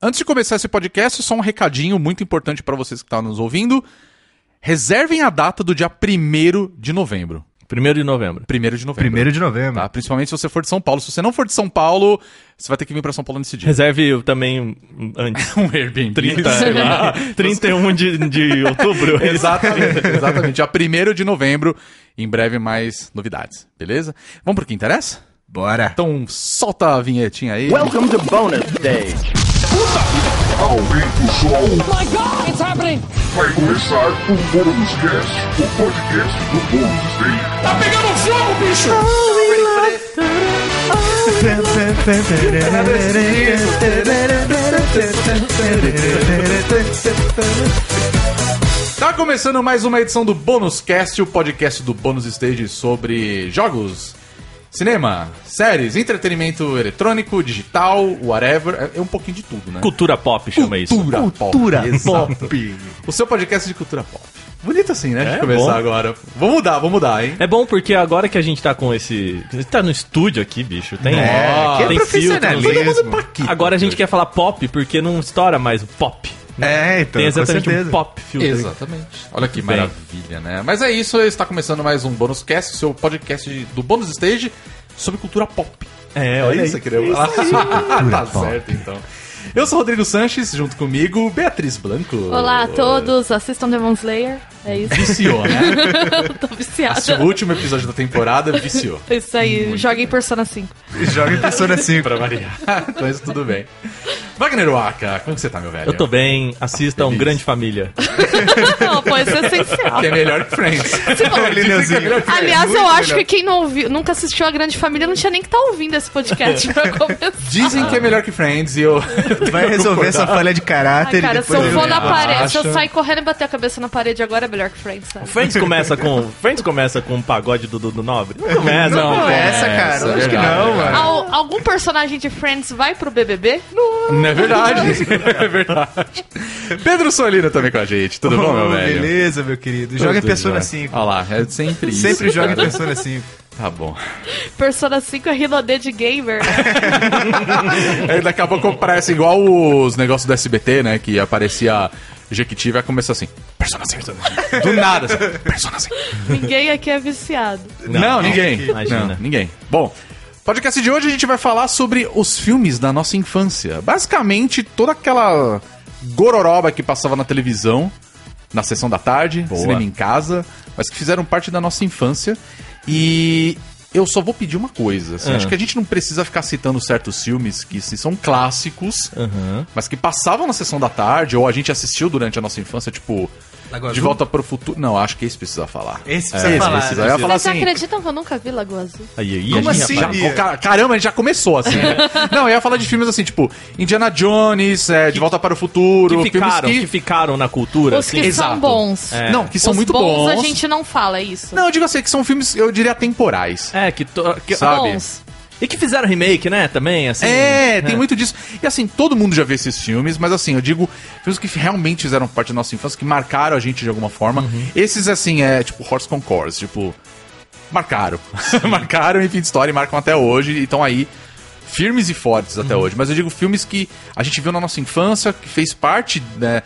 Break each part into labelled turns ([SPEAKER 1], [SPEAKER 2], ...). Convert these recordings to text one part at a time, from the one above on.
[SPEAKER 1] Antes de começar esse podcast, só um recadinho muito importante para vocês que estão nos ouvindo. Reservem a data do dia 1 de novembro.
[SPEAKER 2] 1 de novembro.
[SPEAKER 1] 1 de novembro.
[SPEAKER 3] Primeiro de novembro.
[SPEAKER 1] Tá? Principalmente se você for de São Paulo. Se você não for de São Paulo, você vai ter que vir para São Paulo nesse dia.
[SPEAKER 2] Reserve tá? também antes.
[SPEAKER 1] Um Airbnb.
[SPEAKER 2] 30, sei lá, 31 de, de outubro.
[SPEAKER 1] Exatamente, exatamente. Dia 1 de novembro. Em breve, mais novidades, beleza? Vamos pro que interessa?
[SPEAKER 3] Bora.
[SPEAKER 1] Então solta a vinhetinha aí.
[SPEAKER 4] Welcome to bonus stage.
[SPEAKER 5] Aumenta o som,
[SPEAKER 6] My God, it's happening!
[SPEAKER 5] vai começar o Bônus Cast, o podcast do Bônus Day.
[SPEAKER 6] Tá pegando fogo, bicho!
[SPEAKER 1] Tá começando mais uma edição do Bônus Cast, o podcast do Bônus Stage sobre jogos, cinema, séries, entretenimento eletrônico, digital, whatever. É- É um pouquinho de tudo, né?
[SPEAKER 2] Cultura pop chama isso.
[SPEAKER 3] Cultura
[SPEAKER 1] Exato. O seu podcast de cultura pop. Bonito assim, né?
[SPEAKER 2] É,
[SPEAKER 1] de começar
[SPEAKER 2] bom.
[SPEAKER 1] agora. Vamos mudar, vamos mudar, hein?
[SPEAKER 2] É bom porque agora que a gente tá com esse. A gente tá no estúdio aqui, bicho. Tem,
[SPEAKER 1] É,
[SPEAKER 3] que
[SPEAKER 2] tem
[SPEAKER 3] profissionalismo.
[SPEAKER 2] filtro.
[SPEAKER 3] Todo mundo
[SPEAKER 2] Agora a gente quer falar pop porque não estoura mais o pop.
[SPEAKER 3] É, então,
[SPEAKER 2] tem
[SPEAKER 3] com
[SPEAKER 2] exatamente
[SPEAKER 3] certeza.
[SPEAKER 2] um pop filtro.
[SPEAKER 1] Exatamente. Olha que
[SPEAKER 2] Bem.
[SPEAKER 1] maravilha, né? Mas é isso, está começando mais um Bônus Cast, seu podcast de- do Bônus Stage sobre cultura pop.
[SPEAKER 2] É,
[SPEAKER 1] É
[SPEAKER 2] olha
[SPEAKER 1] isso,
[SPEAKER 2] isso.
[SPEAKER 1] que eu queria falar. tá certo, então. Eu sou Rodrigo Sanches, junto comigo, Beatriz Blanco.
[SPEAKER 7] Olá a todos, assistam Demon Slayer. É isso,
[SPEAKER 1] Viciou, né?
[SPEAKER 7] tô viciada.
[SPEAKER 1] Esse último episódio da temporada viciou.
[SPEAKER 7] É Isso aí, joguem Persona 5.
[SPEAKER 3] Joga em Persona 5.
[SPEAKER 1] Pra variar. então isso tudo bem. Wagner Waka, como que você tá, meu velho?
[SPEAKER 2] Eu tô bem, assistam
[SPEAKER 1] Feliz.
[SPEAKER 2] Grande Família.
[SPEAKER 7] Não, pô, isso é essencial.
[SPEAKER 1] Que é melhor que Friends.
[SPEAKER 7] Se não-
[SPEAKER 1] Dizem que é melhor que Friends.
[SPEAKER 7] Aliás, eu
[SPEAKER 3] muito
[SPEAKER 7] acho
[SPEAKER 3] melhor.
[SPEAKER 7] que quem não ouviu, nunca assistiu a Grande Família não tinha nem que estar ouvindo esse podcast pra começar.
[SPEAKER 1] Dizem que é melhor que Friends e eu.
[SPEAKER 3] Vai
[SPEAKER 1] um
[SPEAKER 3] resolver essa falha de
[SPEAKER 7] Ai,
[SPEAKER 3] caráter
[SPEAKER 7] cara, um
[SPEAKER 3] e
[SPEAKER 7] se eu
[SPEAKER 3] depois...
[SPEAKER 7] for na
[SPEAKER 1] acha.
[SPEAKER 7] parede, se eu sair correndo e bater a cabeça na parede agora é melhor que Friends, sabe?
[SPEAKER 2] Friends começa com. Friends começa com um pagode do Dudu Nobre. Começa,
[SPEAKER 3] Não, não,
[SPEAKER 1] essa,
[SPEAKER 3] essa, cara. Lógico que
[SPEAKER 1] verdade,
[SPEAKER 3] não,
[SPEAKER 1] verdade.
[SPEAKER 3] mano.
[SPEAKER 7] Al- algum personagem de Friends vai pro BBB? Não.
[SPEAKER 1] Não é verdade. é verdade. Pedro Solino também com a gente. Tudo bom, meu
[SPEAKER 3] Oh,
[SPEAKER 1] velho?
[SPEAKER 3] Beleza, meu querido. Joga em
[SPEAKER 1] Tudo
[SPEAKER 3] Persona
[SPEAKER 1] jóia.
[SPEAKER 3] 5.
[SPEAKER 1] Olha lá, é sempre isso.
[SPEAKER 3] Sempre joga em
[SPEAKER 1] cara.
[SPEAKER 3] Persona 5.
[SPEAKER 1] Tá bom.
[SPEAKER 7] Persona 5 é Rinode de Gamer.
[SPEAKER 1] Aí daqui a pouco aparece igual os negócios do SBT, né? Que aparecia Jequiti vai começar assim. Persona 5. Do nada, assim, Persona 5.
[SPEAKER 7] Ninguém aqui é viciado.
[SPEAKER 1] Não, ninguém.
[SPEAKER 2] Imagina.
[SPEAKER 1] Não, ninguém. Bom, podcast de hoje a gente vai falar sobre os filmes da nossa infância. Basicamente, toda aquela gororoba que passava na televisão, na sessão da tarde, cinema em casa, mas que fizeram parte da nossa infância. E eu só vou pedir uma coisa. assim,
[SPEAKER 2] Ah.
[SPEAKER 1] Acho que a gente não precisa ficar citando certos filmes que assim, são clássicos, mas que passavam na sessão da tarde, ou a gente assistiu durante a nossa infância, tipo.
[SPEAKER 3] Lagoa
[SPEAKER 1] de
[SPEAKER 3] Azul?
[SPEAKER 1] volta pro futuro. Não, acho que é esse precisa falar. É,
[SPEAKER 3] Esse precisa falar,
[SPEAKER 1] precisa.
[SPEAKER 3] né?
[SPEAKER 1] Eu ia falar
[SPEAKER 7] Vocês
[SPEAKER 1] assim,
[SPEAKER 7] acreditam que eu nunca vi Lagoa Azul?
[SPEAKER 2] Aí, aí,
[SPEAKER 3] Como
[SPEAKER 2] aí,
[SPEAKER 3] assim?
[SPEAKER 2] rapaz.
[SPEAKER 3] Ia.
[SPEAKER 1] Pô, ca- Caramba, a gente já começou assim. né? Não, eu ia falar de filmes assim, tipo Indiana Jones, é, De Volta para o Futuro,
[SPEAKER 2] Que ficaram, que...
[SPEAKER 1] filmes que.
[SPEAKER 2] ficaram na cultura.
[SPEAKER 7] Os que
[SPEAKER 2] assim.
[SPEAKER 1] exato.
[SPEAKER 7] são bons.
[SPEAKER 2] É.
[SPEAKER 1] Não, que são
[SPEAKER 7] Os
[SPEAKER 1] muito
[SPEAKER 7] bons,
[SPEAKER 1] bons.
[SPEAKER 7] a gente não fala, é isso?
[SPEAKER 1] Não, eu digo assim, que são filmes, eu diria, temporais.
[SPEAKER 2] É, que, to- que-
[SPEAKER 1] Sabe?
[SPEAKER 7] Bons.
[SPEAKER 2] E que fizeram remake, né? Também, assim.
[SPEAKER 1] É, tem muito disso. E assim, todo mundo já viu esses filmes, mas assim, eu digo, filmes que realmente fizeram parte da nossa infância, que marcaram a gente de alguma forma.
[SPEAKER 2] Uhum.
[SPEAKER 1] Esses, assim, é tipo Horse con Concourse, tipo. Marcaram. marcaram, enfim, de história e marcam até hoje. E estão aí firmes e fortes até
[SPEAKER 2] Uhum.
[SPEAKER 1] hoje. Mas eu digo filmes que a gente viu na nossa infância, que fez parte, né?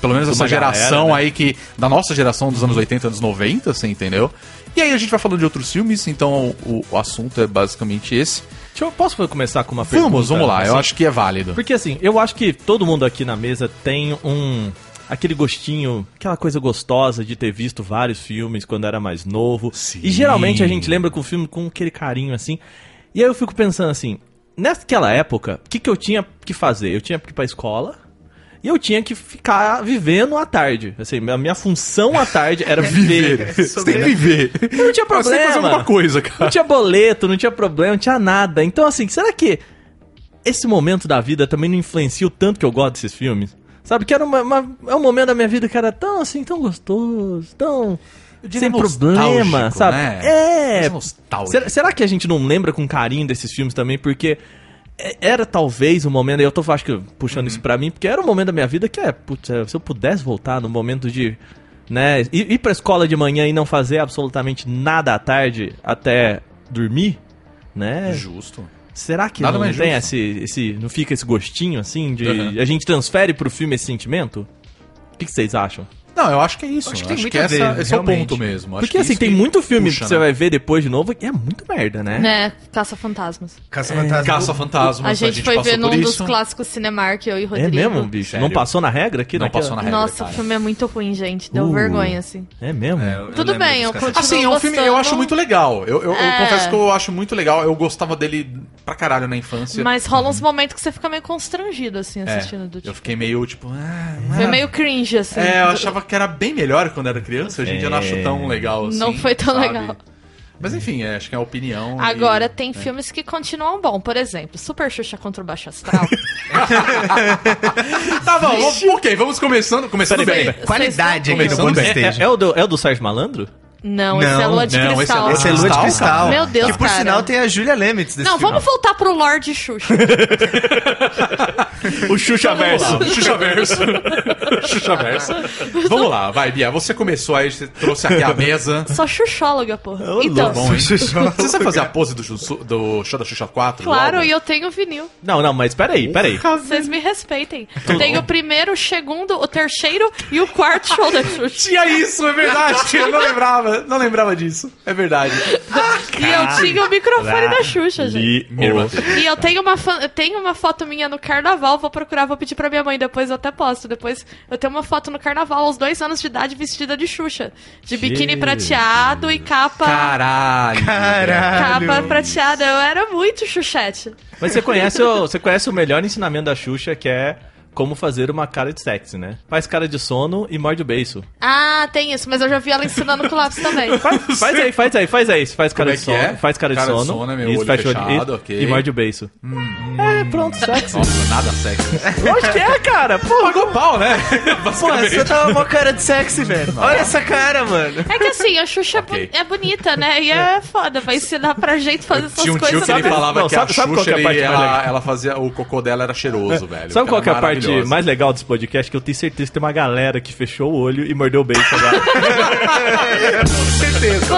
[SPEAKER 1] Pelo menos
[SPEAKER 2] De uma
[SPEAKER 1] essa geração
[SPEAKER 2] galera, né?
[SPEAKER 1] aí que. Da nossa geração dos anos 80, anos 90, você entendeu? E aí a gente vai falando de outros filmes, então o- o assunto é basicamente esse.
[SPEAKER 2] Deixa eu- posso começar com uma pergunta?
[SPEAKER 1] Vamos, vamos lá. Eu
[SPEAKER 2] assim?
[SPEAKER 1] acho que é válido.
[SPEAKER 2] Porque assim, eu acho que todo mundo aqui na mesa tem um. aquele gostinho, aquela coisa gostosa de ter visto vários filmes quando era mais novo.
[SPEAKER 1] Sim.
[SPEAKER 2] E geralmente a gente lembra com o filme com aquele carinho assim. E aí eu fico pensando assim, naquela época, o que, que eu tinha que fazer? Eu tinha que ir pra escola. E eu tinha que ficar vivendo à tarde. Assim, a minha função à tarde era viver.
[SPEAKER 1] Você tem que viver.
[SPEAKER 2] Não
[SPEAKER 1] Você tem
[SPEAKER 2] tinha
[SPEAKER 1] que fazer
[SPEAKER 2] problema.
[SPEAKER 1] alguma coisa, cara.
[SPEAKER 2] Não tinha boleto, não tinha problema, não tinha nada. Então, assim, será que esse momento da vida também não influencia o tanto que eu gosto desses filmes? Sabe, que era uma, uma- é um momento da minha vida que era tão assim, tão gostoso, tão.
[SPEAKER 1] diria
[SPEAKER 2] Sem
[SPEAKER 1] é nostálgico,
[SPEAKER 2] problema, sabe?
[SPEAKER 1] né?
[SPEAKER 2] É.
[SPEAKER 1] Coisa nostálgica.
[SPEAKER 2] Será, será que a gente não lembra com carinho desses filmes também? Porque é- era talvez um momento, eu tô acho que
[SPEAKER 1] Uhum.
[SPEAKER 2] puxando isso pra mim, porque era um momento da minha vida que é, putz, é, se eu pudesse voltar no momento de, né, ir, ir pra escola de manhã e não fazer absolutamente nada à tarde até dormir, né?
[SPEAKER 1] é Justo.
[SPEAKER 2] Será que
[SPEAKER 1] Nada
[SPEAKER 2] não
[SPEAKER 1] mais
[SPEAKER 2] tem
[SPEAKER 1] justo.
[SPEAKER 2] esse, esse. Não fica esse gostinho assim de.
[SPEAKER 1] Uhum.
[SPEAKER 2] A gente transfere pro filme esse sentimento? O que, que vocês acham?
[SPEAKER 1] Não, eu acho que é isso.
[SPEAKER 3] Acho que
[SPEAKER 1] eu
[SPEAKER 3] tem
[SPEAKER 1] acho
[SPEAKER 3] muito
[SPEAKER 1] que
[SPEAKER 3] a
[SPEAKER 1] essa-
[SPEAKER 3] ver,
[SPEAKER 1] esse é o
[SPEAKER 3] realmente.
[SPEAKER 1] ponto mesmo. Acho que
[SPEAKER 2] Porque assim,
[SPEAKER 1] isso
[SPEAKER 2] tem
[SPEAKER 1] que
[SPEAKER 2] muito filme
[SPEAKER 1] puxa,
[SPEAKER 2] que você
[SPEAKER 1] né?
[SPEAKER 2] vai ver depois de novo e é muito merda, né?
[SPEAKER 7] Né? Caça-fantasmas.
[SPEAKER 3] Caça-fantasma.
[SPEAKER 1] É. Caça fantasma.
[SPEAKER 7] A gente foi ver num dos
[SPEAKER 1] clássicos.
[SPEAKER 7] clássicos Cinemark, eu e o
[SPEAKER 2] É
[SPEAKER 7] Rodrigo.
[SPEAKER 2] mesmo, bicho?
[SPEAKER 1] Sério.
[SPEAKER 2] Não passou na regra aqui?
[SPEAKER 1] Não
[SPEAKER 2] naquela-
[SPEAKER 1] passou na regra.
[SPEAKER 7] Nossa,
[SPEAKER 1] cara.
[SPEAKER 7] o filme é muito ruim, gente. Deu
[SPEAKER 2] Uh.
[SPEAKER 7] vergonha, assim.
[SPEAKER 2] É mesmo?
[SPEAKER 3] É, eu
[SPEAKER 7] Tudo
[SPEAKER 3] lembro
[SPEAKER 7] bem,
[SPEAKER 3] dos
[SPEAKER 7] eu
[SPEAKER 3] caça-
[SPEAKER 7] continuo
[SPEAKER 1] Assim, é um filme eu
[SPEAKER 7] gostando,
[SPEAKER 1] acho muito legal. Eu, eu- eu
[SPEAKER 7] É.
[SPEAKER 1] confesso que eu acho muito legal. Eu gostava dele pra caralho na infância.
[SPEAKER 7] Mas rola uns momentos que você fica meio constrangido, assim,
[SPEAKER 1] Uhum. É,
[SPEAKER 7] assistindo. do
[SPEAKER 1] eu
[SPEAKER 7] tipo.
[SPEAKER 1] fiquei meio tipo. Ah, não
[SPEAKER 7] Foi
[SPEAKER 1] era-
[SPEAKER 7] meio cringe, assim.
[SPEAKER 1] É, eu
[SPEAKER 7] Do-
[SPEAKER 1] achava que era bem melhor quando era criança. Hoje em dia eu não acho tão legal assim.
[SPEAKER 7] Não foi tão
[SPEAKER 1] sabe?
[SPEAKER 7] legal.
[SPEAKER 1] Mas enfim, é, acho que é a opinião. e-
[SPEAKER 7] Agora, tá
[SPEAKER 1] É.
[SPEAKER 7] tem filmes que continuam bom. Por exemplo, Super Xuxa contra o Baixo Astral.
[SPEAKER 1] Tá bom, vamos- ok, vamos começando. Começando
[SPEAKER 2] Peraí,
[SPEAKER 1] bem.
[SPEAKER 7] peraí.
[SPEAKER 3] Qualidade aqui no
[SPEAKER 1] Começando
[SPEAKER 3] bonus
[SPEAKER 1] bem.
[SPEAKER 2] É,
[SPEAKER 3] stage.
[SPEAKER 2] é o do, é o do Sérgio Malandro?
[SPEAKER 7] não, esse é Lua de
[SPEAKER 1] não, esse é
[SPEAKER 7] Cristal.
[SPEAKER 1] Lua de
[SPEAKER 3] Esse é Lua de
[SPEAKER 1] Cristal,
[SPEAKER 3] Cristal.
[SPEAKER 7] Meu Deus,
[SPEAKER 3] Que por
[SPEAKER 7] cara.
[SPEAKER 3] sinal tem a Julia Lemitz desse
[SPEAKER 7] Não,
[SPEAKER 3] filme.
[SPEAKER 7] vamos voltar pro Lorde Xuxa.
[SPEAKER 2] O Xuxa Verso.
[SPEAKER 1] Xuxa Verso. Xuxa Verso. Vamos lá, vai, Bia. Você começou aí, você trouxe aqui a mesa.
[SPEAKER 7] Sou xuxóloga, porra.
[SPEAKER 2] Ô,
[SPEAKER 7] então,
[SPEAKER 2] louco, bom, hein?
[SPEAKER 1] Você sabe fazer a pose do, Xuxu- do show da Xuxa 4?
[SPEAKER 7] claro,
[SPEAKER 1] logo?
[SPEAKER 7] e eu tenho vinil.
[SPEAKER 2] Não, não, mas peraí, peraí.
[SPEAKER 7] Vocês me respeitem. Tenho o primeiro, o segundo, o terceiro e o quarto show da Xuxa.
[SPEAKER 1] Tinha isso, é verdade. Eu não lembrava, não lembrava disso. É verdade.
[SPEAKER 7] E eu tinha o microfone da Xuxa, gente. E eu tenho uma, fa- eu tenho uma foto minha no carnaval, vou procurar, vou pedir pra minha mãe, depois eu até posto. Depois eu tenho uma foto no carnaval, aos dois anos de idade, vestida de Xuxa. De biquíni prateado e capa.
[SPEAKER 1] Caralho.
[SPEAKER 7] Capa
[SPEAKER 3] Caralho.
[SPEAKER 7] prateada, eu era muito chuchete.
[SPEAKER 2] Mas você conhece, o, você conhece o melhor ensinamento da Xuxa, que é como fazer uma cara de sexy, né? Faz cara de sono e morde o beiço.
[SPEAKER 7] Ah, tem isso, mas eu já vi ela ensinando com lápis também.
[SPEAKER 2] Faz aí, faz aí, faz aí. Faz cara
[SPEAKER 1] Como é
[SPEAKER 2] de
[SPEAKER 1] que
[SPEAKER 2] sono.
[SPEAKER 1] é?
[SPEAKER 2] Faz cara de
[SPEAKER 1] Cara de
[SPEAKER 2] sono.
[SPEAKER 1] sono, é meu olho
[SPEAKER 2] fecha o
[SPEAKER 1] fechado,
[SPEAKER 2] e,
[SPEAKER 1] ok.
[SPEAKER 2] e morde o beiço. É, pronto, sexy.
[SPEAKER 1] Nossa, nada sexy.
[SPEAKER 2] Lógico que é, cara. Porra,
[SPEAKER 1] Pagou pau, né?
[SPEAKER 3] Pô, você tava mó cara de sexy, velho. Olha essa cara, mano.
[SPEAKER 7] É que assim, a Xuxa é bu-
[SPEAKER 1] Ok.
[SPEAKER 7] é bonita, né? E é foda, vai ensinar pra gente fazer essas
[SPEAKER 1] Tinha um tio
[SPEAKER 7] coisas.
[SPEAKER 1] que ele
[SPEAKER 7] né?
[SPEAKER 1] falava
[SPEAKER 2] Não,
[SPEAKER 1] que
[SPEAKER 2] sabe-
[SPEAKER 1] a
[SPEAKER 2] sabe qual
[SPEAKER 1] Xuxa,
[SPEAKER 2] que é a
[SPEAKER 1] ele-
[SPEAKER 2] parte mais
[SPEAKER 1] ela,
[SPEAKER 2] legal?
[SPEAKER 1] ela fazia. O cocô dela era cheiroso, velho.
[SPEAKER 2] Sabe qual
[SPEAKER 1] Era
[SPEAKER 2] que é a parte
[SPEAKER 1] maravilhosa.
[SPEAKER 2] mais legal desse podcast? Que eu tenho certeza que tem uma galera que fechou o olho e mordeu o beiço agora.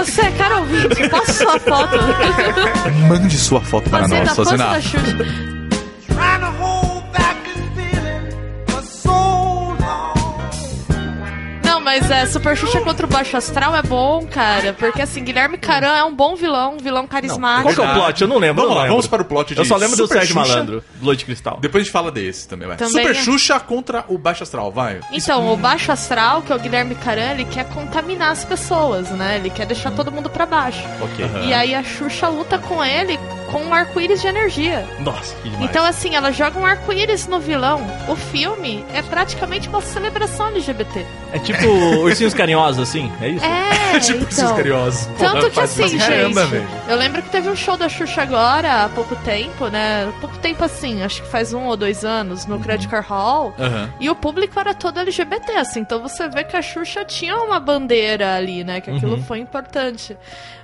[SPEAKER 7] Você é cara ouvinte, posso sua foto?
[SPEAKER 1] Mande sua foto
[SPEAKER 2] Ah,
[SPEAKER 1] para
[SPEAKER 7] Fazer da
[SPEAKER 1] nós,
[SPEAKER 7] foto da
[SPEAKER 1] Sozinato.
[SPEAKER 7] Xuxa.
[SPEAKER 8] trying to hold back this feeling for so long.
[SPEAKER 7] Não, mas é, Super Xuxa contra o Baixo Astral é bom, cara. Porque assim, Guilherme Caran é um bom vilão, um vilão
[SPEAKER 2] Qual que
[SPEAKER 7] carismático.
[SPEAKER 2] é o plot? Eu não lembro.
[SPEAKER 1] Vamos
[SPEAKER 2] eu não
[SPEAKER 1] lá,
[SPEAKER 2] lembro.
[SPEAKER 1] vamos para o plot de
[SPEAKER 2] Eu só lembro do
[SPEAKER 1] Super
[SPEAKER 2] Sérgio
[SPEAKER 1] Xuxa.
[SPEAKER 2] Malandro, Lua de Cristal.
[SPEAKER 1] Depois a gente fala desse também, vai.
[SPEAKER 7] Também
[SPEAKER 1] Super
[SPEAKER 7] é.
[SPEAKER 1] Xuxa contra o Baixo Astral, vai.
[SPEAKER 7] Então, o Baixo Astral, que é o Guilherme Caran, ele quer contaminar as pessoas, né? Ele quer deixar todo mundo pra baixo.
[SPEAKER 2] Ok.
[SPEAKER 7] E aí a Xuxa luta com ele com um arco-íris de energia.
[SPEAKER 2] Nossa, que demais.
[SPEAKER 7] Então, assim, ela joga um arco-íris no vilão. O filme é praticamente uma celebração LGBT.
[SPEAKER 2] É tipo ursinhos carinhosos, assim? É isso?
[SPEAKER 7] É,
[SPEAKER 3] Tipo
[SPEAKER 7] então.
[SPEAKER 1] Curiosos.
[SPEAKER 7] Tanto que assim,
[SPEAKER 3] caramba,
[SPEAKER 7] gente,
[SPEAKER 3] velho.
[SPEAKER 7] eu lembro que teve um show da Xuxa agora, há pouco tempo, né? Pouco tempo assim, acho que faz um ou dois anos,
[SPEAKER 3] Uhum.
[SPEAKER 7] no Credit Card Hall.
[SPEAKER 1] Aham.
[SPEAKER 7] E o público era todo LGBT, assim. Então você vê que a Xuxa tinha uma bandeira ali, né? Que aquilo foi importante.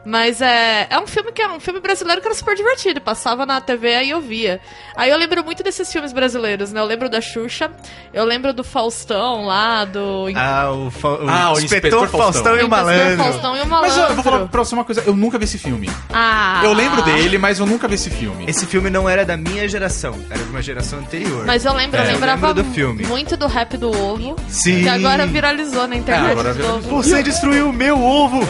[SPEAKER 7] Mas é, é um filme que é um filme brasileiro que era super divertido. Passava na TV aí eu via. Aí eu lembro muito desses filmes brasileiros, né? Eu lembro da Xuxa, eu lembro do Faustão lá, do.
[SPEAKER 3] Ah, o, fa o,
[SPEAKER 1] Ah, o
[SPEAKER 3] inspetor,
[SPEAKER 1] Inspetor
[SPEAKER 3] Faustão, e o
[SPEAKER 7] Inventor
[SPEAKER 3] malandro.
[SPEAKER 7] Faustão e o
[SPEAKER 1] Mas
[SPEAKER 7] Malandro.
[SPEAKER 1] eu, eu vou falar pra você uma coisa, eu nunca vi esse filme.
[SPEAKER 7] Ah.
[SPEAKER 1] Eu lembro dele, mas eu nunca vi esse filme.
[SPEAKER 3] Esse filme não era da minha geração, era de uma geração anterior.
[SPEAKER 7] Mas eu lembro,
[SPEAKER 3] É,
[SPEAKER 7] eu
[SPEAKER 3] eu
[SPEAKER 7] lembrava
[SPEAKER 3] lembro do filme.
[SPEAKER 7] muito do rap do ovo.
[SPEAKER 3] Sim.
[SPEAKER 7] Que agora viralizou na internet
[SPEAKER 1] É, agora
[SPEAKER 7] de
[SPEAKER 1] viralizou.
[SPEAKER 7] novo.
[SPEAKER 3] Você destruiu o meu ovo!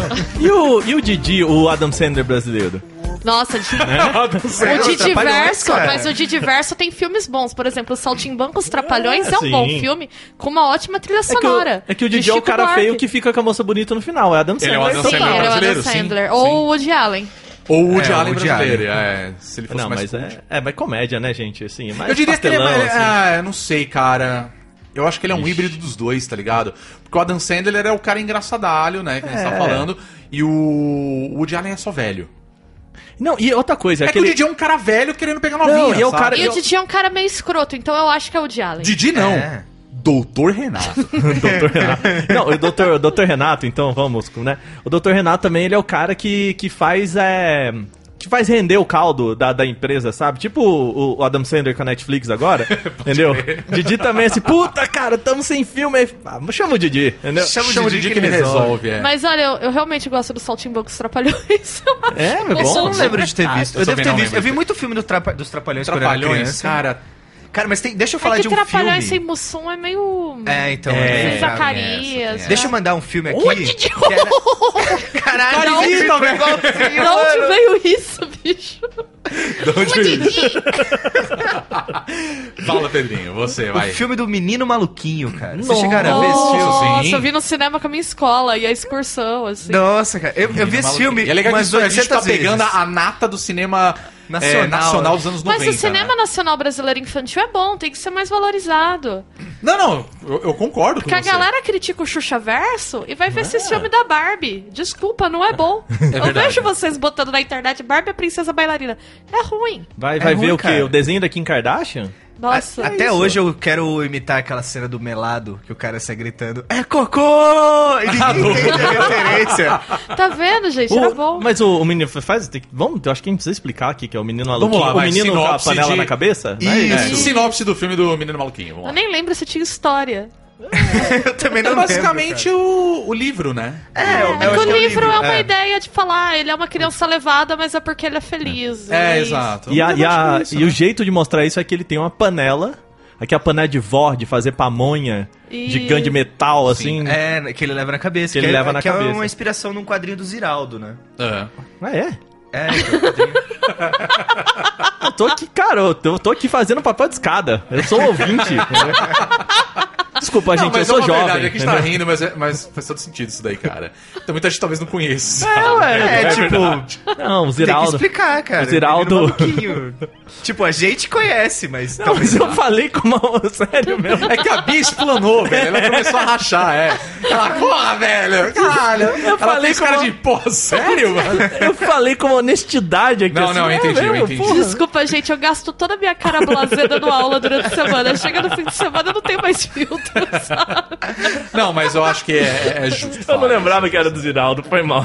[SPEAKER 2] E o, e o Didi, o Adam Sandler brasileiro?
[SPEAKER 7] Nossa, de...
[SPEAKER 1] É?
[SPEAKER 7] o
[SPEAKER 3] Os
[SPEAKER 7] Didi
[SPEAKER 3] Trapalhões,
[SPEAKER 7] Verso,
[SPEAKER 3] cara.
[SPEAKER 7] mas o Didi Verso tem filmes bons. Por exemplo, o Saltimbancos Trapalhões é, um
[SPEAKER 2] sim.
[SPEAKER 7] bom filme com uma ótima trilha
[SPEAKER 2] É que, o,
[SPEAKER 7] sonora.
[SPEAKER 2] é que o
[SPEAKER 7] de
[SPEAKER 2] Didi é o
[SPEAKER 7] Chico
[SPEAKER 2] cara
[SPEAKER 7] Buarque.
[SPEAKER 2] feio que fica com a moça bonita no final. É o Adam
[SPEAKER 1] Ele
[SPEAKER 2] Sandler.
[SPEAKER 1] é o Adam
[SPEAKER 7] Sim,
[SPEAKER 1] Sandler
[SPEAKER 7] ele é o Adam
[SPEAKER 1] brasileiro, sim,
[SPEAKER 7] Sandler.
[SPEAKER 1] sim.
[SPEAKER 7] Ou o Woody Allen.
[SPEAKER 1] Ou o Woody
[SPEAKER 3] É, o
[SPEAKER 1] Allen
[SPEAKER 3] Woody
[SPEAKER 1] brasileiro, é. Se ele fosse
[SPEAKER 2] Não,
[SPEAKER 1] mais
[SPEAKER 2] mas
[SPEAKER 1] cult.
[SPEAKER 2] é, é mais comédia, né, gente? Assim, é mais
[SPEAKER 1] Eu diria
[SPEAKER 2] pastelão,
[SPEAKER 1] que ele é mais.
[SPEAKER 2] assim.
[SPEAKER 1] Ah, eu não sei, cara. Eu acho que ele é um híbrido dos dois, tá ligado? Porque o Adam Sandler é o cara engraçadalho, né? Que a gente tá falando. E o Woody Allen é só velho.
[SPEAKER 2] Não, e outra coisa,
[SPEAKER 1] É,
[SPEAKER 2] é
[SPEAKER 1] que o
[SPEAKER 2] aquele...
[SPEAKER 1] Didi é um cara velho querendo pegar novinha,
[SPEAKER 2] Não, e é o
[SPEAKER 1] sabe?
[SPEAKER 2] cara-
[SPEAKER 7] E
[SPEAKER 2] Eu-
[SPEAKER 7] o Didi é um cara meio escroto, então eu acho que é o Woody Allen.
[SPEAKER 1] Didi não.
[SPEAKER 3] É.
[SPEAKER 1] Doutor Renato.
[SPEAKER 2] Dr. Renato. Não, o Dr. o Dr. Renato, então, vamos, né? O Dr. Renato também, ele é o cara que, que faz é, que faz render o caldo da, da empresa, sabe? Tipo o, o Adam Sandler com a Netflix agora, entendeu? Didi também é assim, puta, cara, tamo sem filme. Aí, ah, chama o Didi, entendeu?
[SPEAKER 1] Chama o Didi que ele resolve, é.
[SPEAKER 7] Mas olha, eu, eu realmente gosto do Saltimbancos Trapalhões. É
[SPEAKER 2] É, meu
[SPEAKER 7] Eu
[SPEAKER 2] bom.
[SPEAKER 7] sou
[SPEAKER 3] Eu não lembro de ter visto.
[SPEAKER 1] Ah, eu
[SPEAKER 3] eu
[SPEAKER 1] também
[SPEAKER 3] devo ter
[SPEAKER 1] não
[SPEAKER 3] visto.
[SPEAKER 1] lembro
[SPEAKER 3] Eu vi
[SPEAKER 1] de ter
[SPEAKER 3] muito filme do Trapa- dos Trapalhões, quando eu era
[SPEAKER 1] Trapalhões,
[SPEAKER 3] criança.
[SPEAKER 1] cara.
[SPEAKER 3] Cara, mas tem- deixa eu falar
[SPEAKER 7] é
[SPEAKER 3] de
[SPEAKER 7] que
[SPEAKER 3] um filme.
[SPEAKER 7] Trapalhões sem Mussum é meio...
[SPEAKER 3] É, então.
[SPEAKER 2] É.
[SPEAKER 3] é.
[SPEAKER 1] assim,
[SPEAKER 7] Zacarias.
[SPEAKER 3] Deixa eu mandar um filme aqui.
[SPEAKER 7] Ui, Didi!
[SPEAKER 3] que era-
[SPEAKER 1] Tá
[SPEAKER 3] Caralho,
[SPEAKER 2] Cara,
[SPEAKER 3] ele
[SPEAKER 2] então,
[SPEAKER 3] foi igualzinho,
[SPEAKER 7] Da onde
[SPEAKER 3] mano.
[SPEAKER 7] veio isso, bicho?
[SPEAKER 1] Fala, Pedrinho, você,
[SPEAKER 3] O
[SPEAKER 1] vai.
[SPEAKER 3] filme do Menino Maluquinho, cara. Vocês
[SPEAKER 2] Nossa.
[SPEAKER 3] chegaram a ver esse filme?
[SPEAKER 7] Nossa,
[SPEAKER 1] sim.
[SPEAKER 7] eu vi no cinema com a minha escola e a excursão, assim.
[SPEAKER 3] Nossa, cara. Eu, eu vi esse filme
[SPEAKER 1] E é legal que
[SPEAKER 3] umas
[SPEAKER 1] isso, a gente tá
[SPEAKER 3] 800 vezes.
[SPEAKER 1] pegando a nata do cinema é, nacional,
[SPEAKER 3] Nacional.
[SPEAKER 1] dos anos 90.
[SPEAKER 7] Mas o cinema
[SPEAKER 1] né?
[SPEAKER 7] nacional brasileiro infantil é bom, tem que ser mais valorizado.
[SPEAKER 1] Não, não, eu, eu concordo
[SPEAKER 7] Porque a
[SPEAKER 1] com você.
[SPEAKER 7] galera critica o Xuxa Verso e vai ver esse filme da Barbie. Desculpa, não é bom. eu
[SPEAKER 1] verdade.
[SPEAKER 7] vejo vocês botando na internet Barbie é princesa bailarina. É ruim.
[SPEAKER 2] Vai, vai
[SPEAKER 3] É
[SPEAKER 2] ver
[SPEAKER 3] ruim,
[SPEAKER 2] o quê?
[SPEAKER 3] cara.
[SPEAKER 2] O desenho da Kim Kardashian?
[SPEAKER 7] Nossa.
[SPEAKER 3] Até hoje eu quero imitar aquela cena do melado que o cara sai gritando: É cocô! E
[SPEAKER 2] Ah,
[SPEAKER 3] ninguém entende a referência.
[SPEAKER 7] Tá vendo, gente?
[SPEAKER 2] O-
[SPEAKER 7] Era bom.
[SPEAKER 2] Mas o, o menino faz. tem que- vamos, eu acho que a gente precisa explicar aqui que é o menino
[SPEAKER 1] Vamos
[SPEAKER 2] maluquinho.
[SPEAKER 1] lá,
[SPEAKER 2] o
[SPEAKER 1] vai,
[SPEAKER 2] menino com a
[SPEAKER 1] sinopse
[SPEAKER 2] panela
[SPEAKER 1] de-
[SPEAKER 2] na cabeça? né?
[SPEAKER 1] É,
[SPEAKER 3] Isso.
[SPEAKER 1] sinopse do filme do Menino Maluquinho. Vamos
[SPEAKER 7] Eu
[SPEAKER 1] lá.
[SPEAKER 7] nem lembro se tinha história.
[SPEAKER 3] Eu também
[SPEAKER 1] É
[SPEAKER 3] não
[SPEAKER 1] basicamente o, o livro, né?
[SPEAKER 3] lembro.
[SPEAKER 7] É, que o livro é uma
[SPEAKER 3] É.
[SPEAKER 7] ideia de falar, ele é uma criança levada, mas é porque ele é feliz.
[SPEAKER 1] É,
[SPEAKER 7] isso.
[SPEAKER 1] exato.
[SPEAKER 2] E, a- e a-
[SPEAKER 1] Basicamente isso,
[SPEAKER 2] e
[SPEAKER 1] né?
[SPEAKER 2] o jeito de mostrar isso é que ele tem uma panela. Aqui a panela é de vó, de fazer pamonha,
[SPEAKER 7] E-
[SPEAKER 2] de grande metal, assim. é.
[SPEAKER 3] É, que ele leva na cabeça.
[SPEAKER 2] Que ele
[SPEAKER 3] é-
[SPEAKER 2] leva na
[SPEAKER 3] que é
[SPEAKER 2] cabeça.
[SPEAKER 3] uma inspiração num quadrinho do Ziraldo, né?
[SPEAKER 1] É.
[SPEAKER 2] Ah, é?
[SPEAKER 3] É, então,
[SPEAKER 2] Eu tô aqui, cara, eu tô, eu tô aqui fazendo papel de escada. Eu sou um ouvinte. Desculpa,
[SPEAKER 1] Não,
[SPEAKER 2] gente, eu
[SPEAKER 1] mas
[SPEAKER 2] sou
[SPEAKER 1] é uma
[SPEAKER 2] jovem.
[SPEAKER 1] Verdade, é que a gente tá
[SPEAKER 2] entendeu?
[SPEAKER 1] rindo, mas, é- mas faz todo sentido isso daí, cara. Então muita gente talvez não conheça.
[SPEAKER 3] é, tipo,
[SPEAKER 2] Não, o
[SPEAKER 3] tem que
[SPEAKER 2] Ziraldo.
[SPEAKER 3] explicar, cara.
[SPEAKER 2] O Ziraldo-
[SPEAKER 3] Menino Maluquinho. tipo, a gente conhece, mas
[SPEAKER 2] Não,
[SPEAKER 3] talvez
[SPEAKER 2] mas eu falei com uma... Sério mesmo.
[SPEAKER 1] É que a Bia explanou, velho. Ela começou a rachar, é. Ela, porra, velho. Caralho. ela
[SPEAKER 2] falei
[SPEAKER 1] fez
[SPEAKER 2] com
[SPEAKER 1] cara
[SPEAKER 2] uma-
[SPEAKER 1] de, porra, sério, mano?
[SPEAKER 2] Eu falei com honestidade aqui.
[SPEAKER 1] Não, não, eu
[SPEAKER 2] é,
[SPEAKER 1] entendi, eu
[SPEAKER 2] velho,
[SPEAKER 1] entendi.
[SPEAKER 2] porra.
[SPEAKER 7] Desculpa, gente, eu gasto toda a minha cara blasé dando aula durante a semana. Chega no fim de semana, eu não tenho mais filtro, sabe?
[SPEAKER 1] Não, mas eu acho que é, é justo.
[SPEAKER 2] Eu não
[SPEAKER 1] falar.
[SPEAKER 2] lembrava que era do Ziraldo, foi mal.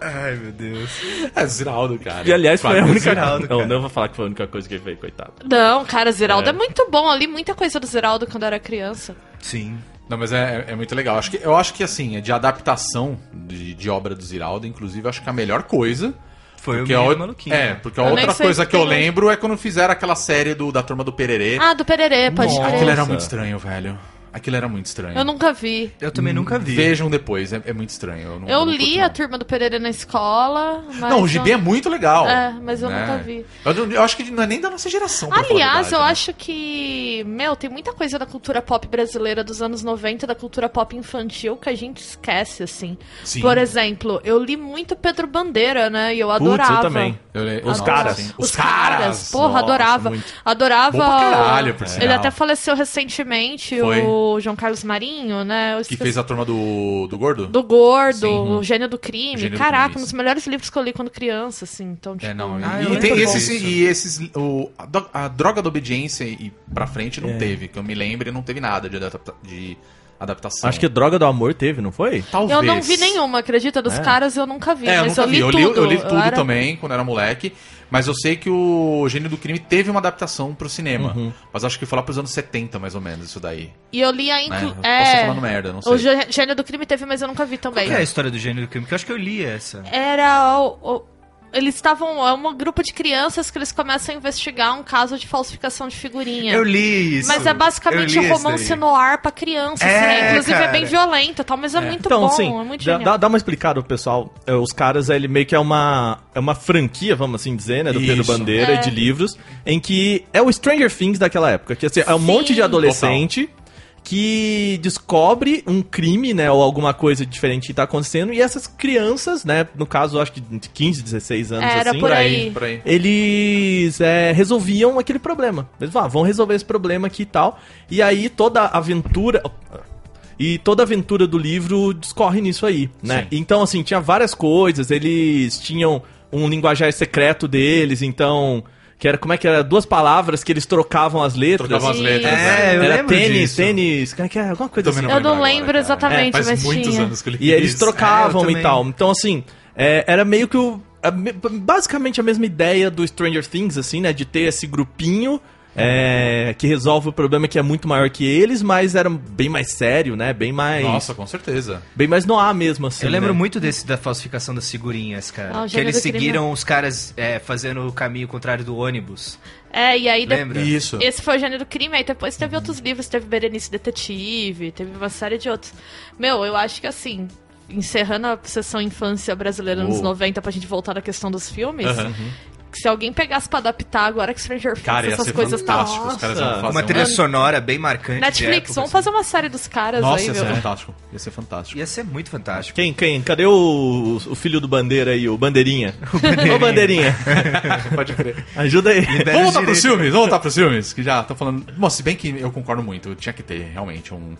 [SPEAKER 3] Ai, meu Deus.
[SPEAKER 1] É Ziraldo, cara.
[SPEAKER 2] E aliás, foi a
[SPEAKER 1] Quase.
[SPEAKER 2] única.
[SPEAKER 3] Ziraldo,
[SPEAKER 2] não,
[SPEAKER 3] cara.
[SPEAKER 2] não vou falar que foi a única coisa que ele fez, coitado.
[SPEAKER 7] Não, cara, Ziraldo
[SPEAKER 2] É.
[SPEAKER 7] é. muito bom. Eu li muita coisa do Ziraldo quando eu era criança.
[SPEAKER 3] Sim.
[SPEAKER 1] Não, mas é, é muito legal. Acho que, eu acho que, assim, é de adaptação de, de obra do Ziraldo, inclusive, eu acho que a melhor coisa.
[SPEAKER 3] Foi
[SPEAKER 1] Porque
[SPEAKER 3] o
[SPEAKER 1] a,
[SPEAKER 3] Menino
[SPEAKER 1] ou-
[SPEAKER 3] Maluquinho.
[SPEAKER 1] é,
[SPEAKER 3] né?
[SPEAKER 1] porque a
[SPEAKER 7] Eu nem
[SPEAKER 1] outra
[SPEAKER 7] sei
[SPEAKER 1] coisa
[SPEAKER 7] se
[SPEAKER 1] que eu
[SPEAKER 7] tem-
[SPEAKER 1] lembro é quando fizeram aquela série do, da Turma do Pererê.
[SPEAKER 7] Ah, do Pererê, pode
[SPEAKER 2] Nossa.
[SPEAKER 1] Aquilo
[SPEAKER 7] crer.
[SPEAKER 1] era um- muito estranho, velho. Aquilo era muito estranho.
[SPEAKER 7] Eu nunca vi.
[SPEAKER 3] Eu também nunca vi.
[SPEAKER 1] Vejam depois, é, é muito estranho. não-
[SPEAKER 7] Eu
[SPEAKER 1] não curto,
[SPEAKER 7] li
[SPEAKER 1] não.
[SPEAKER 7] a turma do Pererê na escola. Mas
[SPEAKER 1] Não, o Gibi é
[SPEAKER 7] eu-
[SPEAKER 1] muito legal. né?
[SPEAKER 7] É, mas eu nunca vi.
[SPEAKER 1] Eu, não- eu acho que não é nem da nossa geração. pra falar a
[SPEAKER 7] Aliás,
[SPEAKER 1] verdade,
[SPEAKER 7] eu
[SPEAKER 1] né?
[SPEAKER 7] acho que, meu, tem muita coisa da cultura pop brasileira dos anos 90, da cultura pop infantil, que a gente esquece, assim.
[SPEAKER 1] Sim.
[SPEAKER 7] Por exemplo, eu li muito Pedro Bandeira, né? E eu
[SPEAKER 2] Putz,
[SPEAKER 7] adorava.
[SPEAKER 2] eu também.
[SPEAKER 1] Eu assim, le-
[SPEAKER 2] Os
[SPEAKER 1] Nossa,
[SPEAKER 2] caras.
[SPEAKER 1] sim.
[SPEAKER 7] Ah, Os, caras. Porra,
[SPEAKER 2] Nossa,
[SPEAKER 7] adorava.
[SPEAKER 2] muito.
[SPEAKER 7] Adorava.
[SPEAKER 1] Bom pra caralho,
[SPEAKER 7] o-
[SPEAKER 1] por
[SPEAKER 7] Ele
[SPEAKER 1] sinal.
[SPEAKER 7] até faleceu recentemente,
[SPEAKER 1] Foi.
[SPEAKER 7] o João Carlos Marinho, né? Eu
[SPEAKER 1] Que
[SPEAKER 7] esqueci-
[SPEAKER 1] fez a turma do, do Gordo?
[SPEAKER 7] Do Gordo,
[SPEAKER 1] Sim.
[SPEAKER 7] o Gênio do Crime.
[SPEAKER 1] Gênio do
[SPEAKER 7] Caraca,
[SPEAKER 1] Crime,
[SPEAKER 7] um dos
[SPEAKER 1] sim.
[SPEAKER 7] melhores livros que eu li quando criança, assim. Então, tipo,
[SPEAKER 1] É, não. e-
[SPEAKER 3] Ah, eu
[SPEAKER 1] e,
[SPEAKER 3] lembro
[SPEAKER 1] tem
[SPEAKER 3] disso.
[SPEAKER 1] esses, e esses. O, a, do- a droga da obediência e pra frente
[SPEAKER 3] É.
[SPEAKER 1] não teve. Que eu me lembre, não teve nada de, adapta- de adaptação.
[SPEAKER 2] Acho que Droga do Amor teve, não foi?
[SPEAKER 1] talvez.
[SPEAKER 7] Eu não vi nenhuma, acredita? Dos
[SPEAKER 2] É.
[SPEAKER 7] caras eu nunca vi,
[SPEAKER 1] É, eu
[SPEAKER 7] mas
[SPEAKER 1] nunca
[SPEAKER 7] eu li
[SPEAKER 1] vi. Eu
[SPEAKER 7] tudo.
[SPEAKER 1] li, eu li tudo
[SPEAKER 7] era-
[SPEAKER 1] também quando era moleque. Mas eu sei que o Gênio do Crime teve uma adaptação pro cinema. Mas acho que foi lá pros anos 70, mais ou menos, isso daí.
[SPEAKER 7] E eu li a
[SPEAKER 1] Né?
[SPEAKER 7] inclu...
[SPEAKER 1] Eu Posso estar
[SPEAKER 7] É,
[SPEAKER 1] falando merda, não sei.
[SPEAKER 7] o Gê- Gênio do Crime teve, mas eu nunca vi
[SPEAKER 3] Qual
[SPEAKER 7] também.
[SPEAKER 3] que é a história do gênio do crime? Que eu acho que eu li essa.
[SPEAKER 7] Era o- o- Eles estavam. É um grupo de crianças que eles começam a investigar um caso de falsificação de figurinha.
[SPEAKER 3] Eu li isso.
[SPEAKER 7] Mas é basicamente
[SPEAKER 3] Eu li
[SPEAKER 7] um
[SPEAKER 3] esse
[SPEAKER 7] romance
[SPEAKER 3] daí.
[SPEAKER 7] no ar pra criança, assim,
[SPEAKER 3] É,
[SPEAKER 7] né? Inclusive é
[SPEAKER 3] cara.
[SPEAKER 7] bem violento e tal, mas é, muito
[SPEAKER 2] então,
[SPEAKER 7] bom,
[SPEAKER 2] assim,
[SPEAKER 7] é muito
[SPEAKER 2] dá,
[SPEAKER 7] genial.
[SPEAKER 2] dá- dá uma explicada pro pessoal. É, Os caras, ele meio que é uma, é uma franquia, vamos assim dizer, né? Do Pedro
[SPEAKER 1] Isso.
[SPEAKER 2] Bandeira
[SPEAKER 7] É.
[SPEAKER 2] e de livros, em que é o Stranger Things daquela época. Que assim, é um
[SPEAKER 7] Sim.
[SPEAKER 2] monte de adolescente que descobre um crime, né? Ou alguma coisa diferente que tá acontecendo. E essas crianças, né? No caso, acho que de 15, 16 anos
[SPEAKER 7] Era
[SPEAKER 2] assim.
[SPEAKER 7] por aí.
[SPEAKER 1] por aí.
[SPEAKER 2] eles é, resolviam aquele problema. Eles falavam, ah, vão resolver esse problema aqui e tal. E aí toda a aventura. E toda a aventura do livro discorre nisso aí, né? Então, assim, tinha várias coisas, eles tinham um linguajar secreto deles, então. Que era, como é que era? Duas palavras que eles trocavam as letras.
[SPEAKER 1] Trocavam as
[SPEAKER 7] Sim.
[SPEAKER 1] letras. né?
[SPEAKER 3] É, eu
[SPEAKER 2] era
[SPEAKER 3] lembro
[SPEAKER 2] tênis,
[SPEAKER 3] disso.
[SPEAKER 2] tênis, como é que era? Alguma coisa
[SPEAKER 1] Também
[SPEAKER 2] assim.
[SPEAKER 1] não
[SPEAKER 7] Eu não
[SPEAKER 1] lembro agora,
[SPEAKER 7] lembro
[SPEAKER 1] cara. É,
[SPEAKER 7] exatamente,
[SPEAKER 1] Faz
[SPEAKER 7] mas
[SPEAKER 1] muitos
[SPEAKER 7] tinha.
[SPEAKER 1] anos que ele
[SPEAKER 2] E eles
[SPEAKER 1] isso.
[SPEAKER 3] É, eu
[SPEAKER 2] trocavam e
[SPEAKER 3] também.
[SPEAKER 2] tal. Então, assim, é, era meio que o. é a me- basicamente a mesma ideia do Stranger Things, assim, né? De ter esse grupinho é, que resolve o problema que é muito maior que eles, mas era bem mais sério, né? Bem mais.
[SPEAKER 1] Nossa, com certeza.
[SPEAKER 2] Bem mais noir mesmo, assim.
[SPEAKER 3] Eu lembro
[SPEAKER 2] né?
[SPEAKER 3] muito desse da falsificação das figurinhas, cara.
[SPEAKER 7] Ah, o
[SPEAKER 3] que
[SPEAKER 7] gênero
[SPEAKER 3] eles
[SPEAKER 7] criminal.
[SPEAKER 3] seguiram os caras é, fazendo o caminho contrário do ônibus.
[SPEAKER 7] É, e aí depois.
[SPEAKER 3] Lembra?
[SPEAKER 1] Isso.
[SPEAKER 7] Esse foi o gênero do crime, aí depois teve outros livros, teve Berenice Detetive, teve uma série de outros. Meu, eu acho que assim, encerrando a sessão infância brasileira nos
[SPEAKER 1] Uou.
[SPEAKER 7] 90 pra gente voltar na questão dos filmes,
[SPEAKER 1] Aham.
[SPEAKER 7] que se alguém pegasse pra adaptar agora que Stranger Things,
[SPEAKER 1] Cara, ia
[SPEAKER 7] essas
[SPEAKER 1] ser
[SPEAKER 7] coisas tá.
[SPEAKER 1] fantástico. Os caras
[SPEAKER 2] Nossa.
[SPEAKER 1] iam fazer
[SPEAKER 3] Uma trilha sonora bem marcante. de
[SPEAKER 7] Netflix,
[SPEAKER 3] época,
[SPEAKER 7] vamos
[SPEAKER 3] assim.
[SPEAKER 7] fazer uma série dos caras
[SPEAKER 1] Nossa,
[SPEAKER 7] aí,
[SPEAKER 1] ia
[SPEAKER 7] meu.
[SPEAKER 1] ser fantástico. Ia ser fantástico.
[SPEAKER 3] Ia ser muito fantástico.
[SPEAKER 2] Quem, quem? Cadê o, o filho do Bandeira aí, o Bandeirinha? Ô, Bandeirinha,
[SPEAKER 1] Pode crer.
[SPEAKER 2] ajuda aí.
[SPEAKER 1] Vamos voltar
[SPEAKER 3] direito.
[SPEAKER 1] pros filmes, vamos voltar pros filmes, que já tô falando. Bom, se bem que eu concordo muito, tinha que ter realmente um-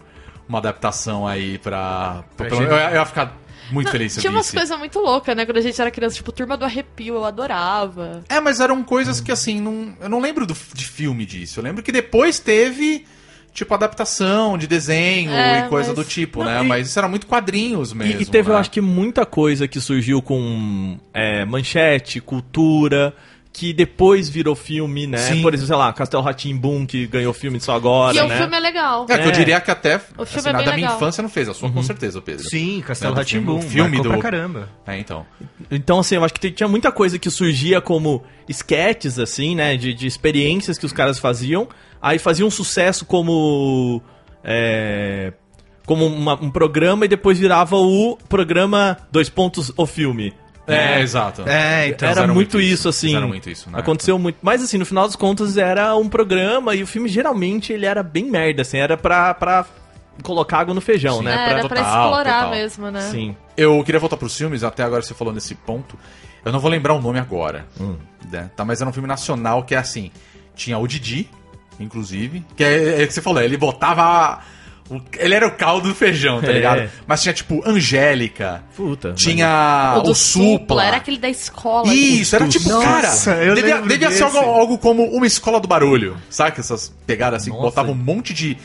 [SPEAKER 1] uma adaptação aí pra. pra-
[SPEAKER 3] Pra
[SPEAKER 1] pelo-
[SPEAKER 3] gente-
[SPEAKER 1] eu, eu ia ficar muito feliz se eu
[SPEAKER 7] Tinha umas
[SPEAKER 1] visse.
[SPEAKER 7] coisas muito loucas, né? Quando a gente era criança, tipo, Turma do Arrepio, eu adorava.
[SPEAKER 1] É, mas eram coisas que assim, não, eu não lembro do, de filme disso. Eu lembro que depois teve, tipo, adaptação de desenho
[SPEAKER 7] É,
[SPEAKER 1] e coisa
[SPEAKER 7] mas-
[SPEAKER 1] do tipo,
[SPEAKER 2] Não,
[SPEAKER 1] né?
[SPEAKER 2] e-
[SPEAKER 1] Mas isso era muito quadrinhos
[SPEAKER 2] E-
[SPEAKER 1] mesmo.
[SPEAKER 2] E, teve,
[SPEAKER 1] né?
[SPEAKER 2] eu acho que, muita coisa que surgiu com é, manchete, cultura, que depois virou filme, né?
[SPEAKER 1] Sim.
[SPEAKER 2] Por exemplo, sei lá, Castelo Boom que ganhou filme só agora,
[SPEAKER 7] e o
[SPEAKER 2] né?
[SPEAKER 7] filme é legal.
[SPEAKER 1] É, que eu
[SPEAKER 2] É. Uhum.
[SPEAKER 1] diria que até
[SPEAKER 7] O filme
[SPEAKER 1] assim,
[SPEAKER 7] é
[SPEAKER 1] nada
[SPEAKER 7] bem
[SPEAKER 1] da minha
[SPEAKER 7] legal.
[SPEAKER 1] infância não fez, a sua com certeza, Pedro.
[SPEAKER 3] Sim, Castelo
[SPEAKER 1] Lembra do filme-
[SPEAKER 3] Rá-Tim-Bum.
[SPEAKER 1] o um filme
[SPEAKER 3] marcou
[SPEAKER 1] do-
[SPEAKER 3] pra caramba.
[SPEAKER 1] É, então.
[SPEAKER 2] Então, assim, eu acho que te- tinha muita coisa que surgia como esquetes, assim, né? De, de experiências que os caras faziam. Aí fazia um sucesso como. é, como uma- um programa e depois virava o programa Dois Pontos o Filme.
[SPEAKER 1] É, exato.
[SPEAKER 3] É, então.
[SPEAKER 2] era
[SPEAKER 1] fizeram
[SPEAKER 2] muito
[SPEAKER 1] muito
[SPEAKER 2] isso,
[SPEAKER 1] isso,
[SPEAKER 2] assim.
[SPEAKER 1] fizeram muito isso, né?
[SPEAKER 2] Aconteceu muito. Mas, assim, no final das contas, era um programa e o filme, geralmente, ele era bem merda, assim. Era pra, pra colocar água no feijão, né?
[SPEAKER 7] É, era pra
[SPEAKER 1] total,
[SPEAKER 7] explorar
[SPEAKER 1] total.
[SPEAKER 7] mesmo, né?
[SPEAKER 2] Sim.
[SPEAKER 1] Eu queria voltar pros filmes, até agora você falou nesse ponto. Eu não vou lembrar o nome agora.
[SPEAKER 3] Hum.
[SPEAKER 1] né? Tá, mas era um filme nacional que é assim. Tinha o Didi, inclusive. Que é, é o que você falou, ele botava. o- ele era o caldo do feijão, tá
[SPEAKER 2] É.
[SPEAKER 1] ligado? Mas tinha, tipo, Angélica.
[SPEAKER 2] Puta.
[SPEAKER 1] Tinha Ah, o,
[SPEAKER 7] do
[SPEAKER 1] Supla.
[SPEAKER 7] Era aquele da escola. assim.
[SPEAKER 1] Isso, era tipo,
[SPEAKER 3] Nossa,
[SPEAKER 1] cara,
[SPEAKER 3] eu
[SPEAKER 1] devia,
[SPEAKER 3] lembro
[SPEAKER 1] devia ser
[SPEAKER 3] desse.
[SPEAKER 1] algo, algo como uma escola do barulho, saca? Essas pegadas assim, que
[SPEAKER 2] Nossa.
[SPEAKER 1] botavam um monte de,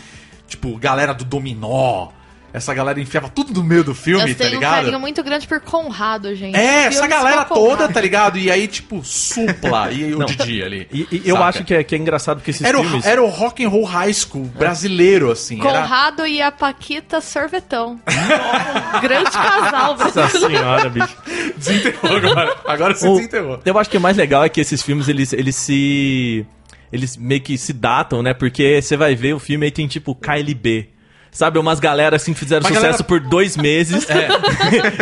[SPEAKER 1] tipo, galera do dominó, essa galera enfiava tudo no meio do filme,
[SPEAKER 7] Eu
[SPEAKER 1] tá
[SPEAKER 7] tenho um
[SPEAKER 1] ligado?
[SPEAKER 7] carinho muito grande por Conrado, gente.
[SPEAKER 1] É,
[SPEAKER 7] Filmes
[SPEAKER 1] essa galera
[SPEAKER 7] com Conrado.
[SPEAKER 1] toda, tá ligado? E aí, tipo, supla, e o
[SPEAKER 2] Não.
[SPEAKER 1] Didi ali.
[SPEAKER 2] E, e eu
[SPEAKER 1] saca?
[SPEAKER 2] acho que é, que é engraçado porque esses
[SPEAKER 1] Era o,
[SPEAKER 2] filmes... É.
[SPEAKER 1] era o rock and roll high school brasileiro, assim. Era...
[SPEAKER 7] Conrado e a Paquita Sorvetão. Grande casal,
[SPEAKER 2] Nossa
[SPEAKER 7] brasileiro.
[SPEAKER 2] senhora, bicho.
[SPEAKER 1] Desenterrou agora. Agora você
[SPEAKER 2] O-
[SPEAKER 1] desenterrou.
[SPEAKER 2] eu acho que o mais legal é que esses filmes, eles, eles se... Eles meio que se datam, né? Porque você vai ver o filme aí tem tipo KLB. Sabe, umas galera assim que fizeram
[SPEAKER 1] Uma
[SPEAKER 2] sucesso
[SPEAKER 1] galera- É.
[SPEAKER 2] por dois meses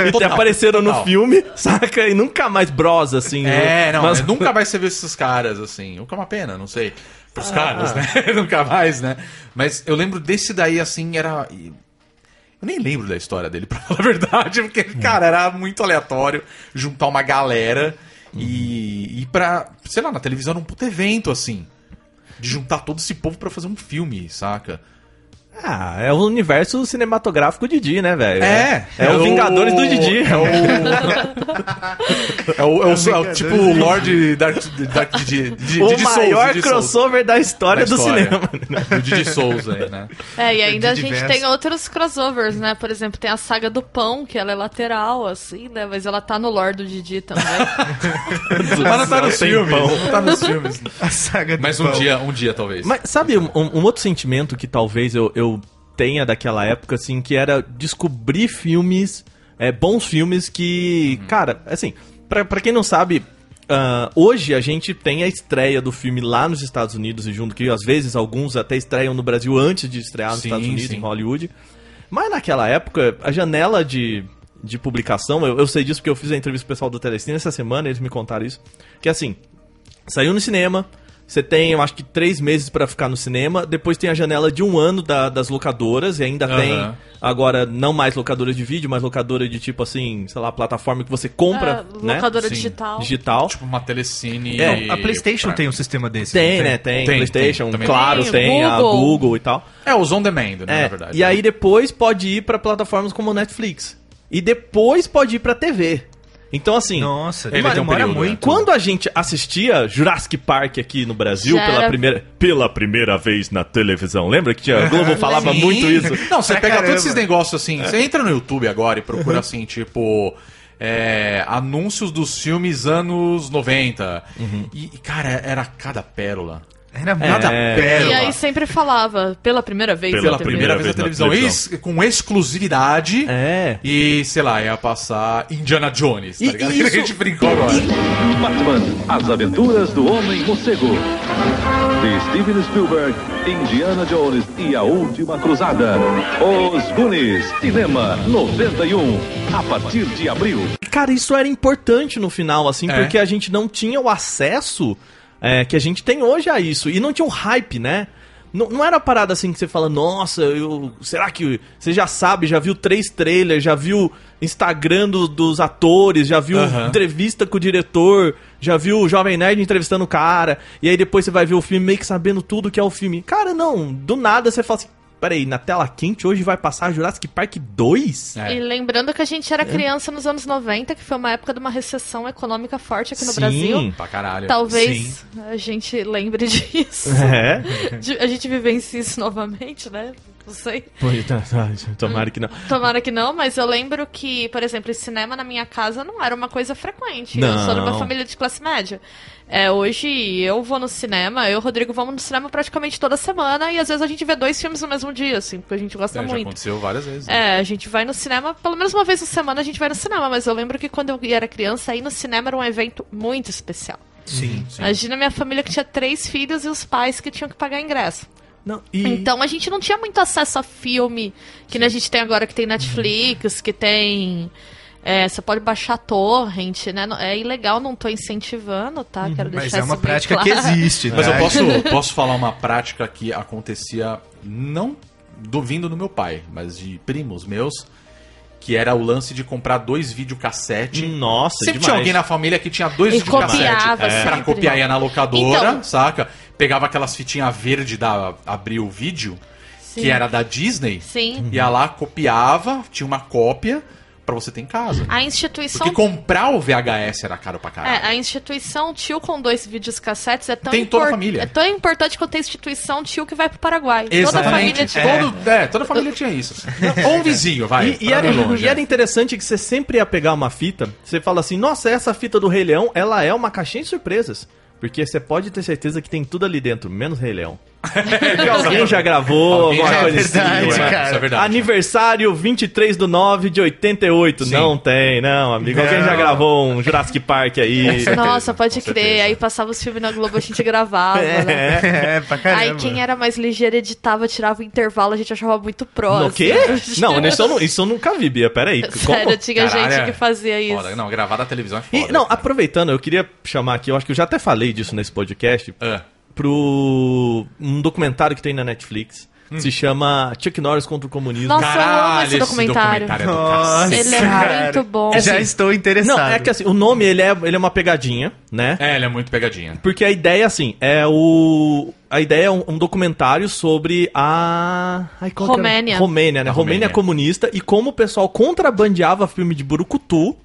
[SPEAKER 2] e
[SPEAKER 1] Total,
[SPEAKER 2] apareceram no
[SPEAKER 1] total.
[SPEAKER 2] filme, saca? E nunca mais bros, assim.
[SPEAKER 1] É,
[SPEAKER 2] né?
[SPEAKER 1] não,
[SPEAKER 2] Mas-
[SPEAKER 1] mas nunca mais você vê esses caras, assim. O que é uma pena, não sei. Pros
[SPEAKER 2] Ah.
[SPEAKER 1] caras, né? nunca mais, né? Mas eu lembro desse daí, assim, era. Eu nem lembro da história dele, pra falar a verdade, porque,
[SPEAKER 2] Hum.
[SPEAKER 1] cara, era muito aleatório juntar uma galera
[SPEAKER 2] Uhum.
[SPEAKER 1] e ir pra, sei lá, na televisão, num puto evento, assim. De juntar todo esse povo pra fazer um filme, saca?
[SPEAKER 2] Ah, é o universo cinematográfico Didi, né, velho?
[SPEAKER 1] É.
[SPEAKER 2] É, o Vingadores do Didi.
[SPEAKER 1] É o. É o, é o- é o tipo o Lorde Dark, Dark Didi. Didi
[SPEAKER 2] O
[SPEAKER 1] Didi Souza,
[SPEAKER 2] maior
[SPEAKER 1] Didi Souza.
[SPEAKER 2] crossover da história,
[SPEAKER 1] da
[SPEAKER 2] do cinema. né?
[SPEAKER 1] Do Didi Souza aí, né?
[SPEAKER 7] É, e ainda a
[SPEAKER 3] De
[SPEAKER 7] gente
[SPEAKER 3] diverso.
[SPEAKER 7] tem outros crossovers, né? Por exemplo, tem a saga do pão, que ela é lateral, assim, né? Mas ela tá no lore do Didi também.
[SPEAKER 1] Mas não tá nos
[SPEAKER 2] Tem
[SPEAKER 1] filmes.
[SPEAKER 2] pão.
[SPEAKER 1] Não tá nos filmes.
[SPEAKER 3] A saga do
[SPEAKER 1] Mas um
[SPEAKER 3] pão.
[SPEAKER 1] dia, um dia talvez.
[SPEAKER 2] Mas sabe um, um- um outro sentimento que talvez eu, eu tenha daquela época, assim, que era descobrir filmes, é, bons filmes que,
[SPEAKER 1] Uhum.
[SPEAKER 2] cara, assim, pra, pra quem não sabe, ah, hoje a gente tem a estreia do filme lá nos Estados Unidos e junto que às vezes alguns até estreiam no Brasil antes de estrear nos
[SPEAKER 1] Sim,
[SPEAKER 2] Estados Unidos,
[SPEAKER 1] sim.
[SPEAKER 2] em Hollywood. Mas naquela época, a janela de, de publicação, eu, eu sei disso porque eu fiz a entrevista pro pessoal do Telecine essa semana, eles me contaram isso, que assim, Saiu no cinema. Você tem, eu acho que, três meses pra ficar no cinema. Depois tem a janela de um ano da- das locadoras. E ainda tem,
[SPEAKER 1] Aham.
[SPEAKER 2] agora, não mais locadora de vídeo, mas locadora de tipo assim, sei lá, plataforma que você compra.
[SPEAKER 7] É,
[SPEAKER 2] né?
[SPEAKER 7] locadora
[SPEAKER 1] Sim.
[SPEAKER 7] digital.
[SPEAKER 2] Digital.
[SPEAKER 1] Tipo uma telecine.
[SPEAKER 2] É,
[SPEAKER 3] A PlayStation tem um sistema desse.
[SPEAKER 2] Tem,
[SPEAKER 3] não
[SPEAKER 2] né? Tem,
[SPEAKER 1] Tem,
[SPEAKER 2] PlayStation,
[SPEAKER 1] tem, também.
[SPEAKER 2] claro,
[SPEAKER 7] Tem,
[SPEAKER 2] tem a
[SPEAKER 7] Google.
[SPEAKER 2] Google e tal.
[SPEAKER 1] É, os on demand, né,
[SPEAKER 2] É,
[SPEAKER 1] na verdade.
[SPEAKER 2] E aí depois pode ir pra plataformas como Netflix. E depois pode ir pra TV. Então, assim.
[SPEAKER 3] Nossa,
[SPEAKER 1] Ele tem um
[SPEAKER 3] demora
[SPEAKER 1] período, né?
[SPEAKER 2] E
[SPEAKER 3] muito.
[SPEAKER 2] Quando a gente assistia Jurassic Park aqui no Brasil
[SPEAKER 7] Já
[SPEAKER 2] pela
[SPEAKER 7] era-
[SPEAKER 2] primeira, pela primeira vez na televisão, lembra que tinha, a Globo falava
[SPEAKER 1] Sim.
[SPEAKER 2] muito isso?
[SPEAKER 1] Não, você
[SPEAKER 3] Pra
[SPEAKER 1] pega É.
[SPEAKER 3] caramba.
[SPEAKER 1] Uhum. todos esses negócios assim. Você entra no YouTube agora e procura assim, tipo. é, anúncios dos filmes anos 90. E, e, cara, era cada pérola.
[SPEAKER 3] Era
[SPEAKER 1] Cada
[SPEAKER 3] muito...
[SPEAKER 2] É.
[SPEAKER 7] E
[SPEAKER 1] pérola.
[SPEAKER 7] aí sempre falava, pela primeira vez
[SPEAKER 1] pela
[SPEAKER 7] na TV.
[SPEAKER 1] primeira vez na televisão. Ex- com exclusividade.
[SPEAKER 2] É.
[SPEAKER 1] E, sei lá, ia passar Indiana Jones, tá
[SPEAKER 2] E-
[SPEAKER 1] ligado?
[SPEAKER 2] e
[SPEAKER 1] Que a
[SPEAKER 2] isso-
[SPEAKER 1] gente brincou agora.
[SPEAKER 9] Batman, As Aventuras do Homem Morcego. De Steven Spielberg, Indiana Jones e a Última Cruzada. Os Goonies, Cinema 91. A partir de abril.
[SPEAKER 2] Cara, isso era importante no final, assim,
[SPEAKER 1] É.
[SPEAKER 2] porque a gente não tinha o acesso é, que a gente tem hoje a isso. E não tinha o hype, né? Não, não era a parada assim que você fala, nossa, eu, será que você já sabe, já viu três trailers, já viu Instagram do- dos atores, já viu
[SPEAKER 1] Aham.
[SPEAKER 2] entrevista com o diretor, já viu o Jovem Nerd entrevistando o cara, e aí depois você vai ver o filme meio que sabendo tudo que é o filme. Cara, não, do nada você fala assim, peraí, na tela quente hoje vai passar Jurassic Park 2?
[SPEAKER 1] É.
[SPEAKER 7] E lembrando que a gente era criança nos anos 90, que foi uma época de uma recessão econômica forte aqui no
[SPEAKER 2] Sim.
[SPEAKER 7] Brasil.
[SPEAKER 1] Pra caralho.
[SPEAKER 7] Talvez a gente lembre disso.
[SPEAKER 2] É.
[SPEAKER 7] De- a gente vivencie isso novamente, né? Não sei.
[SPEAKER 2] Pois, tá, tá, tomara que não.
[SPEAKER 7] Tomara que não, mas eu lembro que, por exemplo, esse cinema na minha casa não era uma coisa frequente. Eu sou de uma
[SPEAKER 2] Não.
[SPEAKER 7] família de classe média. É, hoje eu vou no cinema, eu e o Rodrigo vamos no cinema praticamente toda semana e às vezes a gente vê dois filmes no mesmo dia, assim, porque a gente gosta
[SPEAKER 1] É, já
[SPEAKER 7] muito.
[SPEAKER 1] aconteceu várias vezes. né?
[SPEAKER 7] É, a gente vai no cinema, pelo menos uma vez na semana a gente vai no cinema, mas eu lembro que quando eu era criança, ir no cinema era um evento muito especial.
[SPEAKER 1] Sim, sim.
[SPEAKER 7] Imagina a minha família que tinha três filhos e os pais que tinham que pagar ingresso.
[SPEAKER 2] Não, e...
[SPEAKER 7] Então a gente não tinha muito acesso a filme, que nem a gente tem agora, que tem Netflix, que tem. é, você pode baixar torrent, né? Não- É ilegal, não tô incentivando, tá?
[SPEAKER 1] Uhum.
[SPEAKER 7] Quero deixar
[SPEAKER 3] Mas é uma
[SPEAKER 7] isso bem
[SPEAKER 3] prática
[SPEAKER 7] claro.
[SPEAKER 3] que existe, né?
[SPEAKER 1] Mas eu posso, posso falar uma prática que acontecia não do vindo do meu pai, mas de primos meus, que era o lance de comprar dois videocassete.
[SPEAKER 2] Nossa,
[SPEAKER 1] Sempre
[SPEAKER 2] Hum, é demais.
[SPEAKER 1] tinha alguém na família que tinha dois
[SPEAKER 7] E
[SPEAKER 1] videocassete.
[SPEAKER 7] copiava
[SPEAKER 1] É. Pra
[SPEAKER 7] sempre.
[SPEAKER 1] copiar ia na locadora,
[SPEAKER 7] Então-
[SPEAKER 1] saca? Pegava aquelas fitinhas verdes da Abril Vídeo,
[SPEAKER 7] Sim.
[SPEAKER 1] que era da Disney.
[SPEAKER 7] Sim.
[SPEAKER 1] Ia lá, copiava, tinha uma cópia pra você ter em casa.
[SPEAKER 7] A instituição.
[SPEAKER 1] Porque comprar o VHS era caro pra caralho.
[SPEAKER 7] É, a instituição tio com dois vídeos cassetes é tão,
[SPEAKER 1] Tem toda a família.
[SPEAKER 7] é tão importante quanto a instituição tio que vai pro Paraguai. Toda a família
[SPEAKER 1] Exatamente.
[SPEAKER 7] tinha.
[SPEAKER 1] Todo- é, toda a família tinha isso. Ou um vizinho, vai.
[SPEAKER 2] E, e
[SPEAKER 1] pra não
[SPEAKER 2] era,
[SPEAKER 1] ir longe, é.
[SPEAKER 2] e era interessante que você sempre ia pegar uma fita, você fala assim, nossa, essa fita do Rei Leão, ela é uma caixinha de surpresas. Porque você pode ter certeza que tem tudo ali dentro, menos Rei Leão. Porque alguém já gravou
[SPEAKER 1] É Alguém
[SPEAKER 2] alguma
[SPEAKER 1] já-
[SPEAKER 2] coisa
[SPEAKER 1] é
[SPEAKER 2] assim,
[SPEAKER 1] verdade,
[SPEAKER 2] né?
[SPEAKER 1] cara. Isso é verdade.
[SPEAKER 2] Aniversário 23 do 9 de 88.
[SPEAKER 1] Sim.
[SPEAKER 2] Não tem, não, amigo. Alguém
[SPEAKER 3] Não.
[SPEAKER 2] já gravou um Jurassic Park aí.
[SPEAKER 7] Nossa, pode
[SPEAKER 1] com
[SPEAKER 7] crer.
[SPEAKER 1] certeza.
[SPEAKER 7] Aí passava os filmes na Globo, a gente gravava. né?
[SPEAKER 3] É, pra caramba.
[SPEAKER 7] Aí quem era mais ligeiro editava, tirava o intervalo, a gente achava muito assim. próximo.
[SPEAKER 2] No quê? Não, isso eu, nu- isso eu nunca vi, Bia. Peraí.
[SPEAKER 7] Sério, tinha
[SPEAKER 1] Caralho,
[SPEAKER 7] gente
[SPEAKER 1] é.
[SPEAKER 7] que fazia isso.
[SPEAKER 1] Foda. Não, gravar da televisão é
[SPEAKER 2] E,
[SPEAKER 1] foda.
[SPEAKER 2] não, aproveitando, eu queria chamar aqui, eu acho que eu já até falei disso nesse podcast,
[SPEAKER 1] Ah.
[SPEAKER 2] pro um documentário que tem na Netflix. que Se chama Chuck Norris contra o Comunismo.
[SPEAKER 7] Nossa, eu amo esse documentário.
[SPEAKER 1] é do cacete.
[SPEAKER 7] Ele é
[SPEAKER 3] Cara,
[SPEAKER 7] muito bom.
[SPEAKER 3] Já estou interessado.
[SPEAKER 2] Não, é que assim, o nome ele é, ele é uma pegadinha, né?
[SPEAKER 1] É, ele é muito pegadinha.
[SPEAKER 2] Porque a ideia, assim, é o. A ideia é um, um documentário sobre a. Ai, qual que era?
[SPEAKER 7] Romênia.
[SPEAKER 2] Romênia, né?
[SPEAKER 1] A
[SPEAKER 2] Romênia
[SPEAKER 1] Romênia.
[SPEAKER 2] comunista e como o pessoal contrabandeava filme de Burucutu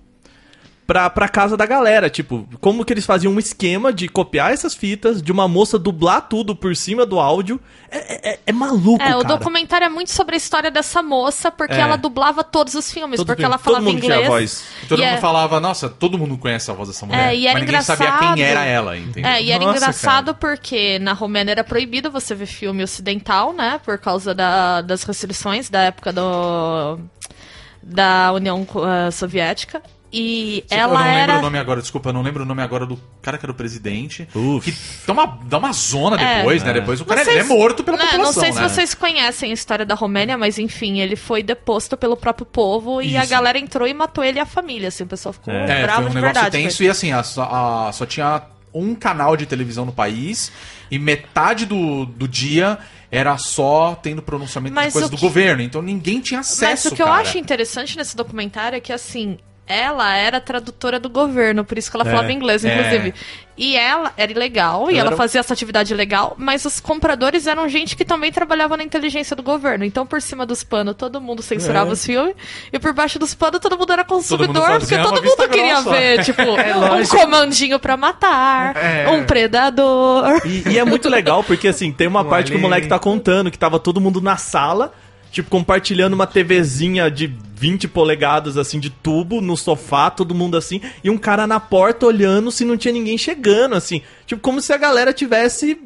[SPEAKER 2] pra, pra casa da galera. Tipo, como que eles faziam um esquema de copiar essas fitas, de uma moça dublar tudo por cima do áudio. É, é- é- é maluco,
[SPEAKER 7] É,
[SPEAKER 2] cara.
[SPEAKER 7] o documentário é muito sobre a história dessa moça, porque
[SPEAKER 2] É.
[SPEAKER 7] ela dublava todos os filmes,
[SPEAKER 2] Todo
[SPEAKER 7] porque
[SPEAKER 2] filme.
[SPEAKER 7] ela falava
[SPEAKER 2] Todo mundo tinha
[SPEAKER 7] inglês.
[SPEAKER 2] voz.
[SPEAKER 1] E Todo
[SPEAKER 7] E
[SPEAKER 1] mundo
[SPEAKER 7] é-
[SPEAKER 1] falava, nossa, todo mundo conhece a voz dessa mulher.
[SPEAKER 7] É, e era
[SPEAKER 1] mas ninguém sabia
[SPEAKER 7] engraçado.
[SPEAKER 1] quem era ela, entendeu?
[SPEAKER 7] É, e era
[SPEAKER 3] Nossa,
[SPEAKER 7] engraçado porque na Romênia era proibido você ver filme ocidental, né? Por causa da- das restrições da época do, da União eh, Soviética. E
[SPEAKER 1] Tipo, eu não
[SPEAKER 7] É, ela
[SPEAKER 1] lembro
[SPEAKER 7] era.
[SPEAKER 1] o nome agora, desculpa, eu não lembro o nome agora do cara que era o presidente.
[SPEAKER 2] Uf.
[SPEAKER 1] Que dá uma, dá uma zona
[SPEAKER 7] É.
[SPEAKER 1] depois, né? Depois o cara
[SPEAKER 7] sei
[SPEAKER 1] ele é
[SPEAKER 7] se-
[SPEAKER 1] morto pela
[SPEAKER 7] né,
[SPEAKER 1] população,
[SPEAKER 7] Não sei se
[SPEAKER 1] né?
[SPEAKER 7] vocês conhecem a história da Romênia, mas enfim, ele foi deposto pelo próprio povo e a
[SPEAKER 1] Isso.
[SPEAKER 7] galera entrou e matou ele e a família, assim, o pessoal ficou
[SPEAKER 1] É,
[SPEAKER 7] bravo
[SPEAKER 1] foi um
[SPEAKER 7] de
[SPEAKER 1] negócio
[SPEAKER 7] verdade.
[SPEAKER 1] tenso
[SPEAKER 7] foi.
[SPEAKER 1] e assim, a, só- a- só tinha um canal de televisão no país e metade do, do dia era só tendo pronunciamento de
[SPEAKER 7] Mas
[SPEAKER 1] coisas
[SPEAKER 7] o
[SPEAKER 1] do
[SPEAKER 7] que-
[SPEAKER 1] governo, então ninguém tinha
[SPEAKER 7] Mas
[SPEAKER 1] acesso,
[SPEAKER 7] o que eu
[SPEAKER 1] cara.
[SPEAKER 7] acho interessante nesse documentário é que, assim, ela era tradutora do governo, por isso que ela
[SPEAKER 2] É,
[SPEAKER 7] falava inglês,
[SPEAKER 1] é.
[SPEAKER 7] inclusive. E ela era ilegal, e
[SPEAKER 2] Ela
[SPEAKER 7] ela
[SPEAKER 2] era-
[SPEAKER 7] fazia essa atividade ilegal, mas os compradores eram gente que também trabalhava na inteligência do governo. Então, por cima dos panos, todo mundo censurava os filmes, e por baixo dos panos, todo mundo era consumidor,
[SPEAKER 1] fazia
[SPEAKER 7] porque
[SPEAKER 1] uma
[SPEAKER 7] todo
[SPEAKER 1] vista
[SPEAKER 7] mundo queria
[SPEAKER 1] grossa.
[SPEAKER 7] ver, tipo, um
[SPEAKER 3] lógico.
[SPEAKER 7] comandinho pra matar,
[SPEAKER 3] É.
[SPEAKER 7] um predador.
[SPEAKER 2] E, e é muito legal porque, assim, tem uma
[SPEAKER 3] Um
[SPEAKER 2] parte que o
[SPEAKER 3] alien.
[SPEAKER 2] moleque tá contando que tava todo mundo na sala. tipo, compartilhando uma TVzinha de 20 polegadas, assim, de tubo, no sofá, todo mundo assim, e um cara na porta olhando se não tinha ninguém chegando, assim. Tipo, como se a galera tivesse,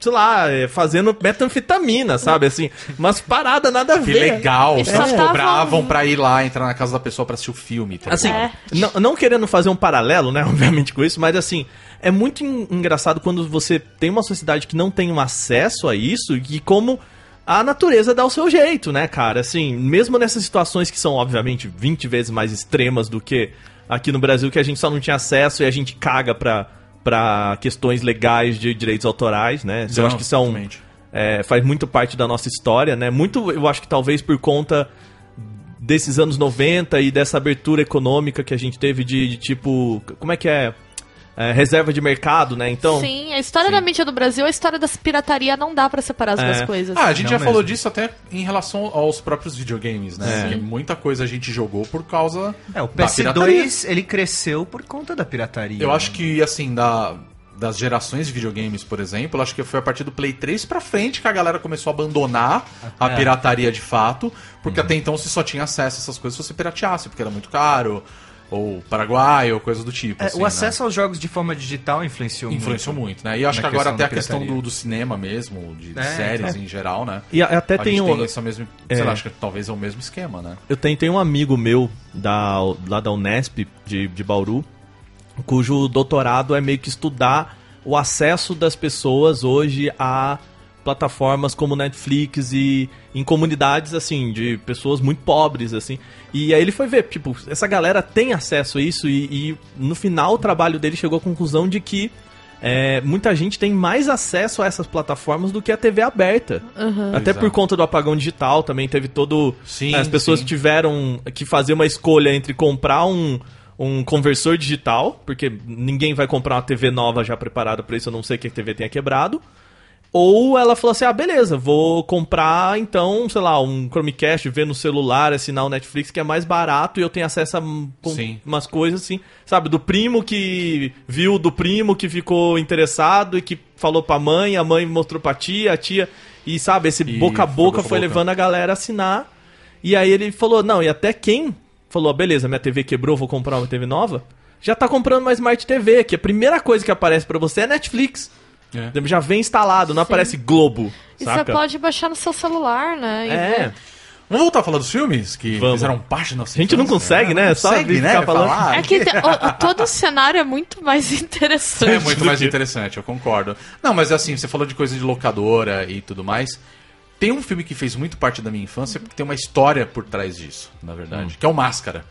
[SPEAKER 2] sei lá, eh, fazendo metanfetamina, sabe? Assim, umas paradas nada a
[SPEAKER 1] Que
[SPEAKER 2] ver.
[SPEAKER 1] legal,
[SPEAKER 7] Eles
[SPEAKER 1] os caras
[SPEAKER 7] só tavam-
[SPEAKER 1] cobravam pra ir lá, entrar na casa da pessoa pra assistir o filme. Tá
[SPEAKER 2] Assim,
[SPEAKER 1] ligado?
[SPEAKER 7] É.
[SPEAKER 2] não, não querendo fazer um paralelo, né, obviamente, com isso, mas assim, é muito en- engraçado quando você tem uma sociedade que não tem um acesso a isso e como a natureza dá o seu jeito, né, cara? Assim, mesmo nessas situações que são, obviamente, 20 vezes mais extremas do que aqui no Brasil, que a gente só não tinha acesso e a gente caga pra, pra questões legais de direitos autorais, né? Eu
[SPEAKER 1] Não,
[SPEAKER 2] acho que são.
[SPEAKER 1] exatamente.
[SPEAKER 2] É, faz muito parte da nossa história, né? Muito, eu acho que talvez por conta desses anos 90 e dessa abertura econômica que a gente teve de, de tipo. Como é que é? É, reserva de mercado, né? Então.
[SPEAKER 7] Sim, a história da mídia do Brasil, a história das pirataria não dá pra separar as duas coisas.
[SPEAKER 1] Ah, a gente
[SPEAKER 3] Não
[SPEAKER 1] já
[SPEAKER 3] mesmo.
[SPEAKER 1] falou disso até em relação aos próprios videogames, né?
[SPEAKER 2] Sim.
[SPEAKER 1] Que Muita coisa a gente jogou por causa.
[SPEAKER 3] É, o
[SPEAKER 1] da pirataria.
[SPEAKER 3] PS2, ele cresceu por conta da pirataria.
[SPEAKER 1] Eu acho que, assim, da, das gerações de videogames, por exemplo, eu acho que foi a partir do Play 3 pra frente que a galera começou a abandonar
[SPEAKER 2] É.
[SPEAKER 1] a pirataria de fato,
[SPEAKER 2] Uhum.
[SPEAKER 1] porque até então você só tinha acesso a essas coisas se você pirateasse, porque era muito caro, ou Paraguai, ou coisa do tipo.
[SPEAKER 3] É,
[SPEAKER 1] assim,
[SPEAKER 3] o
[SPEAKER 1] né?
[SPEAKER 3] acesso aos jogos de forma digital influenciou,
[SPEAKER 1] Influenciou
[SPEAKER 3] muito.
[SPEAKER 1] muito, né? E eu acho
[SPEAKER 3] Na
[SPEAKER 1] que agora
[SPEAKER 3] questão
[SPEAKER 1] até
[SPEAKER 3] da
[SPEAKER 1] a questão do,
[SPEAKER 3] pirataria.
[SPEAKER 1] do cinema mesmo, de, de
[SPEAKER 3] É,
[SPEAKER 1] séries em geral, né?
[SPEAKER 2] E a- então. até
[SPEAKER 1] a
[SPEAKER 2] tem
[SPEAKER 1] gente
[SPEAKER 2] um.
[SPEAKER 1] tem essa mesma.
[SPEAKER 2] É.
[SPEAKER 1] Sei lá, acho que talvez é o mesmo esquema, né?
[SPEAKER 2] Eu tenho, tenho um amigo meu da, lá da Unesp, de, de Bauru, cujo doutorado é meio que estudar o acesso das pessoas hoje a plataformas como Netflix e em comunidades assim de pessoas muito pobres assim e aí ele foi ver tipo essa galera tem acesso a isso e, e no final o trabalho dele chegou à conclusão de que é, muita gente tem mais acesso a essas plataformas do que a TV aberta até por
[SPEAKER 1] Exato.
[SPEAKER 2] conta do apagão digital também teve todo
[SPEAKER 1] Sim,
[SPEAKER 2] as pessoas
[SPEAKER 1] sim.
[SPEAKER 2] tiveram que fazer uma escolha entre comprar um, um conversor digital, porque ninguém vai comprar uma TV nova já preparada para isso, a não sei que a TV tenha quebrado. Ou ela falou assim: ah, beleza, vou comprar então, sei lá, um Chromecast, ver no celular, assinar o Netflix, que é mais barato e eu tenho acesso a um- com-
[SPEAKER 1] Sim.
[SPEAKER 2] umas coisas assim, sabe? Do primo que viu, do primo que ficou interessado e que falou pra mãe, a mãe mostrou pra tia, a tia. E sabe, esse
[SPEAKER 1] E
[SPEAKER 2] boca a
[SPEAKER 1] foi
[SPEAKER 2] boca
[SPEAKER 1] boca a
[SPEAKER 2] foi
[SPEAKER 1] boca.
[SPEAKER 2] levando a galera a assinar. E aí ele falou: não, e até quem falou: ah, beleza, minha TV quebrou, vou comprar uma TV nova. Já tá comprando uma Smart TV, que a primeira coisa que aparece pra você é Netflix.
[SPEAKER 1] É.
[SPEAKER 2] Já vem instalado, não aparece Globo.
[SPEAKER 7] e você
[SPEAKER 2] saca?
[SPEAKER 7] é pode baixar no seu celular, né? E
[SPEAKER 2] É.
[SPEAKER 7] ver.
[SPEAKER 1] Vamos voltar a falar dos filmes que
[SPEAKER 2] Vamos.
[SPEAKER 1] fizeram parte da nossa
[SPEAKER 2] A gente não
[SPEAKER 1] infância,
[SPEAKER 2] consegue, né? Só
[SPEAKER 1] Consegue, né?
[SPEAKER 2] ficar falando.
[SPEAKER 1] Falar.
[SPEAKER 7] É que tem- o- o- todo o cenário é muito mais interessante.
[SPEAKER 1] É muito mais interessante, eu concordo. Não, mas assim, você falou de coisa de locadora e tudo mais. Tem um filme que fez muito parte da minha infância, porque tem uma história por trás disso, na verdade, que é o Máscara.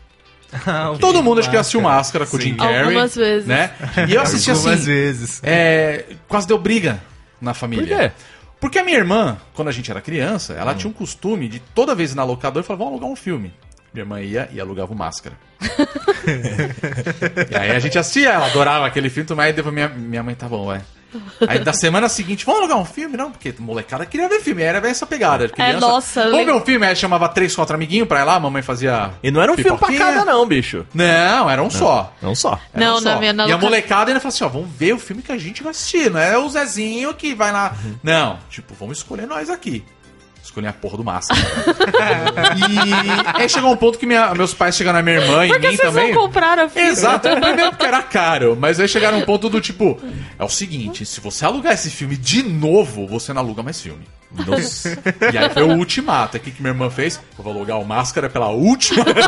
[SPEAKER 1] Todo mundo acho que assistiu Máscara com o Jim Carrey.
[SPEAKER 7] Algumas vezes.
[SPEAKER 1] Né? E eu assisti assim,
[SPEAKER 3] Algumas vezes.
[SPEAKER 1] é, quase deu briga na família.
[SPEAKER 2] Por quê? Hum.
[SPEAKER 1] Porque a minha irmã, quando a gente era criança, ela tinha um costume de toda vez ir na locadora e falar, vamos alugar um filme. Minha irmã ia e alugava o Máscara. e aí a gente assistia, ela adorava aquele filme, mas aí depois minha, minha mãe, tá bom, ué. Aí da semana seguinte, vamos alugar um filme? Não, porque molecada queria ver filme, era essa pegada.
[SPEAKER 2] É,
[SPEAKER 1] Criança,
[SPEAKER 7] nossa,
[SPEAKER 1] Vamos ver
[SPEAKER 7] lem-
[SPEAKER 1] um filme, aí chamava três, quatro amiguinhos pra ir lá, a mamãe fazia
[SPEAKER 2] E não era um filme pra
[SPEAKER 1] pipoquinha.
[SPEAKER 2] cada, não, bicho.
[SPEAKER 1] Não, era um só.
[SPEAKER 2] Não só.
[SPEAKER 1] Era
[SPEAKER 7] Não,
[SPEAKER 1] um só.
[SPEAKER 7] na minha- na
[SPEAKER 1] E a
[SPEAKER 7] loca-
[SPEAKER 1] molecada ainda fala assim, ó, vamos ver o filme que a gente vai assistir, não é o Zezinho que vai lá. Não, tipo, vamos escolher nós aqui. Escolher a porra do Máscara. e aí chegou um ponto que minha- meus pais chegaram na minha irmã e
[SPEAKER 7] Por que
[SPEAKER 1] mim
[SPEAKER 7] vocês
[SPEAKER 1] também.
[SPEAKER 7] não compraram filme?
[SPEAKER 1] Exato, primeiro porque era caro, mas aí chegaram um ponto do tipo, é o seguinte, se você alugar esse filme de novo, você não aluga mais filme. Nossa. E aí foi o ultimato, é o que que minha irmã fez, eu vou alugar o Máscara pela última vez,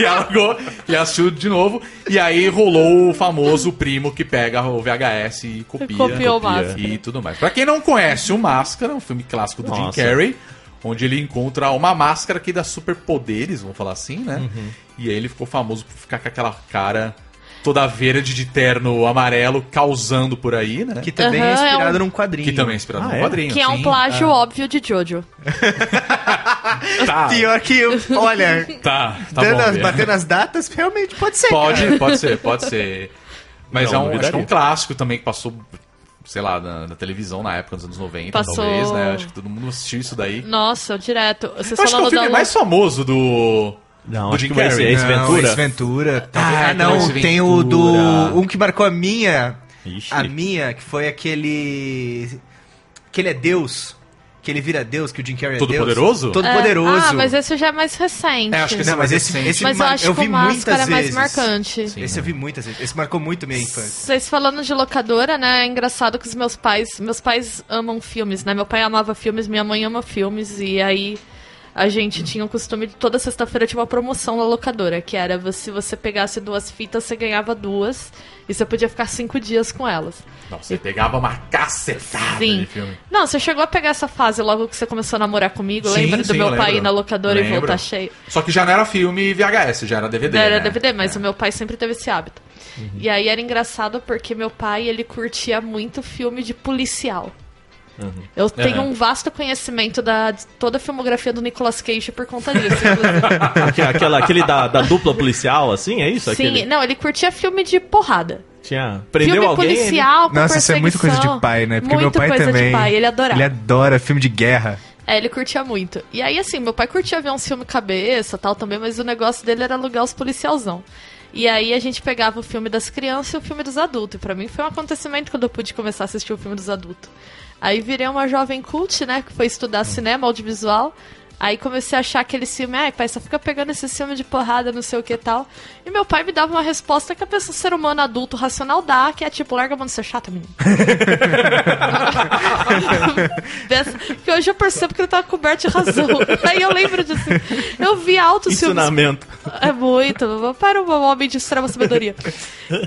[SPEAKER 1] e alugou, e assistiu de novo, e aí rolou o famoso primo que pega o VHS e copia,
[SPEAKER 7] Copiou o
[SPEAKER 1] copia
[SPEAKER 7] Máscara.
[SPEAKER 1] e tudo mais. Pra quem não conhece o Máscara, é um filme clássico do
[SPEAKER 2] Nossa.
[SPEAKER 1] Jim Carrey, onde ele encontra uma máscara que dá superpoderes, vamos falar assim, né?
[SPEAKER 2] Uhum.
[SPEAKER 1] E aí ele ficou famoso por ficar com aquela cara toda verde de terno amarelo, causando por aí, né?
[SPEAKER 3] Que
[SPEAKER 1] Que,
[SPEAKER 3] também é
[SPEAKER 7] Aham, é
[SPEAKER 3] inspirado
[SPEAKER 7] um-
[SPEAKER 3] num quadrinho.
[SPEAKER 1] também é inspirado
[SPEAKER 2] Ah,
[SPEAKER 1] no
[SPEAKER 2] é?
[SPEAKER 1] quadrinho.
[SPEAKER 7] Que é um
[SPEAKER 1] sim.
[SPEAKER 7] plágio óbvio de Jojo.
[SPEAKER 1] Tá,
[SPEAKER 3] Pior que, eu- olha,
[SPEAKER 1] tá, tá
[SPEAKER 3] dando
[SPEAKER 1] bom.
[SPEAKER 3] as,
[SPEAKER 1] Bia.
[SPEAKER 3] batendo as datas, realmente pode ser. cara.
[SPEAKER 1] Pode, pode ser, pode ser. Mas é, um, acho
[SPEAKER 2] Não,
[SPEAKER 1] que é
[SPEAKER 2] duvidaria.
[SPEAKER 1] um clássico também que passou, sei lá, na, na televisão na época, nos anos 90,
[SPEAKER 7] Passou.
[SPEAKER 1] talvez, né? Acho que todo mundo assistiu isso daí.
[SPEAKER 7] Nossa, direto. Vocês
[SPEAKER 1] Eu acho que é
[SPEAKER 7] falando
[SPEAKER 1] o filme
[SPEAKER 7] da
[SPEAKER 1] mais famoso do.
[SPEAKER 2] Não,
[SPEAKER 1] do
[SPEAKER 2] acho
[SPEAKER 1] Jim
[SPEAKER 2] que vai
[SPEAKER 1] Carrey.
[SPEAKER 2] ser esse.
[SPEAKER 3] Não,
[SPEAKER 2] Ventura?
[SPEAKER 3] Ace Ventura.
[SPEAKER 1] Ah,
[SPEAKER 3] Ah,
[SPEAKER 1] então
[SPEAKER 3] não,
[SPEAKER 1] Ace
[SPEAKER 3] tem o do.
[SPEAKER 1] Ventura.
[SPEAKER 3] Um que marcou a minha.
[SPEAKER 2] Ixi.
[SPEAKER 3] A minha, que foi aquele. Que ele é Deus. que ele vira Deus, que o Jim Carrey é
[SPEAKER 1] Todo
[SPEAKER 3] Deus.
[SPEAKER 1] poderoso?
[SPEAKER 3] Todo
[SPEAKER 7] É.
[SPEAKER 3] poderoso.
[SPEAKER 7] Ah, mas esse já é mais recente.
[SPEAKER 1] É, acho que esse
[SPEAKER 3] Não, mas esse,
[SPEAKER 1] recente.
[SPEAKER 3] esse
[SPEAKER 7] Mas eu
[SPEAKER 3] mar-
[SPEAKER 7] acho que
[SPEAKER 3] vi
[SPEAKER 7] o Máscara
[SPEAKER 3] muitas
[SPEAKER 7] é mais
[SPEAKER 3] vezes.
[SPEAKER 7] marcante. Sim.
[SPEAKER 3] Esse eu
[SPEAKER 1] né?
[SPEAKER 3] vi muitas vezes. Esse marcou muito minha infância.
[SPEAKER 7] Vocês falando de locadora, né? É engraçado que os meus pais. Meus pais amam filmes, né? Meu pai amava filmes, minha mãe ama filmes. E aí a gente tinha o costume de toda sexta-feira tinha uma promoção na locadora, que era vo- se você pegasse duas fitas, você ganhava duas. E você podia ficar cinco dias com elas.
[SPEAKER 1] Não, você pegava uma cacetada
[SPEAKER 7] Sim.
[SPEAKER 1] de filme.
[SPEAKER 7] Não, você chegou a pegar essa fase logo que você começou a namorar comigo,
[SPEAKER 1] Sim,
[SPEAKER 7] lembra do
[SPEAKER 1] sim,
[SPEAKER 7] meu
[SPEAKER 1] eu
[SPEAKER 7] pai
[SPEAKER 1] lembro.
[SPEAKER 7] ir na locadora e
[SPEAKER 1] Lembro.
[SPEAKER 7] voltar cheio?
[SPEAKER 1] Só que já não era filme VHS, já era DVD.
[SPEAKER 7] Não, era
[SPEAKER 1] né?
[SPEAKER 7] DVD,
[SPEAKER 2] É.
[SPEAKER 7] mas o meu pai sempre teve esse hábito.
[SPEAKER 2] Uhum.
[SPEAKER 7] E aí era engraçado porque meu pai, ele curtia muito filme de policial.
[SPEAKER 2] Uhum. É.
[SPEAKER 7] Eu tenho um vasto conhecimento da de toda a filmografia do Nicolas Cage por conta disso. inclusive.
[SPEAKER 2] Aque- Aquela, aquele da, da dupla policial, assim, é isso?
[SPEAKER 7] Sim,
[SPEAKER 2] Aquele,
[SPEAKER 7] não, ele curtia filme de porrada.
[SPEAKER 2] tinha, prendeu
[SPEAKER 7] filme
[SPEAKER 2] alguém... ele-
[SPEAKER 7] policial, com
[SPEAKER 3] Nossa, isso é muito coisa
[SPEAKER 7] perseguição.
[SPEAKER 3] de pai, né? Porque
[SPEAKER 7] muito
[SPEAKER 3] meu pai
[SPEAKER 7] coisa
[SPEAKER 3] também.
[SPEAKER 7] de pai, ele adorava.
[SPEAKER 3] Ele adora filme de guerra.
[SPEAKER 7] É, ele curtia muito. E aí, assim, meu pai curtia ver uns filmes cabeça tal também, mas o negócio dele era alugar os policialzão. E aí a gente pegava o filme das crianças e o filme dos adultos. E pra mim foi um acontecimento quando eu pude começar a assistir o filme dos adultos. Aí virei uma jovem cult, né, que foi estudar cinema, audiovisual. Aí comecei a achar aquele filme, ai pai, só fica pegando esse filme de porrada, não sei o que e tal. E meu pai me dava uma resposta que a pessoa, ser humano adulto, racional dá, que é tipo, larga a mão de ser chata, menino. Dessa- que hoje eu percebo que ele tava coberto de razão. Aí eu lembro disso. Eu vi altos filmes.
[SPEAKER 2] Ensinamento.
[SPEAKER 7] É muito. Meu pai era um homem de extrema sabedoria.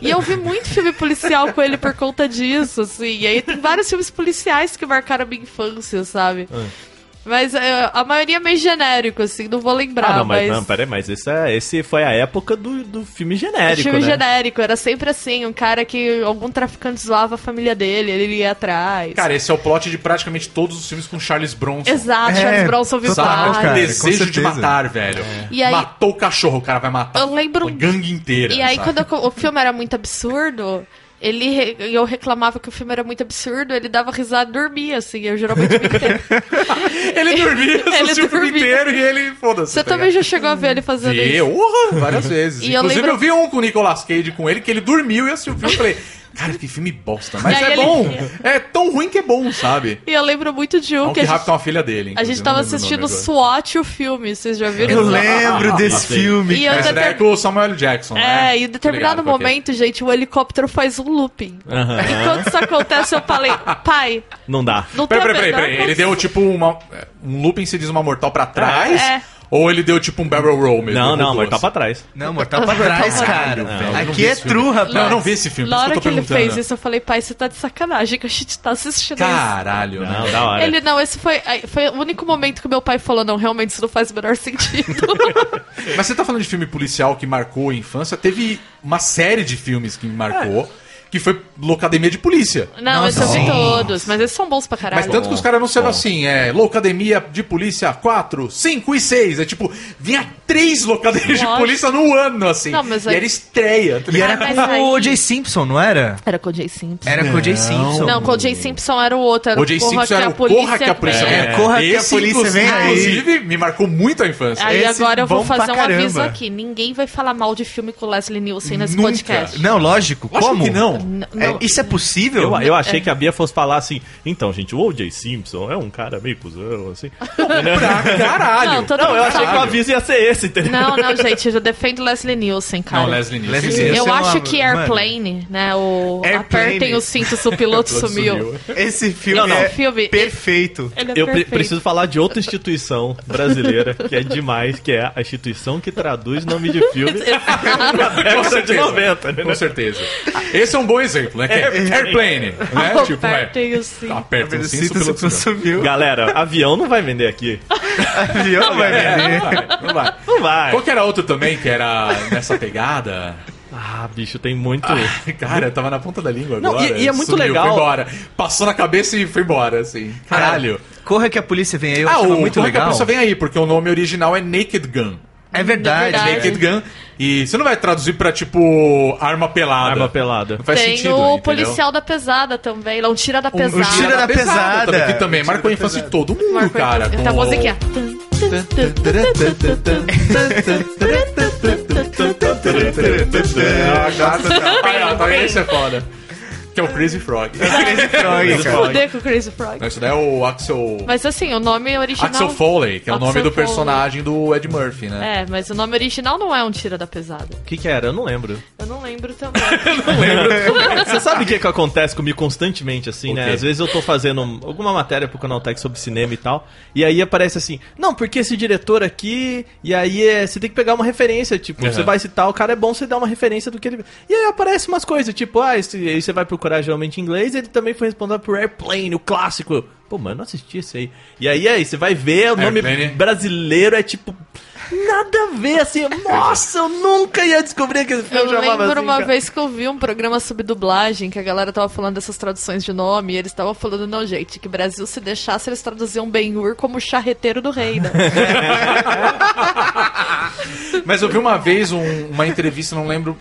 [SPEAKER 7] E eu vi muito filme policial com ele por conta disso, assim. E aí tem vários filmes policiais que marcaram a minha infância, sabe? Mas é, a maioria é meio genérico, assim, não vou lembrar,
[SPEAKER 2] Ah, não, mas,
[SPEAKER 7] mas...
[SPEAKER 2] não, peraí, mas esse, é, esse foi a época do, do filme genérico,
[SPEAKER 7] filme
[SPEAKER 2] né?
[SPEAKER 7] genérico, era sempre assim, um cara que algum traficante zoava a família dele, ele ia atrás.
[SPEAKER 1] Cara, esse é o plot de praticamente todos os filmes com Charles Bronson.
[SPEAKER 7] Exato,
[SPEAKER 3] É,
[SPEAKER 7] Charles Bronson viu
[SPEAKER 1] Sabe?
[SPEAKER 3] Total,
[SPEAKER 7] vários.
[SPEAKER 1] o
[SPEAKER 3] cara,
[SPEAKER 1] desejo
[SPEAKER 3] com
[SPEAKER 1] de
[SPEAKER 3] certeza.
[SPEAKER 1] matar, velho.
[SPEAKER 7] É. E aí-
[SPEAKER 1] Matou o cachorro, o cara vai matar
[SPEAKER 7] Eu lembro-
[SPEAKER 1] a gangue inteira.
[SPEAKER 7] E aí,
[SPEAKER 1] sabe?
[SPEAKER 7] quando eu co- o filme era muito absurdo, ele re- eu reclamava que o filme era muito absurdo, ele dava risada e dormia, assim. Eu geralmente me entendo.
[SPEAKER 1] Ele dormia, assistiu o filme
[SPEAKER 7] dormia.
[SPEAKER 1] inteiro e ele, foda-se.
[SPEAKER 7] Você
[SPEAKER 1] tá
[SPEAKER 7] também
[SPEAKER 1] ligado?
[SPEAKER 7] já chegou a ver ele fazendo
[SPEAKER 1] Vi,
[SPEAKER 7] isso?
[SPEAKER 1] urra, várias vezes.
[SPEAKER 7] E eu
[SPEAKER 1] Inclusive, eu,
[SPEAKER 7] lembro-
[SPEAKER 1] vi um com o Nicolas Cage com ele, que ele dormiu e assistiu o filme. Eu falei, cara, que filme bosta. Mas
[SPEAKER 7] E aí
[SPEAKER 1] é
[SPEAKER 7] ele-
[SPEAKER 1] bom. É tão ruim que é bom, sabe?
[SPEAKER 7] E eu lembro muito de um
[SPEAKER 1] Não que
[SPEAKER 7] que a gente,
[SPEAKER 1] raptam a filha dele.
[SPEAKER 7] a
[SPEAKER 1] inclusive,
[SPEAKER 7] gente
[SPEAKER 1] eu
[SPEAKER 7] tava
[SPEAKER 1] não lembro o nome
[SPEAKER 7] assistindo
[SPEAKER 1] agora.
[SPEAKER 7] SWAT, o filme, vocês já viram?
[SPEAKER 3] Eu lembro desse
[SPEAKER 2] sei.
[SPEAKER 3] filme.
[SPEAKER 7] E eu
[SPEAKER 1] Essa daí é
[SPEAKER 7] deter...
[SPEAKER 1] com o Samuel L. Jackson, né?
[SPEAKER 7] É, e em determinado
[SPEAKER 1] Tá ligado, porque-
[SPEAKER 7] momento, gente, o helicóptero faz um looping.
[SPEAKER 2] Aham.
[SPEAKER 7] E quando isso acontece, eu falei, pai,
[SPEAKER 2] Não dá.
[SPEAKER 7] não tem
[SPEAKER 1] Peraí,
[SPEAKER 7] a
[SPEAKER 1] peraí, peraí,
[SPEAKER 7] menor
[SPEAKER 1] peraí. Ele
[SPEAKER 7] condição.
[SPEAKER 1] deu tipo uma. Um looping se diz uma mortal pra trás?
[SPEAKER 7] É.
[SPEAKER 1] Ou ele deu tipo um barrel roll mesmo?
[SPEAKER 2] Não, não,
[SPEAKER 1] Duas?
[SPEAKER 2] mortal pra trás.
[SPEAKER 3] Não, Mortal pra trás,
[SPEAKER 1] Tá
[SPEAKER 3] cara.
[SPEAKER 1] velho. Eu não vi
[SPEAKER 3] Aqui é
[SPEAKER 1] esse filme.
[SPEAKER 3] true, rapaz.
[SPEAKER 1] Não, eu não vi esse filme.
[SPEAKER 7] Na
[SPEAKER 1] por
[SPEAKER 7] hora
[SPEAKER 1] isso
[SPEAKER 7] que
[SPEAKER 1] eu tô
[SPEAKER 7] ele fez
[SPEAKER 1] perguntando.
[SPEAKER 7] isso, eu falei, pai, você tá de sacanagem que a gente tá assistindo isso.
[SPEAKER 1] Caralho, né?
[SPEAKER 2] Não, da hora.
[SPEAKER 7] Ele não, esse foi, aí, foi o único momento que meu pai falou: não, realmente isso não faz o menor sentido.
[SPEAKER 1] Mas você tá falando de filme policial que marcou a infância? Teve uma série de filmes que me marcou,
[SPEAKER 7] É.
[SPEAKER 1] que foi Loucademia de Polícia.
[SPEAKER 7] não, esse eu vi todos, mas eles são bons pra caralho.
[SPEAKER 1] Mas tanto que os caras anunciaram assim, é, Loucademia de Polícia 4, 5 e 6. É tipo, vinha três Loucademias de
[SPEAKER 7] Lógico.
[SPEAKER 1] Polícia no ano, assim.
[SPEAKER 7] Não, mas
[SPEAKER 1] e
[SPEAKER 7] aí-
[SPEAKER 1] era estreia. tá
[SPEAKER 3] E
[SPEAKER 1] ligado?
[SPEAKER 3] era
[SPEAKER 7] Ah, mas
[SPEAKER 3] com
[SPEAKER 7] aí-
[SPEAKER 3] o O.J. Simpson, não era?
[SPEAKER 7] Era com o Jay Simpson.
[SPEAKER 3] Era com o O.J. Simpson.
[SPEAKER 7] Não, com o Jay Simpson era o outro. Era
[SPEAKER 1] O J.
[SPEAKER 7] Corra
[SPEAKER 1] Simpson
[SPEAKER 7] que
[SPEAKER 1] era
[SPEAKER 7] a
[SPEAKER 1] o Corra que a
[SPEAKER 7] Vem.
[SPEAKER 1] Polícia
[SPEAKER 3] É, Corra que a Polícia Vem Aí.
[SPEAKER 1] Inclusive, me marcou muito a infância.
[SPEAKER 7] Aí
[SPEAKER 3] Esse
[SPEAKER 7] agora eu vou
[SPEAKER 3] bom pra
[SPEAKER 7] fazer um
[SPEAKER 3] caramba.
[SPEAKER 7] aviso aqui: ninguém vai falar mal de filme com Leslie Nielsen nesse
[SPEAKER 1] Nunca.
[SPEAKER 7] podcast.
[SPEAKER 3] Não, lógico.
[SPEAKER 1] Lógico
[SPEAKER 3] Como?
[SPEAKER 1] que não.
[SPEAKER 7] N-
[SPEAKER 3] É,
[SPEAKER 7] não.
[SPEAKER 3] isso é possível?
[SPEAKER 2] Eu, eu achei que a Bia fosse falar assim, então, gente, o O.J. Simpson é um cara meio cuzão, assim.
[SPEAKER 1] Pra caralho.
[SPEAKER 7] Não, todo
[SPEAKER 2] Não,
[SPEAKER 7] mundo
[SPEAKER 2] eu achei que
[SPEAKER 7] sabe.
[SPEAKER 2] o aviso ia ser esse, entendeu?
[SPEAKER 7] Não, é não, gente, eu defendo Leslie Nielsen, cara.
[SPEAKER 1] Não, Leslie Nielsen.
[SPEAKER 3] Leslie
[SPEAKER 1] sim.
[SPEAKER 3] Nielsen.
[SPEAKER 7] Eu
[SPEAKER 3] Esse é
[SPEAKER 7] acho
[SPEAKER 3] uma-
[SPEAKER 7] que Airplane, né? O
[SPEAKER 3] Airplane.
[SPEAKER 7] apertem os cintos, o piloto sumiu.
[SPEAKER 3] Esse filme
[SPEAKER 2] Não, não.
[SPEAKER 3] é
[SPEAKER 7] Filme-
[SPEAKER 3] perfeito.
[SPEAKER 7] Ele é
[SPEAKER 2] Eu pre-
[SPEAKER 7] perfeito.
[SPEAKER 2] preciso falar de outra instituição brasileira que é demais, que é a instituição que traduz nome de filme na década de 90, né?
[SPEAKER 1] Com certeza. Esse é um bom exemplo, né? Que é airplane, né? Tipo, é.
[SPEAKER 7] apertem os cintos.
[SPEAKER 1] Aperta o cinto
[SPEAKER 3] Sinto
[SPEAKER 1] pelo
[SPEAKER 3] que
[SPEAKER 1] cinto.
[SPEAKER 3] sumiu.
[SPEAKER 2] Galera, avião não vai vender aqui.
[SPEAKER 3] Avião vai
[SPEAKER 1] É,
[SPEAKER 3] vender.
[SPEAKER 1] Não vai.
[SPEAKER 2] Não vai.
[SPEAKER 1] Qual que era outro também que era nessa pegada?
[SPEAKER 2] Ah, bicho, tem muito.
[SPEAKER 1] Cara, eu tava na ponta da língua
[SPEAKER 2] Não,
[SPEAKER 1] agora.
[SPEAKER 2] e- e é muito
[SPEAKER 1] sumiu,
[SPEAKER 2] legal.
[SPEAKER 1] Foi embora. Passou na cabeça e foi embora, assim. Caralho.
[SPEAKER 3] Corra que a polícia vem aí, eu
[SPEAKER 1] Ah,
[SPEAKER 3] achava
[SPEAKER 1] o Corre
[SPEAKER 3] muito
[SPEAKER 1] que a
[SPEAKER 3] legal.
[SPEAKER 1] polícia vem aí, porque o nome original é Naked Gun.
[SPEAKER 3] É verdade.
[SPEAKER 7] É verdade.
[SPEAKER 1] Naked Gun. E você não vai traduzir pra, tipo, arma pelada.
[SPEAKER 2] Arma pelada.
[SPEAKER 1] Não faz
[SPEAKER 7] Tem
[SPEAKER 1] sentido,
[SPEAKER 7] o
[SPEAKER 1] entendeu?
[SPEAKER 7] policial da pesada também, lá, um tira da pesada.
[SPEAKER 3] o tira da pesada.
[SPEAKER 1] Também, que também marcou a infância de todo mundo,
[SPEAKER 7] Marco,
[SPEAKER 1] cara.
[SPEAKER 7] Tá
[SPEAKER 1] com
[SPEAKER 7] a
[SPEAKER 1] o-
[SPEAKER 7] musiquinha.
[SPEAKER 1] Ah, graças a Deus. Aí, ó, tá vendo? Esse é foda. Que é o Crazy Frog.
[SPEAKER 3] Crazy Frog, cara.
[SPEAKER 7] Fuder com o Crazy Frog.
[SPEAKER 1] Não, isso daí é o Axel.
[SPEAKER 7] Mas assim, o nome original.
[SPEAKER 1] Axel Foley, que é o
[SPEAKER 7] Axel
[SPEAKER 1] nome do
[SPEAKER 7] Foley.
[SPEAKER 1] personagem do Ed Murphy, né?
[SPEAKER 7] É, mas o nome original não é um tira da pesada.
[SPEAKER 2] O que, que era? Eu não lembro.
[SPEAKER 7] Eu não lembro também.
[SPEAKER 2] Você sabe o que, que acontece comigo constantemente, assim,
[SPEAKER 1] O quê?
[SPEAKER 2] né? Às vezes eu tô fazendo alguma matéria pro Canal Tech sobre cinema e tal, e aí aparece assim, não, porque esse diretor aqui, e aí é, você tem que pegar uma referência, tipo,
[SPEAKER 1] Uhum.
[SPEAKER 2] você vai citar, o cara é bom, você dá uma referência do que ele... E aí aparece umas coisas, tipo, ah, esse, aí você vai procurar geralmente em inglês, ele também foi responsável por Airplane, o clássico. Pô, mano, eu não assisti esse aí. E aí, aí você vai ver, o nome
[SPEAKER 1] Airplane.
[SPEAKER 2] brasileiro é tipo... Nada a ver, assim, nossa, eu nunca ia descobrir que esse filme
[SPEAKER 7] Eu
[SPEAKER 2] chamava
[SPEAKER 7] lembro
[SPEAKER 2] assim,
[SPEAKER 7] uma
[SPEAKER 2] cara.
[SPEAKER 7] vez que eu vi um programa sobre dublagem, que a galera tava falando dessas traduções de nome, e eles estavam falando, não, gente, que Brasil se deixasse, eles traduziam Ben-Hur como charreteiro do rei, né?
[SPEAKER 1] Mas eu vi uma vez um- uma entrevista, não lembro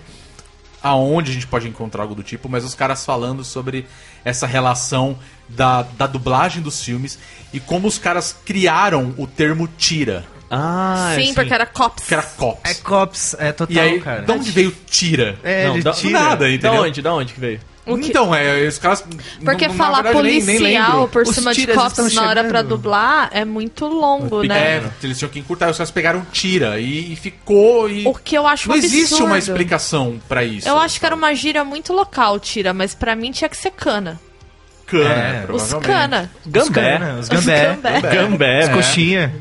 [SPEAKER 1] aonde a gente pode encontrar algo do tipo, mas os caras falando sobre essa relação da, da dublagem dos filmes e como os caras criaram o termo tira,
[SPEAKER 2] Ah,
[SPEAKER 7] sim, porque era cops.
[SPEAKER 1] que era cops.
[SPEAKER 3] É cops, é total,
[SPEAKER 1] e aí,
[SPEAKER 3] cara.
[SPEAKER 1] de onde veio tira?
[SPEAKER 3] É,
[SPEAKER 2] Não,
[SPEAKER 3] de
[SPEAKER 2] dá-
[SPEAKER 3] tira.
[SPEAKER 1] nada, entendeu?
[SPEAKER 2] Da onde? Da onde que veio?
[SPEAKER 7] O que-
[SPEAKER 1] Então, é, os caras.
[SPEAKER 7] Porque
[SPEAKER 1] n- na
[SPEAKER 7] falar
[SPEAKER 1] verdade, eu nem- nem
[SPEAKER 7] policial
[SPEAKER 1] lembro.
[SPEAKER 7] por
[SPEAKER 3] Os
[SPEAKER 7] cima de
[SPEAKER 3] tiras estão
[SPEAKER 7] cops na hora pra
[SPEAKER 3] chegando.
[SPEAKER 7] dublar é muito longo, né?
[SPEAKER 1] É, eles tinham que encurtar, os caras pegaram tira e, e ficou. E...
[SPEAKER 7] O que eu acho
[SPEAKER 1] Não existe
[SPEAKER 7] absurdo.
[SPEAKER 1] uma explicação pra isso.
[SPEAKER 7] Eu acho que era uma gíria muito local, tira, mas pra mim tinha que ser cana.
[SPEAKER 1] cana,
[SPEAKER 3] É, os
[SPEAKER 7] Os
[SPEAKER 1] provavelmente. É,
[SPEAKER 7] cana.
[SPEAKER 3] Os
[SPEAKER 2] né,
[SPEAKER 3] gambé. Os gambé.
[SPEAKER 7] Gambé.
[SPEAKER 2] Gambé, né?
[SPEAKER 3] As coxinha.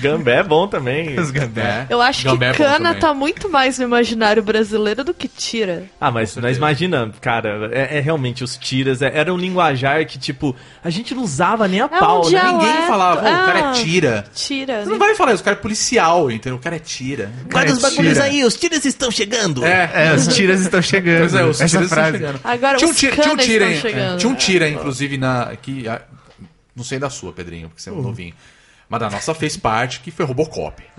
[SPEAKER 2] Gambé é bom também.
[SPEAKER 3] Os gambé.
[SPEAKER 1] É.
[SPEAKER 7] Eu acho
[SPEAKER 1] Gambé é
[SPEAKER 7] que
[SPEAKER 1] bom
[SPEAKER 7] cana
[SPEAKER 1] também.
[SPEAKER 7] tá muito mais no imaginário brasileiro do que tira.
[SPEAKER 2] Ah, mas nós imagina, cara, é, é realmente os tiras, é- era um linguajar que, tipo, a gente não usava nem a
[SPEAKER 7] um
[SPEAKER 2] pau, né?
[SPEAKER 7] dialeto.
[SPEAKER 1] Ninguém falava, "Ô, o cara
[SPEAKER 7] Ah.
[SPEAKER 1] é tira.
[SPEAKER 7] Tira.
[SPEAKER 1] Você não vai falar isso, o cara é policial, entendeu? O cara é tira.
[SPEAKER 3] Guarda os bagulhos Tira.
[SPEAKER 2] aí, os tiras estão chegando.
[SPEAKER 1] É.
[SPEAKER 3] É, os tiras estão chegando.
[SPEAKER 1] Pois é, os
[SPEAKER 3] Essa
[SPEAKER 1] tiras estão
[SPEAKER 3] frase.
[SPEAKER 1] chegando.
[SPEAKER 7] Agora
[SPEAKER 1] tinha um
[SPEAKER 7] os
[SPEAKER 1] tira, tinha um
[SPEAKER 7] canas
[SPEAKER 1] tira,
[SPEAKER 7] estão
[SPEAKER 1] hein?
[SPEAKER 7] chegando.
[SPEAKER 1] Tinha um tira, inclusive, na. Que, ah, não sei da sua, Pedrinho, porque você é
[SPEAKER 3] Hum.
[SPEAKER 1] um novinho. Mas da nossa fez parte, que foi Robocop.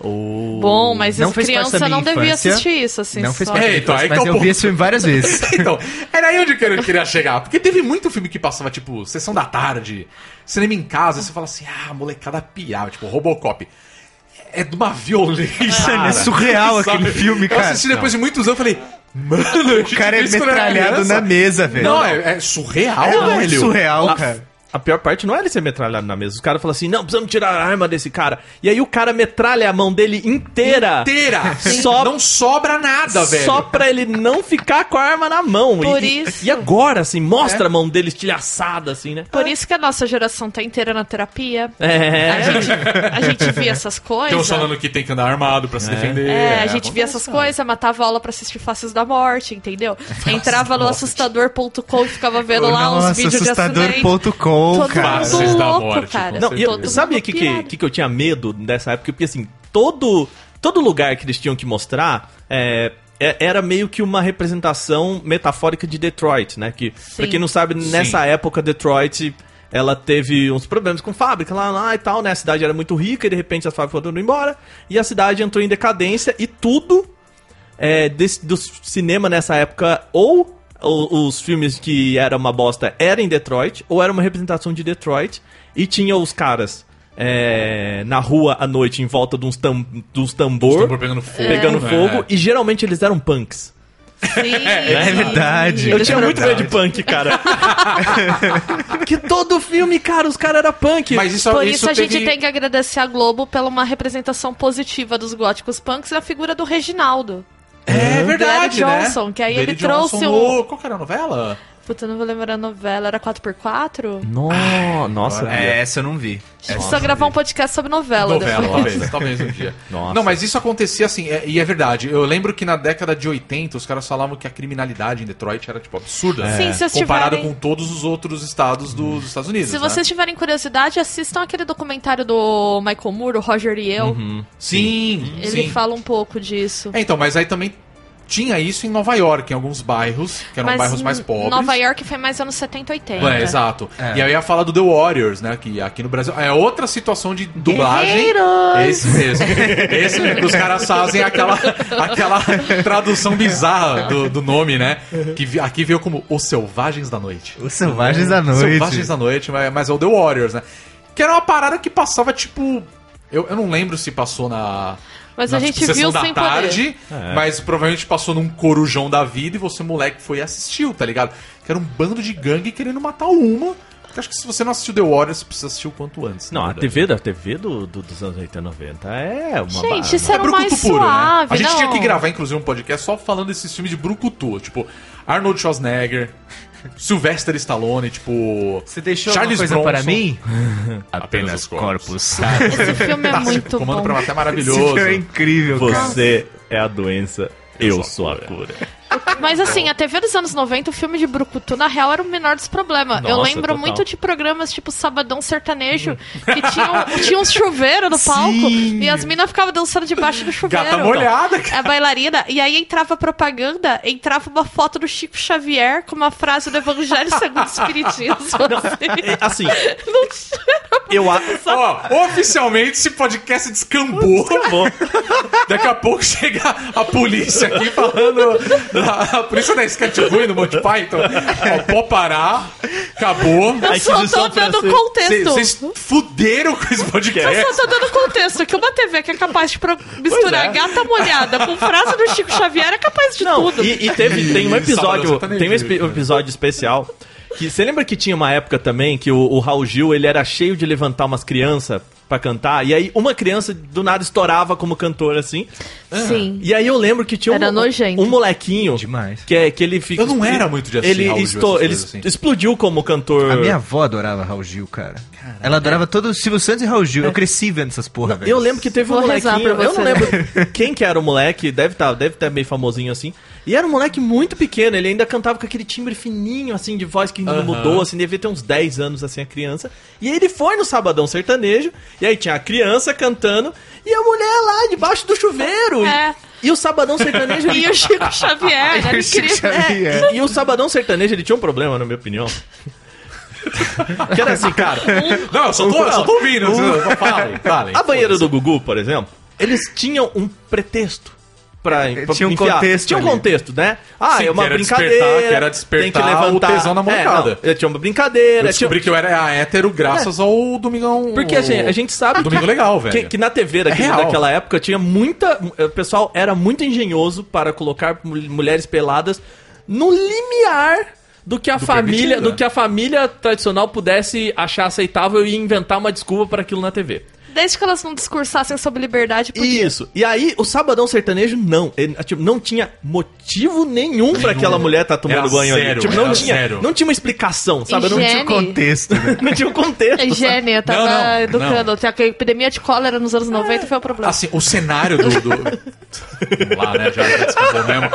[SPEAKER 7] Bom, mas
[SPEAKER 3] Não
[SPEAKER 7] as
[SPEAKER 3] fez parte
[SPEAKER 7] criança
[SPEAKER 3] da minha
[SPEAKER 7] não devia
[SPEAKER 3] infância.
[SPEAKER 7] assistir isso, assim.
[SPEAKER 3] Não fez
[SPEAKER 7] só.
[SPEAKER 3] parte
[SPEAKER 1] É,
[SPEAKER 3] da
[SPEAKER 1] então,
[SPEAKER 3] infância,
[SPEAKER 1] aí que
[SPEAKER 3] mas
[SPEAKER 1] é o
[SPEAKER 3] eu vi
[SPEAKER 1] ponto.
[SPEAKER 3] esse filme várias vezes.
[SPEAKER 1] Então, era aí onde que eu queria chegar. Porque teve muito filme que passava, tipo, sessão da tarde, cinema em casa, e você fala assim, ah, molecada piava, tipo, Robocop. É de uma violência.
[SPEAKER 3] é surreal aquele
[SPEAKER 1] Sabe?
[SPEAKER 3] filme,
[SPEAKER 1] Eu
[SPEAKER 3] cara.
[SPEAKER 1] assisti depois de muitos anos, eu falei, mano,
[SPEAKER 3] O cara é metralhado na mesa, velho.
[SPEAKER 1] Não, é, é surreal,
[SPEAKER 3] É muito
[SPEAKER 1] velho.
[SPEAKER 3] surreal,
[SPEAKER 2] A-
[SPEAKER 3] cara.
[SPEAKER 2] A pior parte não é ele ser metralhado na mesa. Os caras falam assim: não, precisamos tirar a arma desse cara. E aí o cara metralha a mão dele inteira.
[SPEAKER 1] Inteira.
[SPEAKER 2] Só-
[SPEAKER 1] Não sobra nada, velho.
[SPEAKER 2] Só pra ele não ficar com a arma na mão. E-
[SPEAKER 7] Por
[SPEAKER 2] e,
[SPEAKER 7] isso. É.
[SPEAKER 2] E agora, assim, mostra a mão dele estilhaçada, assim, né?
[SPEAKER 7] Por isso que a nossa geração tá inteira na terapia.
[SPEAKER 2] É.
[SPEAKER 7] A gente, a gente via essas
[SPEAKER 1] Tem
[SPEAKER 7] coisas.
[SPEAKER 1] uns falando que tem que andar armado pra se defender. né?
[SPEAKER 7] É, a gente via
[SPEAKER 1] acontece,
[SPEAKER 7] essas
[SPEAKER 1] cara.
[SPEAKER 7] coisas, matava aula pra assistir Faces da Morte, entendeu? Entrava no assustador.com e ficava vendo lá uns
[SPEAKER 3] Nossa,
[SPEAKER 7] vídeos de acidente.
[SPEAKER 3] assustador.com,
[SPEAKER 7] Todo
[SPEAKER 3] cara.
[SPEAKER 1] Faces
[SPEAKER 7] mundo
[SPEAKER 1] da
[SPEAKER 7] louco,
[SPEAKER 1] Morte,
[SPEAKER 7] cara.
[SPEAKER 1] com
[SPEAKER 2] Não, e eu,
[SPEAKER 7] Todo
[SPEAKER 2] sabe o
[SPEAKER 7] mundo
[SPEAKER 2] que, que,
[SPEAKER 7] pirado.
[SPEAKER 2] que que eu tinha medo dessa época? Porque, assim, todo, todo lugar que eles tinham que mostrar é, é- era meio que uma representação metafórica de Detroit, né? Que, pra quem não sabe, nessa época, Detroit... Ela teve uns problemas com fábrica lá, lá e tal, né? A cidade era muito rica e de repente as fábricas foram indo embora. E a cidade entrou em decadência e tudo é, desse- do cinema nessa época, ou o- os filmes que era uma bosta era em Detroit, ou era uma representação de Detroit, e tinha os caras é, na rua à noite em volta de uns, tam, de uns tambor, É.
[SPEAKER 1] Tambor pegando fogo.
[SPEAKER 2] pegando
[SPEAKER 1] né?
[SPEAKER 2] fogo, e geralmente eles eram punks.
[SPEAKER 7] Sim.
[SPEAKER 3] É verdade.
[SPEAKER 2] Eu tinha muito medo de punk, cara. que todo filme, cara, os caras eram punk.
[SPEAKER 1] Mas isso,
[SPEAKER 7] Por
[SPEAKER 1] isso,
[SPEAKER 7] isso, a gente
[SPEAKER 1] teve-
[SPEAKER 7] tem que agradecer a Globo pela uma representação positiva dos góticos punks e a figura do Reginaldo.
[SPEAKER 1] É verdade,
[SPEAKER 7] Larry
[SPEAKER 1] né?
[SPEAKER 7] Johnson, que aí ele
[SPEAKER 1] Larry Johnson
[SPEAKER 7] trouxe um-
[SPEAKER 1] no- Qual que era a novela?
[SPEAKER 7] Puta, eu não vou lembrar a novela, era 4x4?
[SPEAKER 2] No- nossa,
[SPEAKER 1] agora
[SPEAKER 2] Bia.
[SPEAKER 3] É, essa eu não vi.
[SPEAKER 7] A gente só gravar um podcast sobre novela.
[SPEAKER 1] Novela,
[SPEAKER 7] depois.
[SPEAKER 1] talvez, talvez um dia.
[SPEAKER 2] Nossa.
[SPEAKER 1] Não, mas isso acontecia assim, é- e é verdade. Eu lembro que na década de 80 os caras falavam que a criminalidade em Detroit era tipo absurda.
[SPEAKER 7] Sim, se vocês
[SPEAKER 1] Comparado
[SPEAKER 7] tiverem-
[SPEAKER 1] com todos os outros estados do- dos Estados Unidos. né?
[SPEAKER 7] Se vocês tiverem curiosidade, assistam aquele documentário do Michael Moore, o Roger e
[SPEAKER 1] Sim,
[SPEAKER 7] eu.
[SPEAKER 1] Uhum. sim.
[SPEAKER 7] Ele fala um pouco disso.
[SPEAKER 1] É, então, mas aí também tinha isso em Nova York, em alguns bairros, que eram é um bairros mais
[SPEAKER 7] n-
[SPEAKER 1] pobres.
[SPEAKER 7] Nova York foi mais anos 70 e 80.
[SPEAKER 1] É, exato.
[SPEAKER 3] É.
[SPEAKER 1] E aí eu ia falar do The Warriors, né? Que aqui no Brasil é outra situação de dublagem. Esse mesmo. Esse mesmo. que Os caras fazem aquela, aquela tradução bizarra do, do nome, né?
[SPEAKER 7] Uhum.
[SPEAKER 1] Que vi- aqui veio como Os Selvagens da Noite.
[SPEAKER 3] Os Selvagens da Noite.
[SPEAKER 1] Selvagens da Noite, mas, mas é o The Warriors, né? Que era uma parada que passava, tipo... Eu, eu não lembro se passou na...
[SPEAKER 7] Mas
[SPEAKER 1] na,
[SPEAKER 7] a gente
[SPEAKER 1] tipo, sessão
[SPEAKER 7] viu
[SPEAKER 1] da
[SPEAKER 7] sem poder.
[SPEAKER 1] tarde, mas provavelmente passou num corujão da vida e você, moleque, foi e assistiu, tá ligado? que era um bando de gangue querendo matar uma. Eu acho que se você não assistiu The Warrior, você precisa assistir o quanto antes. né, na
[SPEAKER 2] Não, a
[SPEAKER 1] verdade.
[SPEAKER 2] TV, da TV do, do- dos anos 80 90 é uma
[SPEAKER 7] Gente,
[SPEAKER 2] ba-
[SPEAKER 7] isso era o
[SPEAKER 1] Brucutu
[SPEAKER 7] mais
[SPEAKER 1] puro, né?
[SPEAKER 7] suave,
[SPEAKER 1] A gente
[SPEAKER 7] não.
[SPEAKER 1] tinha que gravar, inclusive, um podcast só falando desses filmes de brucutu. Tipo, Arnold Schwarzenegger, Sylvester Stallone, tipo...
[SPEAKER 3] Você deixou
[SPEAKER 1] Charles
[SPEAKER 3] alguma coisa
[SPEAKER 1] Bronson.
[SPEAKER 3] para mim?
[SPEAKER 1] Apenas corpos.
[SPEAKER 7] Esse filme é muito
[SPEAKER 1] Tá, Comando
[SPEAKER 7] bom.
[SPEAKER 1] pra Matar é
[SPEAKER 3] Esse
[SPEAKER 1] maravilhoso.
[SPEAKER 3] filme é incrível, cara.
[SPEAKER 2] Você é a doença, eu, sou a cura.
[SPEAKER 7] Mas assim, a TV dos anos 90, o filme de Brucutu, na real, era o menor dos problemas. eu
[SPEAKER 2] Nossa,
[SPEAKER 7] lembro
[SPEAKER 2] total.
[SPEAKER 7] muito de programas tipo Sabadão Sertanejo, que tinham, tinha um chuveiro no palco e as minas ficavam dançando debaixo do chuveiro. É
[SPEAKER 1] Gata molhada,
[SPEAKER 7] A bailarina, e aí entrava propaganda, entrava uma foto do Chico Xavier com uma frase do Evangelho segundo o Espiritismo.
[SPEAKER 1] é,
[SPEAKER 7] assim.
[SPEAKER 2] Assim,
[SPEAKER 7] Não tinha-
[SPEAKER 2] eu a...
[SPEAKER 1] Ó, oficialmente esse podcast descambou.
[SPEAKER 2] Acabou.
[SPEAKER 1] Daqui a pouco chega a polícia aqui falando. A, a polícia da Sketchbook no Monty Python. Ó, pode parar. Acabou.
[SPEAKER 7] Eu só tô
[SPEAKER 2] Inquisição
[SPEAKER 7] dando
[SPEAKER 2] Francesa.
[SPEAKER 7] contexto.
[SPEAKER 1] Vocês fuderam com esse podcast.
[SPEAKER 7] um Eu Tá só tô dando contexto que uma TV que é capaz de pro- misturar
[SPEAKER 2] é.
[SPEAKER 7] gata molhada com frase do Chico Xavier é capaz de
[SPEAKER 2] Não,
[SPEAKER 7] tudo.
[SPEAKER 2] e, e teve, tem um
[SPEAKER 1] Sábado,
[SPEAKER 2] episódio,
[SPEAKER 1] você tá nem
[SPEAKER 2] tem um
[SPEAKER 1] vivo,
[SPEAKER 2] espe-
[SPEAKER 1] né?
[SPEAKER 2] episódio especial. Que, você lembra que tinha uma época também que o, o Raul Gil ele era cheio de levantar umas crianças pra cantar? E aí uma criança do nada estourava como cantor assim.
[SPEAKER 7] Sim.
[SPEAKER 2] E aí eu lembro que tinha um,
[SPEAKER 7] Era nojento.
[SPEAKER 2] um molequinho
[SPEAKER 3] Demais.
[SPEAKER 2] que é que ele fica
[SPEAKER 1] Eu não era muito de assistir
[SPEAKER 2] ele,
[SPEAKER 1] Raul Gil,
[SPEAKER 2] esto-
[SPEAKER 1] essas
[SPEAKER 2] ele
[SPEAKER 1] coisas assim.
[SPEAKER 2] explodiu como cantor.
[SPEAKER 3] A
[SPEAKER 1] é
[SPEAKER 3] minha avó adorava Raul Gil, cara. Ela adorava todo o Silvio Santos e Raul Gil.
[SPEAKER 1] É.
[SPEAKER 3] Eu cresci vendo essas porra, velho.
[SPEAKER 2] Eu lembro que teve um
[SPEAKER 7] Vou rezar
[SPEAKER 2] molequinho,
[SPEAKER 7] pra
[SPEAKER 2] eu
[SPEAKER 7] você. né?
[SPEAKER 2] não lembro quem que era o moleque, deve estar deve tá meio famosinho assim. E era um moleque muito pequeno, ele ainda cantava com aquele timbre fininho, assim, de voz que não mudou, assim, devia ter uns 10 anos, assim, a criança. E aí ele foi no Sabadão Sertanejo, e aí tinha a criança cantando, e a mulher lá debaixo do chuveiro.
[SPEAKER 7] É.
[SPEAKER 2] E, e o Sabadão Sertanejo... ele-
[SPEAKER 7] E o Chico Xavier, né? era
[SPEAKER 3] o Chico
[SPEAKER 7] incrível.
[SPEAKER 3] Xavier.
[SPEAKER 2] É, e, e o Sabadão Sertanejo, ele tinha um problema, na minha opinião. que era assim, cara...
[SPEAKER 1] Não, eu só tô, eu só tô ouvindo.
[SPEAKER 2] Falem, falem. A banheira do Gugu, por exemplo, eles tinham um pretexto. Pra, pra
[SPEAKER 3] Tinha um contexto
[SPEAKER 2] Tinha um
[SPEAKER 3] ali.
[SPEAKER 2] contexto, né? Ah,
[SPEAKER 1] Sim,
[SPEAKER 2] é uma
[SPEAKER 1] que era
[SPEAKER 2] brincadeira.
[SPEAKER 1] despertar- que era despertar
[SPEAKER 2] tem que levantar.
[SPEAKER 1] o tesão na molecada.
[SPEAKER 2] É, não, tinha uma brincadeira.
[SPEAKER 1] Eu descobri
[SPEAKER 2] tinha-
[SPEAKER 1] que eu assim, era hétero graças ao Domingão.
[SPEAKER 2] Porque a gente, a gente sabe
[SPEAKER 1] Domingo Legal, velho.
[SPEAKER 2] que, que na TV daquele-
[SPEAKER 1] É real.
[SPEAKER 2] daquela época tinha muita. eh, O pessoal era muito engenhoso para colocar mul- mulheres peladas no limiar do que a
[SPEAKER 10] família,
[SPEAKER 1] permitido, né?
[SPEAKER 10] do que a família tradicional pudesse achar aceitável e inventar uma desculpa para aquilo na TV.
[SPEAKER 7] Desde que elas não discursassem sobre liberdade, podia.
[SPEAKER 2] Isso. E aí, o Sabadão Sertanejo, não. Ele, tipo, não tinha motivo nenhum pra aquela mulher tá tomando
[SPEAKER 1] Era
[SPEAKER 2] banho
[SPEAKER 1] zero,
[SPEAKER 2] ali. Tipo, não
[SPEAKER 1] era
[SPEAKER 2] tinha,
[SPEAKER 1] zero.
[SPEAKER 2] não tinha uma explicação, sabe? Não
[SPEAKER 7] Higiene.
[SPEAKER 2] tinha,
[SPEAKER 3] Tinha um contexto, né?
[SPEAKER 2] não tinha um contexto. sabe?
[SPEAKER 7] Higiene, eu tava
[SPEAKER 1] Não, não,
[SPEAKER 7] educando. Tinha que A epidemia de cólera nos anos 90 foi o problema.
[SPEAKER 1] Assim, o cenário do. do... Vamos lá, né? Já, já desculpou mesmo.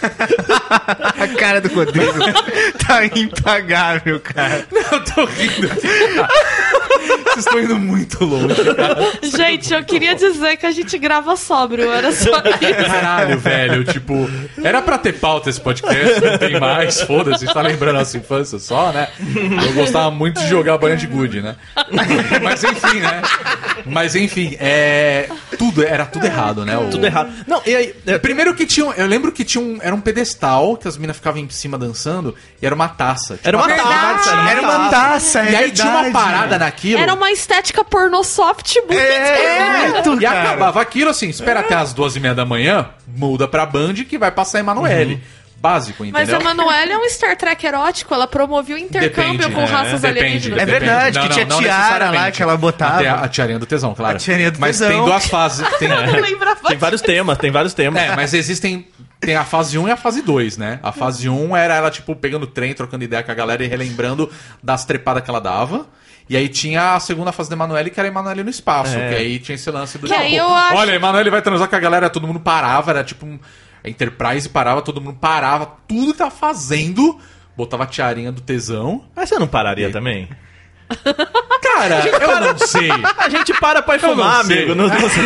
[SPEAKER 3] A cara do Rodrigo tá impagável, cara.
[SPEAKER 1] Eu tô rindo. Vocês estão indo muito longe.
[SPEAKER 7] gente, eu queria dizer que a gente grava sóbrio, era só isso.
[SPEAKER 1] Caralho, velho. Tipo, era pra ter pauta esse podcast, não tem mais. Foda-se, a gente tá lembrando a nossa infância só, né? Eu gostava muito de jogar Banana de Good, né? Mas enfim, né? Mas enfim, é. Tudo, era tudo errado, né? O-
[SPEAKER 2] Tudo Tá errado. Não, e aí. é,
[SPEAKER 1] Primeiro que tinha. um- Eu lembro que tinha um. Era um pedestal que as minas ficavam em cima dançando e era uma taça. Tipo,
[SPEAKER 2] Era uma
[SPEAKER 1] taça.
[SPEAKER 2] taça,
[SPEAKER 3] Era uma taça, é
[SPEAKER 1] E aí tinha uma
[SPEAKER 3] verdade.
[SPEAKER 1] parada naquilo.
[SPEAKER 7] Era uma estética pornô soft muito
[SPEAKER 3] É, muito,
[SPEAKER 1] E
[SPEAKER 3] cara.
[SPEAKER 1] acabava aquilo assim, espera até as duas e meia da manhã, muda pra Band que vai passar Emanuele.
[SPEAKER 3] Uhum.
[SPEAKER 1] Básico, entendeu?
[SPEAKER 7] Mas a Manuela é um Star Trek erótico, ela promovia o intercâmbio
[SPEAKER 1] Depende,
[SPEAKER 7] com
[SPEAKER 1] né?
[SPEAKER 7] raças
[SPEAKER 1] Depende,
[SPEAKER 7] alienígenas.
[SPEAKER 3] É
[SPEAKER 1] depende.
[SPEAKER 3] verdade, que tinha tiara
[SPEAKER 1] necessariamente.
[SPEAKER 3] lá que ela botava.
[SPEAKER 1] Até A, a tiarinha do tesão, claro.
[SPEAKER 3] A tiarinha do
[SPEAKER 1] mas
[SPEAKER 3] tesão.
[SPEAKER 1] tem duas fases. Tem,
[SPEAKER 7] Eu lembrava
[SPEAKER 2] Tem vários temas, tem vários temas.
[SPEAKER 1] é, mas existem. Tem a fase 1 e a fase 2, né? A fase 1 era ela, tipo, pegando trem, trocando ideia com a galera e relembrando das trepadas que ela dava. E aí tinha a segunda fase da Emanuele, que era a Emanuele no espaço.
[SPEAKER 2] É.
[SPEAKER 1] Que aí tinha esse lance do
[SPEAKER 7] Que
[SPEAKER 1] tipo,
[SPEAKER 7] aí eu acho-
[SPEAKER 1] olha, a Emanuele vai transar com a galera, todo mundo parava, era tipo um a Enterprise parava, todo mundo parava, tudo que tava fazendo, botava a tiarinha do tesão.
[SPEAKER 2] Mas você não pararia também?
[SPEAKER 1] Cara, eu não sei.
[SPEAKER 2] A gente para pra
[SPEAKER 1] não
[SPEAKER 2] fumar,
[SPEAKER 1] sei.
[SPEAKER 2] amigo. Não, não sei.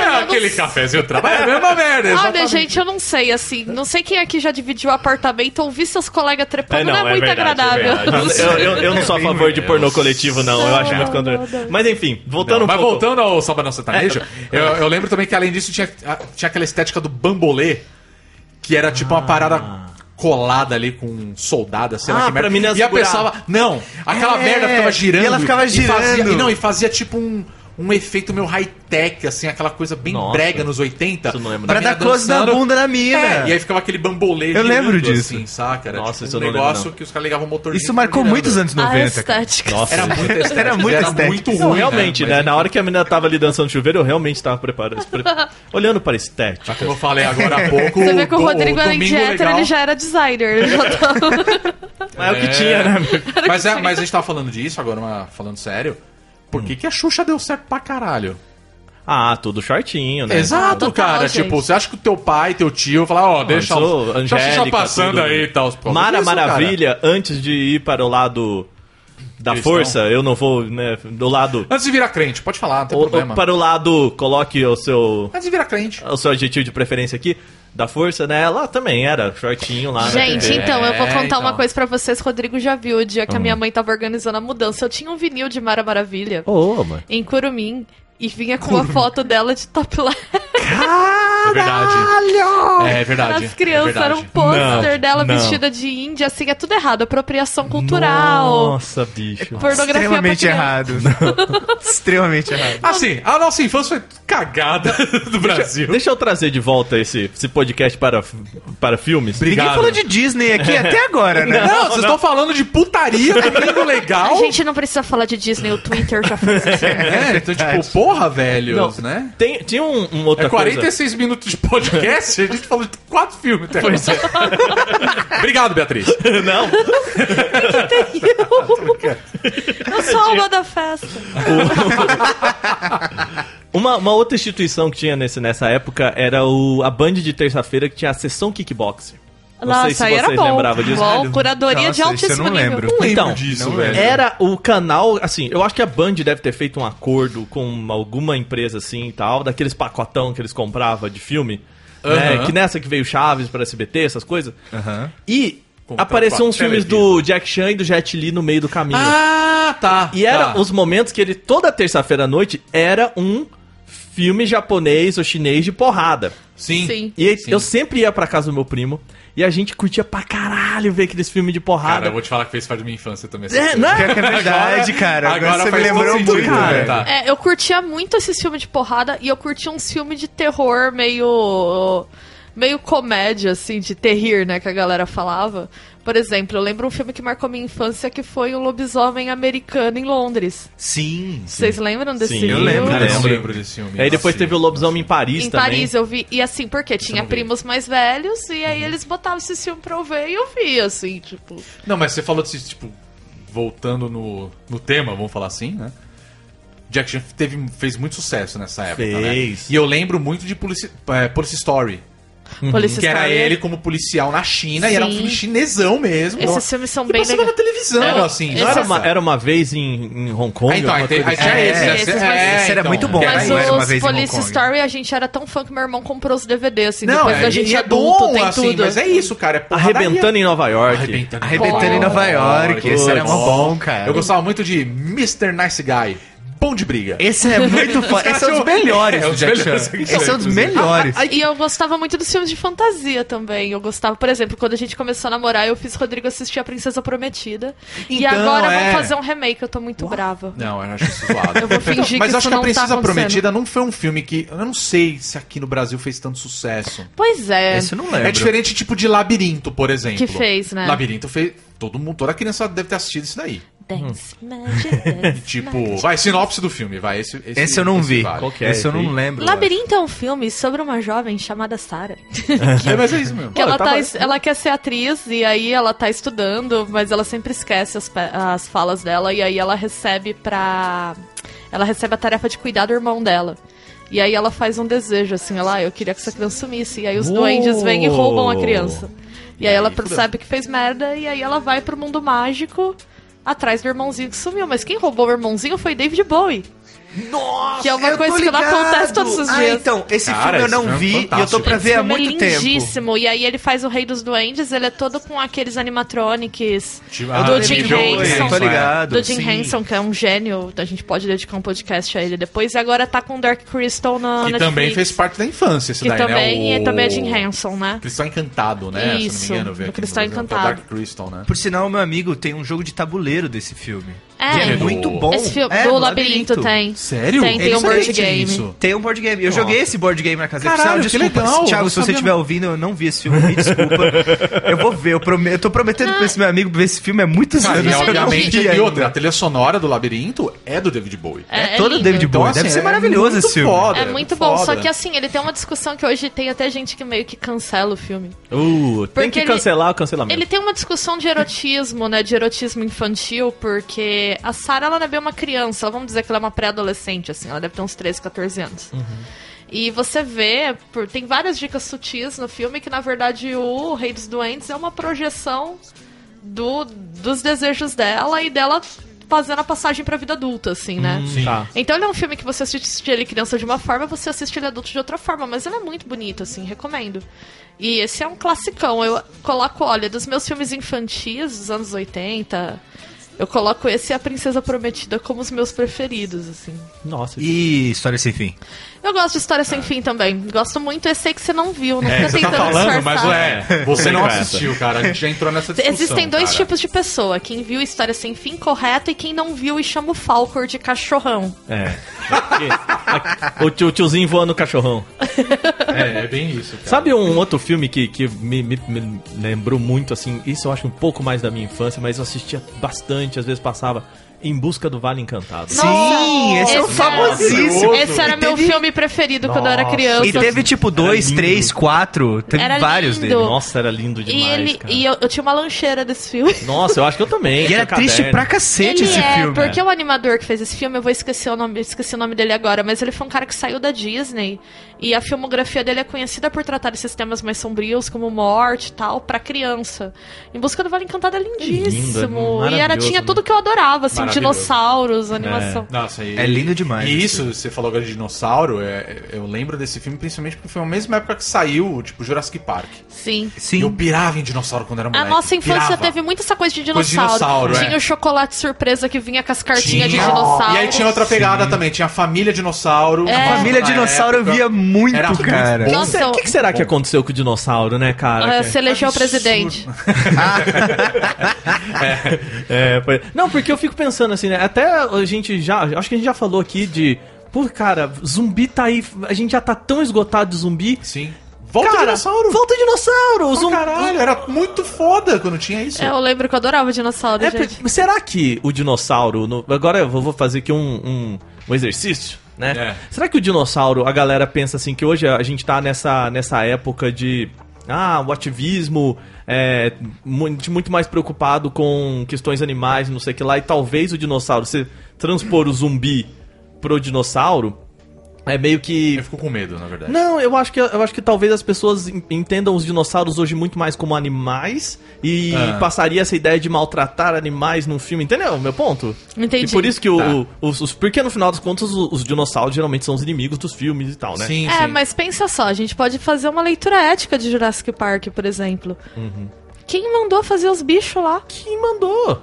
[SPEAKER 1] É aquele cafezinho trabalho, é a mesma merda.
[SPEAKER 7] Olha,
[SPEAKER 1] exatamente.
[SPEAKER 7] gente, eu não sei, assim, não sei quem aqui já dividiu apartamento, ouvir seus colegas trepando não, é, muito agradável.
[SPEAKER 2] Eu, eu, eu não sou a favor de pornô coletivo, não. Eu acho
[SPEAKER 7] Não,
[SPEAKER 2] muito
[SPEAKER 7] não,
[SPEAKER 2] contra.
[SPEAKER 7] não.
[SPEAKER 2] Mas enfim, voltando um
[SPEAKER 1] Mas
[SPEAKER 2] pouco.
[SPEAKER 1] voltando ao Sabadão Sertanejo,
[SPEAKER 3] É.
[SPEAKER 1] eu, eu lembro também que além disso tinha, a- tinha aquela estética do bambolê, que era tipo uma
[SPEAKER 3] Ah.
[SPEAKER 1] parada colada ali com um soldada, sei lá
[SPEAKER 2] Ah,
[SPEAKER 1] que merda.
[SPEAKER 2] pra mina
[SPEAKER 1] e a
[SPEAKER 2] segurar.
[SPEAKER 1] pessoa, não, aquela
[SPEAKER 3] É,
[SPEAKER 1] merda ficava girando.
[SPEAKER 3] e ela ficava
[SPEAKER 1] E, fazia,
[SPEAKER 3] girando.
[SPEAKER 1] e não, e fazia tipo um, um um efeito meio high-tech, assim, aquela coisa bem
[SPEAKER 10] Nossa.
[SPEAKER 1] brega nos 80.
[SPEAKER 10] Isso eu não lembro.
[SPEAKER 1] da
[SPEAKER 3] Pra
[SPEAKER 1] mina
[SPEAKER 3] dar close na
[SPEAKER 1] dançando.
[SPEAKER 3] bunda na mina.
[SPEAKER 1] É, e aí ficava aquele bambolê
[SPEAKER 3] Eu lembro
[SPEAKER 1] girando,
[SPEAKER 3] disso.
[SPEAKER 1] assim, saca? Era
[SPEAKER 10] Nossa, isso
[SPEAKER 1] um
[SPEAKER 10] eu não lembro,
[SPEAKER 1] negócio
[SPEAKER 10] não.
[SPEAKER 1] que os caras ligavam o motorzinho.
[SPEAKER 3] Isso marcou
[SPEAKER 1] girando.
[SPEAKER 3] muito os anos
[SPEAKER 7] A
[SPEAKER 3] 90, cara.
[SPEAKER 7] estética.
[SPEAKER 10] Nossa,
[SPEAKER 1] Era muito estético.
[SPEAKER 3] Era muito estético.
[SPEAKER 1] muito
[SPEAKER 3] Não,
[SPEAKER 1] ruim.
[SPEAKER 2] Não,
[SPEAKER 1] né?
[SPEAKER 2] realmente,
[SPEAKER 1] Mas,
[SPEAKER 2] né?
[SPEAKER 1] enfim,
[SPEAKER 2] Na hora que a menina tava ali dançando no chuveiro, eu realmente tava preparado. pre- Olhando para estética.
[SPEAKER 1] Como eu falei agora há pouco.
[SPEAKER 7] Você vê que o Rodrigo, além de
[SPEAKER 1] Domingo
[SPEAKER 7] hétero,
[SPEAKER 1] Legal-
[SPEAKER 7] ele já era designer. Ele já tava-
[SPEAKER 2] Mas é o que tinha, né? amigo?
[SPEAKER 1] Mas, é, mas a gente tava falando disso, agora uma- falando sério. Por
[SPEAKER 2] Hum.
[SPEAKER 1] que, que a Xuxa deu certo pra caralho?
[SPEAKER 2] Ah, tudo shortinho, né?
[SPEAKER 1] Exato,
[SPEAKER 7] Ah, Total,
[SPEAKER 1] cara.
[SPEAKER 7] gente.
[SPEAKER 1] Tipo, você acha que o teu pai, teu tio, falar, ó, deixa,
[SPEAKER 2] isso,
[SPEAKER 1] o- deixa a Xuxa
[SPEAKER 2] Angélica,
[SPEAKER 1] passando
[SPEAKER 2] tudo.
[SPEAKER 1] aí tá, e tal. por causa
[SPEAKER 2] Mara
[SPEAKER 1] disso, cara.
[SPEAKER 2] Maravilha, antes de ir para o lado da
[SPEAKER 1] Cristão.
[SPEAKER 2] força, eu não vou, né? Do lado.
[SPEAKER 1] Antes de virar crente, pode falar, não tem
[SPEAKER 2] ou- ou
[SPEAKER 1] problema.
[SPEAKER 2] para o lado, coloque o seu.
[SPEAKER 1] Antes de virar crente.
[SPEAKER 2] o seu adjetivo de preferência aqui, da força, né? Ela também era shortinho lá. né? na
[SPEAKER 7] Gente,
[SPEAKER 2] TV.
[SPEAKER 7] então, eu vou
[SPEAKER 1] É,
[SPEAKER 7] contar uma
[SPEAKER 1] então.
[SPEAKER 7] coisa pra vocês. Rodrigo já viu o dia que a minha mãe tava organizando a mudança. Eu tinha um vinil de Mara Maravilha
[SPEAKER 2] Ô, ô, mano.
[SPEAKER 7] em Curumim e vinha com uma foto dela de topless.
[SPEAKER 1] É verdade. É verdade.
[SPEAKER 7] Ah, As crianças,
[SPEAKER 1] é
[SPEAKER 7] era um
[SPEAKER 1] verdade.
[SPEAKER 7] pôster dela
[SPEAKER 2] não.
[SPEAKER 7] vestida de índia, assim, é tudo errado. Apropriação cultural,
[SPEAKER 2] Nossa, bicho.
[SPEAKER 7] pornografia pra
[SPEAKER 3] Extremamente
[SPEAKER 7] criança.
[SPEAKER 3] errado. Extremamente errado.
[SPEAKER 1] Assim, a nossa infância foi cagada do Brasil.
[SPEAKER 2] Deixa eu trazer de volta esse, esse podcast para, para filmes.
[SPEAKER 3] Ninguém
[SPEAKER 1] Obrigado.
[SPEAKER 3] falou de Disney aqui até agora,
[SPEAKER 2] É,
[SPEAKER 3] né?
[SPEAKER 1] Não, vocês estão falando de putaria, domingo
[SPEAKER 7] A
[SPEAKER 1] legal.
[SPEAKER 7] gente não precisa falar de Disney, o Twitter já fez isso.
[SPEAKER 1] É, então, tipo, porra, velhos, né?
[SPEAKER 2] Tem, tinha um, um outra
[SPEAKER 1] É
[SPEAKER 2] coisa.
[SPEAKER 1] 46 minutos de podcast, a gente falou de quatro filmes até agora. Obrigado, Beatriz.
[SPEAKER 2] Não,
[SPEAKER 7] Eu sou a alma da festa.
[SPEAKER 2] uma, uma outra instituição que tinha nesse, nessa época era o, a Band de terça-feira que tinha a sessão kickboxing.
[SPEAKER 7] Nossa,
[SPEAKER 2] sei se
[SPEAKER 7] aí era
[SPEAKER 2] vocês
[SPEAKER 7] bom.
[SPEAKER 2] lembravam disso.
[SPEAKER 7] Bom, curadoria de Hum,
[SPEAKER 3] Nossa, isso eu
[SPEAKER 7] altíssimo
[SPEAKER 3] não
[SPEAKER 7] nível.
[SPEAKER 3] lembro.
[SPEAKER 2] Então,
[SPEAKER 1] disso,
[SPEAKER 3] não
[SPEAKER 7] né?
[SPEAKER 1] velho.
[SPEAKER 2] Era o canal, assim, eu acho que a Band deve ter feito um acordo com alguma empresa assim e tal, daqueles pacotão que eles compravam de filme. né,
[SPEAKER 1] Aham.
[SPEAKER 2] que nessa que veio Chaves pra SBT, essas coisas. E
[SPEAKER 1] Comprava
[SPEAKER 2] apareciam uns
[SPEAKER 1] pra
[SPEAKER 2] filmes
[SPEAKER 1] televisão.
[SPEAKER 2] do Jack Chan e do Jet Li no meio do caminho.
[SPEAKER 1] Ah, tá.
[SPEAKER 2] e eram
[SPEAKER 1] tá.
[SPEAKER 2] os momentos que ele, toda terça-feira à noite, era um filme japonês ou chinês de porrada.
[SPEAKER 1] Sim.
[SPEAKER 7] Sim.
[SPEAKER 2] E
[SPEAKER 1] Sim.
[SPEAKER 2] eu sempre ia pra casa do meu primo e a gente curtia pra caralho ver aqueles filmes de porrada.
[SPEAKER 1] Cara, eu vou te falar que fez parte da minha infância também.
[SPEAKER 2] É, né?
[SPEAKER 3] Pior que é verdade, cara. Agora,
[SPEAKER 1] Agora
[SPEAKER 3] você me
[SPEAKER 1] faz todo
[SPEAKER 3] lembrou um
[SPEAKER 1] sentido,
[SPEAKER 3] muito,
[SPEAKER 1] cara.
[SPEAKER 3] velho.
[SPEAKER 1] Tá.
[SPEAKER 7] É, eu curtia muito esses filmes de porrada e eu curtia uns filmes de terror meio. meio comédia, assim, de terrir, né, que a galera falava. Por exemplo, eu lembro um filme que marcou minha infância que foi O Lobisomem Americano em Londres.
[SPEAKER 3] Sim.
[SPEAKER 7] Vocês lembram desse
[SPEAKER 2] Sim,
[SPEAKER 7] filme?
[SPEAKER 2] eu
[SPEAKER 1] Eu
[SPEAKER 2] lembro.
[SPEAKER 1] Cara, eu não
[SPEAKER 2] Lembro.
[SPEAKER 1] lembro desse filme.
[SPEAKER 2] E aí depois
[SPEAKER 1] Nossa,
[SPEAKER 2] teve o Lobisomem em Paris
[SPEAKER 7] Em
[SPEAKER 2] também.
[SPEAKER 7] Paris eu vi. E assim, porque tinha
[SPEAKER 1] não vi.
[SPEAKER 7] primos mais velhos e aí eles botavam esse filme pra eu ver e eu vi, assim, tipo.
[SPEAKER 1] Não, mas você falou disso, tipo, voltando no, no tema, vamos falar assim, né? Jack Chan teve, fez muito sucesso nessa época,
[SPEAKER 2] Fez.
[SPEAKER 1] né? E eu lembro muito de Police, é, Police Story,
[SPEAKER 7] Police
[SPEAKER 1] Uhum. que era
[SPEAKER 7] Story.
[SPEAKER 2] é
[SPEAKER 1] ele como policial na China, e era um
[SPEAKER 7] Sim.
[SPEAKER 1] filme chinesão mesmo.
[SPEAKER 7] Esses filmes são
[SPEAKER 1] E
[SPEAKER 7] bem
[SPEAKER 1] passava na
[SPEAKER 7] legais.
[SPEAKER 1] televisão,
[SPEAKER 7] Era- é
[SPEAKER 1] assim.
[SPEAKER 2] Não era
[SPEAKER 1] nossa.
[SPEAKER 2] uma, era uma vez em, em Hong
[SPEAKER 3] um
[SPEAKER 2] Kong?
[SPEAKER 1] Ah, então, aí,
[SPEAKER 2] alguma
[SPEAKER 1] tem-
[SPEAKER 2] coisa
[SPEAKER 1] aí
[SPEAKER 2] assim?
[SPEAKER 1] tinha
[SPEAKER 3] É,
[SPEAKER 1] esse, né?
[SPEAKER 7] esses,
[SPEAKER 1] Cê-
[SPEAKER 7] mas-
[SPEAKER 1] é,
[SPEAKER 3] esse era
[SPEAKER 1] então.
[SPEAKER 3] muito bom.
[SPEAKER 7] Mas
[SPEAKER 3] Era uma
[SPEAKER 7] os
[SPEAKER 3] vez em Hong
[SPEAKER 7] Police
[SPEAKER 3] Kong.
[SPEAKER 7] Story a gente era tão fã que meu irmão comprou os DVD, assim,
[SPEAKER 1] Não,
[SPEAKER 7] depois
[SPEAKER 1] é,
[SPEAKER 7] da
[SPEAKER 1] e-
[SPEAKER 7] gente
[SPEAKER 1] e é
[SPEAKER 7] adulto,
[SPEAKER 1] bom,
[SPEAKER 7] tem
[SPEAKER 1] assim,
[SPEAKER 7] tudo.
[SPEAKER 1] Mas é isso, cara. É porradaria.
[SPEAKER 2] Arrebentando em Nova York.
[SPEAKER 1] Arrebentando,
[SPEAKER 3] Arrebentando em Nova York. Esse era mó bom, cara.
[SPEAKER 1] Eu gostava muito de Mr. Nice Guy. Bom de briga.
[SPEAKER 3] Esse é muito foda. Esses são os melhores
[SPEAKER 1] É,
[SPEAKER 3] do
[SPEAKER 1] os
[SPEAKER 3] Jack
[SPEAKER 1] melhores.
[SPEAKER 3] Chan. Esses são os melhores.
[SPEAKER 7] E eu gostava muito dos filmes de fantasia também. Eu gostava, por exemplo, quando a gente começou a namorar, eu fiz Rodrigo assistir A Princesa Prometida. e
[SPEAKER 1] Então,
[SPEAKER 7] agora vão
[SPEAKER 1] é.
[SPEAKER 7] fazer um remake, eu tô muito brava.
[SPEAKER 1] Não, eu acho isso zoado.
[SPEAKER 7] Eu vou fingir
[SPEAKER 1] Mas
[SPEAKER 7] que
[SPEAKER 1] eu acho que
[SPEAKER 7] isso
[SPEAKER 1] A
[SPEAKER 7] não tá
[SPEAKER 1] Princesa
[SPEAKER 7] acontecendo.
[SPEAKER 1] Prometida não foi um filme que... Eu não sei se aqui no Brasil fez tanto sucesso.
[SPEAKER 7] Pois é.
[SPEAKER 3] Esse eu não lembro.
[SPEAKER 1] É diferente, tipo, de Labirinto, por é exemplo.
[SPEAKER 7] Que fez, né?
[SPEAKER 1] Labirinto fez... Todo mundo, toda criança deve ter assistido isso daí.
[SPEAKER 7] Dance, magic, dance,
[SPEAKER 1] Hum. Tipo,
[SPEAKER 7] magic.
[SPEAKER 1] vai, sinopse do filme, vai. Esse, esse,
[SPEAKER 3] Esse eu não
[SPEAKER 1] esse
[SPEAKER 3] vi.
[SPEAKER 1] vale.
[SPEAKER 2] Qual que é
[SPEAKER 3] Esse eu não
[SPEAKER 2] esse aí?
[SPEAKER 3] lembro.
[SPEAKER 7] Labirinto é um filme sobre uma jovem chamada Sarah.
[SPEAKER 1] É, mas é isso mesmo.
[SPEAKER 7] Que ela,
[SPEAKER 2] tava-
[SPEAKER 7] tá, es- ela quer ser atriz e aí ela tá estudando, mas ela sempre esquece as, pe- as falas dela e aí ela recebe pra. Ela recebe a tarefa de cuidar do irmão dela. E aí ela faz um desejo, assim, ela, "Ah, eu queria que essa criança sumisse. E aí os
[SPEAKER 2] Uou!
[SPEAKER 7] duendes vêm e roubam a criança. E, aí ela
[SPEAKER 1] fudeu.
[SPEAKER 7] percebe que fez merda e aí ela vai pro mundo mágico atrás do irmãozinho que sumiu. Mas quem roubou o irmãozinho foi David Bowie. Nossa! Que é uma
[SPEAKER 3] Eu tô
[SPEAKER 7] coisa que não
[SPEAKER 3] ligado.
[SPEAKER 7] acontece todos os
[SPEAKER 3] ah,
[SPEAKER 7] dias.
[SPEAKER 3] então, esse
[SPEAKER 1] Cara,
[SPEAKER 3] filme eu
[SPEAKER 1] esse filme
[SPEAKER 3] não
[SPEAKER 1] é
[SPEAKER 3] vi e eu tô
[SPEAKER 1] fantástico.
[SPEAKER 3] pra ver há
[SPEAKER 7] filme
[SPEAKER 3] muito
[SPEAKER 7] é
[SPEAKER 3] tempo.
[SPEAKER 7] lindíssimo. E aí ele faz o Rei dos Duendes, ele é todo com aqueles animatronics
[SPEAKER 1] Ah,
[SPEAKER 7] do
[SPEAKER 1] ele
[SPEAKER 7] Jim
[SPEAKER 1] virou
[SPEAKER 7] Henson.
[SPEAKER 1] Hanson,
[SPEAKER 3] Tô ligado.
[SPEAKER 7] Do Jim
[SPEAKER 3] Sim.
[SPEAKER 7] Henson, que é um gênio, a gente pode dedicar um podcast a ele depois. E agora tá com o Dark Crystal na
[SPEAKER 1] Que
[SPEAKER 7] Netflix.
[SPEAKER 1] também fez parte da infância, esse
[SPEAKER 7] que
[SPEAKER 1] daí,
[SPEAKER 7] também,
[SPEAKER 1] né?
[SPEAKER 7] e também é Jim Henson, né?
[SPEAKER 1] Cristal Encantado, né? Se
[SPEAKER 7] Isso,
[SPEAKER 1] não me engano, veio
[SPEAKER 7] do
[SPEAKER 1] aqui no
[SPEAKER 7] Cristal
[SPEAKER 1] Brasil,
[SPEAKER 7] Encantado.
[SPEAKER 1] Dark Crystal, né?
[SPEAKER 3] Por sinal, meu amigo tem um jogo de tabuleiro desse filme.
[SPEAKER 7] É.
[SPEAKER 3] E é muito bom.
[SPEAKER 7] Esse filme
[SPEAKER 3] É,
[SPEAKER 7] do labirinto tem.
[SPEAKER 1] Sério?
[SPEAKER 7] Tem, tem
[SPEAKER 3] Eles
[SPEAKER 7] um board
[SPEAKER 3] têm
[SPEAKER 7] game.
[SPEAKER 1] isso.
[SPEAKER 3] Tem um board game. Eu joguei esse board game na casa
[SPEAKER 1] Caralho,
[SPEAKER 3] Caralho,
[SPEAKER 1] que
[SPEAKER 3] desculpa.
[SPEAKER 1] legal.
[SPEAKER 3] Thiago,
[SPEAKER 1] Não
[SPEAKER 3] se você
[SPEAKER 1] sabia,
[SPEAKER 3] estiver
[SPEAKER 1] não.
[SPEAKER 3] ouvindo, eu não vi esse filme, me desculpa. eu vou ver, eu prometo. Eu tô prometendo pra esse meu amigo ver esse filme há muitos
[SPEAKER 1] Cara,
[SPEAKER 3] anos.
[SPEAKER 1] e
[SPEAKER 3] eu não
[SPEAKER 1] obviamente,
[SPEAKER 3] vi
[SPEAKER 1] e
[SPEAKER 3] ainda.
[SPEAKER 1] outra, a trilha sonora do labirinto é do David Bowie.
[SPEAKER 3] É, todo
[SPEAKER 7] lindo.
[SPEAKER 3] David Bowie.
[SPEAKER 1] Então,
[SPEAKER 3] Deve
[SPEAKER 1] assim,
[SPEAKER 3] ser
[SPEAKER 1] é
[SPEAKER 3] maravilhoso
[SPEAKER 1] muito
[SPEAKER 3] esse filme.
[SPEAKER 1] foda.
[SPEAKER 7] É
[SPEAKER 1] Foda,
[SPEAKER 7] muito bom,
[SPEAKER 1] foda. né?
[SPEAKER 7] só que assim, ele tem uma discussão que hoje tem até gente que meio que cancela o filme.
[SPEAKER 2] Uh, tem
[SPEAKER 7] Porque
[SPEAKER 2] que
[SPEAKER 7] ele-
[SPEAKER 2] cancelar o cancelamento.
[SPEAKER 7] Ele tem uma discussão de erotismo, né? De erotismo infantil, porque a Sarah, ela não é bem uma criança. Vamos dizer que ela é uma pré-adolescente, assim. Ela deve ter uns 13, 14 anos. E você vê, por- tem várias dicas sutis no filme, que na verdade o Rei dos Doentes é uma projeção do, dos desejos dela e dela fazendo a passagem pra vida adulta, assim, né?
[SPEAKER 2] Tá.
[SPEAKER 7] Então ele é um filme que você assiste ele criança de uma forma, você assiste ele adulto de outra forma, mas ele é muito bonito, assim, recomendo. E esse é um classicão. Eu coloco, olha, dos meus filmes infantis dos anos 80, eu coloco esse e A Princesa Prometida como os meus preferidos, assim.
[SPEAKER 2] Nossa,
[SPEAKER 3] E História Sem Fim.
[SPEAKER 7] Eu gosto de História Sem Fim também. Gosto muito, esse aí que você não viu, né? não
[SPEAKER 1] Ah. É,
[SPEAKER 7] fica
[SPEAKER 1] você tá
[SPEAKER 7] tentando
[SPEAKER 1] falando,
[SPEAKER 7] disfarçar.
[SPEAKER 1] mas é, você
[SPEAKER 2] Vem
[SPEAKER 1] não
[SPEAKER 2] com essa.
[SPEAKER 1] assistiu, cara. A gente já entrou nessa discussão.
[SPEAKER 7] Existem dois
[SPEAKER 1] cara.
[SPEAKER 7] tipos de pessoa, quem viu História Sem Fim correto e quem não viu e chama o Falcor de cachorrão.
[SPEAKER 2] É. Aqui- o, tio- o tiozinho voando o cachorrão.
[SPEAKER 1] É, é bem isso, cara.
[SPEAKER 2] Sabe um outro filme que, que me, me- me lembrou muito, assim, isso eu acho um pouco mais da minha infância, mas eu assistia bastante, às vezes passava Em Busca do Vale Encantado.
[SPEAKER 3] Sim, esse é um
[SPEAKER 7] Esse é-
[SPEAKER 3] famosíssimo.
[SPEAKER 7] Esse era
[SPEAKER 3] E
[SPEAKER 7] meu
[SPEAKER 3] teve-
[SPEAKER 7] filme preferido quando eu era
[SPEAKER 2] Nossa.
[SPEAKER 7] criança.
[SPEAKER 3] E teve tipo dois,
[SPEAKER 2] lindo.
[SPEAKER 3] três, quatro. Teve
[SPEAKER 7] Era
[SPEAKER 3] vários
[SPEAKER 7] lindo.
[SPEAKER 3] dele.
[SPEAKER 2] Nossa, era lindo
[SPEAKER 7] E,
[SPEAKER 2] demais,
[SPEAKER 7] ele,
[SPEAKER 2] cara.
[SPEAKER 7] e eu, eu tinha uma lancheira desse filme.
[SPEAKER 2] Nossa, eu acho que eu também.
[SPEAKER 3] E
[SPEAKER 2] tinha
[SPEAKER 3] era triste
[SPEAKER 2] caderno.
[SPEAKER 3] pra cacete
[SPEAKER 7] ele
[SPEAKER 3] esse
[SPEAKER 7] é,
[SPEAKER 3] filme.
[SPEAKER 7] porque o animador que fez esse filme, eu vou esquecer o nome, esqueci o nome dele agora, mas ele foi um cara que saiu da Disney. E a filmografia dele é conhecida por tratar esses temas mais sombrios, como morte e tal, pra criança. Em Busca do Vale Encantado é lindíssimo. e era,
[SPEAKER 2] maravilhoso,
[SPEAKER 7] tinha
[SPEAKER 2] né?
[SPEAKER 7] tudo que eu adorava, assim,
[SPEAKER 1] Maravilhoso.
[SPEAKER 7] dinossauros, animação.
[SPEAKER 1] Nossa, e...
[SPEAKER 3] É lindo demais
[SPEAKER 1] E
[SPEAKER 3] esse
[SPEAKER 1] isso, você falou agora de dinossauro, é- eu lembro desse filme principalmente porque foi a mesma época que saiu, tipo, Jurassic Park.
[SPEAKER 7] Sim.
[SPEAKER 1] Eu
[SPEAKER 3] Sim.
[SPEAKER 1] pirava em dinossauro quando era
[SPEAKER 7] A
[SPEAKER 1] moleque.
[SPEAKER 7] nossa infância
[SPEAKER 1] pirava.
[SPEAKER 7] teve muito essa coisa de
[SPEAKER 1] Né? Coisa de
[SPEAKER 7] dinossauro.
[SPEAKER 1] dinossauro,
[SPEAKER 7] tinha
[SPEAKER 1] é.
[SPEAKER 7] o chocolate surpresa que vinha com as cartinhas de
[SPEAKER 1] Tinha.
[SPEAKER 7] dinossauro.
[SPEAKER 1] E aí tinha outra pegada também, tinha a família dinossauro.
[SPEAKER 7] É.
[SPEAKER 1] Nossa,
[SPEAKER 3] Família
[SPEAKER 1] na
[SPEAKER 3] Dinossauro eu
[SPEAKER 1] época-
[SPEAKER 3] via muito,
[SPEAKER 1] Era muito
[SPEAKER 3] cara.
[SPEAKER 1] bom.
[SPEAKER 7] Nossa,
[SPEAKER 2] O é, que, que será que aconteceu com o dinossauro, né, cara?
[SPEAKER 7] Ah, Você elegeu o presidente.
[SPEAKER 2] É, foi- Não, porque eu fico pensando assim, né? Até a gente já. Acho que a gente já falou aqui de. Pô, cara, zumbi tá aí. A gente já tá tão esgotado de zumbi.
[SPEAKER 1] Sim. assim. Volta
[SPEAKER 2] cara,
[SPEAKER 1] dinossauro!
[SPEAKER 2] Volta dinossauro!
[SPEAKER 1] Pra
[SPEAKER 2] zumbi.
[SPEAKER 1] Caralho, era muito foda quando tinha isso.
[SPEAKER 7] um- É, eu lembro que eu adorava dinossauro,
[SPEAKER 2] É,
[SPEAKER 7] gente.
[SPEAKER 2] porque- será que o dinossauro. no- Agora eu vou vou fazer aqui um, um, um exercício, né?
[SPEAKER 1] É.
[SPEAKER 2] Será que o dinossauro, a galera pensa assim, que hoje a gente tá nessa, nessa época de. Ah, o ativismo é muito, muito mais preocupado com questões animais, não sei o que lá, e talvez o dinossauro, se transpor o zumbi pro dinossauro, é meio que.
[SPEAKER 1] Eu fico com medo, na verdade.
[SPEAKER 2] Não, eu acho que eu acho que talvez as pessoas en- entendam os dinossauros hoje muito mais como animais e
[SPEAKER 1] Ah.
[SPEAKER 2] passaria essa ideia de maltratar animais num filme, entendeu? o Meu ponto.
[SPEAKER 7] Entendi.
[SPEAKER 2] E por isso que o,
[SPEAKER 1] Tá.
[SPEAKER 2] o- os, os- porque no final das contas o- os, dinossauros geralmente são os inimigos dos filmes e tal, né?
[SPEAKER 1] Sim,
[SPEAKER 7] É,
[SPEAKER 1] sim.
[SPEAKER 7] mas pensa só, a gente pode fazer uma leitura ética de Jurassic Park, por exemplo.
[SPEAKER 1] Uhum.
[SPEAKER 7] Quem mandou fazer os bichos lá?
[SPEAKER 2] Quem mandou?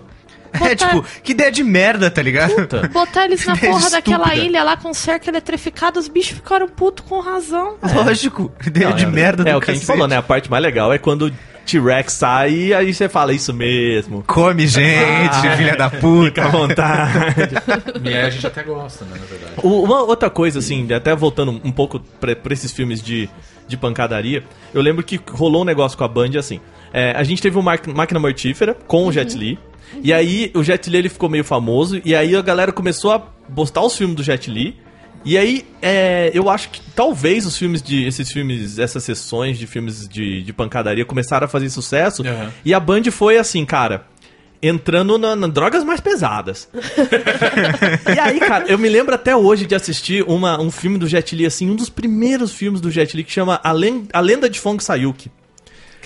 [SPEAKER 3] É tipo, que ideia de merda, tá ligado?
[SPEAKER 7] Botar eles na
[SPEAKER 3] Que ideia
[SPEAKER 7] porra daquela
[SPEAKER 3] estúpida.
[SPEAKER 7] ilha lá com cerca eletrificada, os bichos ficaram putos com razão.
[SPEAKER 3] Lógico, ideia de
[SPEAKER 2] é,
[SPEAKER 3] merda
[SPEAKER 2] É,
[SPEAKER 3] do
[SPEAKER 2] o que a gente
[SPEAKER 3] cacete.
[SPEAKER 2] falou, né? A parte mais legal é quando o T-Rex sai e aí você fala isso mesmo.
[SPEAKER 3] Come gente, filha da puta.
[SPEAKER 2] Fica à vontade.
[SPEAKER 1] E aí a gente até gosta, né, na verdade.
[SPEAKER 2] O- Uma outra coisa, assim, até voltando um pouco pra pra esses filmes de, de pancadaria, eu lembro que rolou um negócio com a Band assim. é, a gente teve uma máquina mortífera com o Jet Li. E aí o Jet Li ele ficou meio famoso. E aí a galera começou a postar os filmes do Jet Li. E aí, é, eu acho que talvez os filmes de. Esses filmes, essas sessões de filmes de, de pancadaria começaram a fazer sucesso.
[SPEAKER 1] Aham.
[SPEAKER 2] E a Band foi assim, cara. Entrando na, na drogas mais pesadas. E aí, cara, eu me lembro até hoje de assistir uma, um filme do Jet Li, assim, um dos primeiros filmes do Jet Li, que chama A, Len- A Lenda de Fong Sayuki.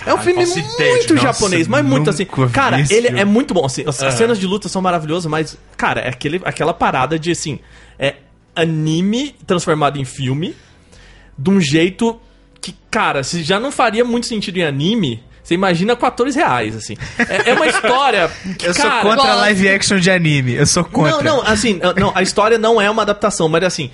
[SPEAKER 2] é um filme
[SPEAKER 1] faço
[SPEAKER 2] muito
[SPEAKER 1] ideia de- nossa,
[SPEAKER 2] japonês, mas muito
[SPEAKER 3] nunca
[SPEAKER 2] assim.
[SPEAKER 3] vi
[SPEAKER 2] Cara,
[SPEAKER 3] esse
[SPEAKER 2] ele
[SPEAKER 3] filme.
[SPEAKER 2] é muito bom. Assim, as, as cenas de luta são maravilhosas, mas, cara, é aquele, aquela parada de, assim, é anime transformado em filme de um jeito que, cara, se já não faria muito sentido em anime, você imagina com atores reais, assim. É, é uma história que,
[SPEAKER 3] Eu sou
[SPEAKER 2] cara,
[SPEAKER 3] contra
[SPEAKER 7] gosto.
[SPEAKER 3] live action de anime. Eu sou contra.
[SPEAKER 2] não, não, assim, não, a história não é uma adaptação, mas assim.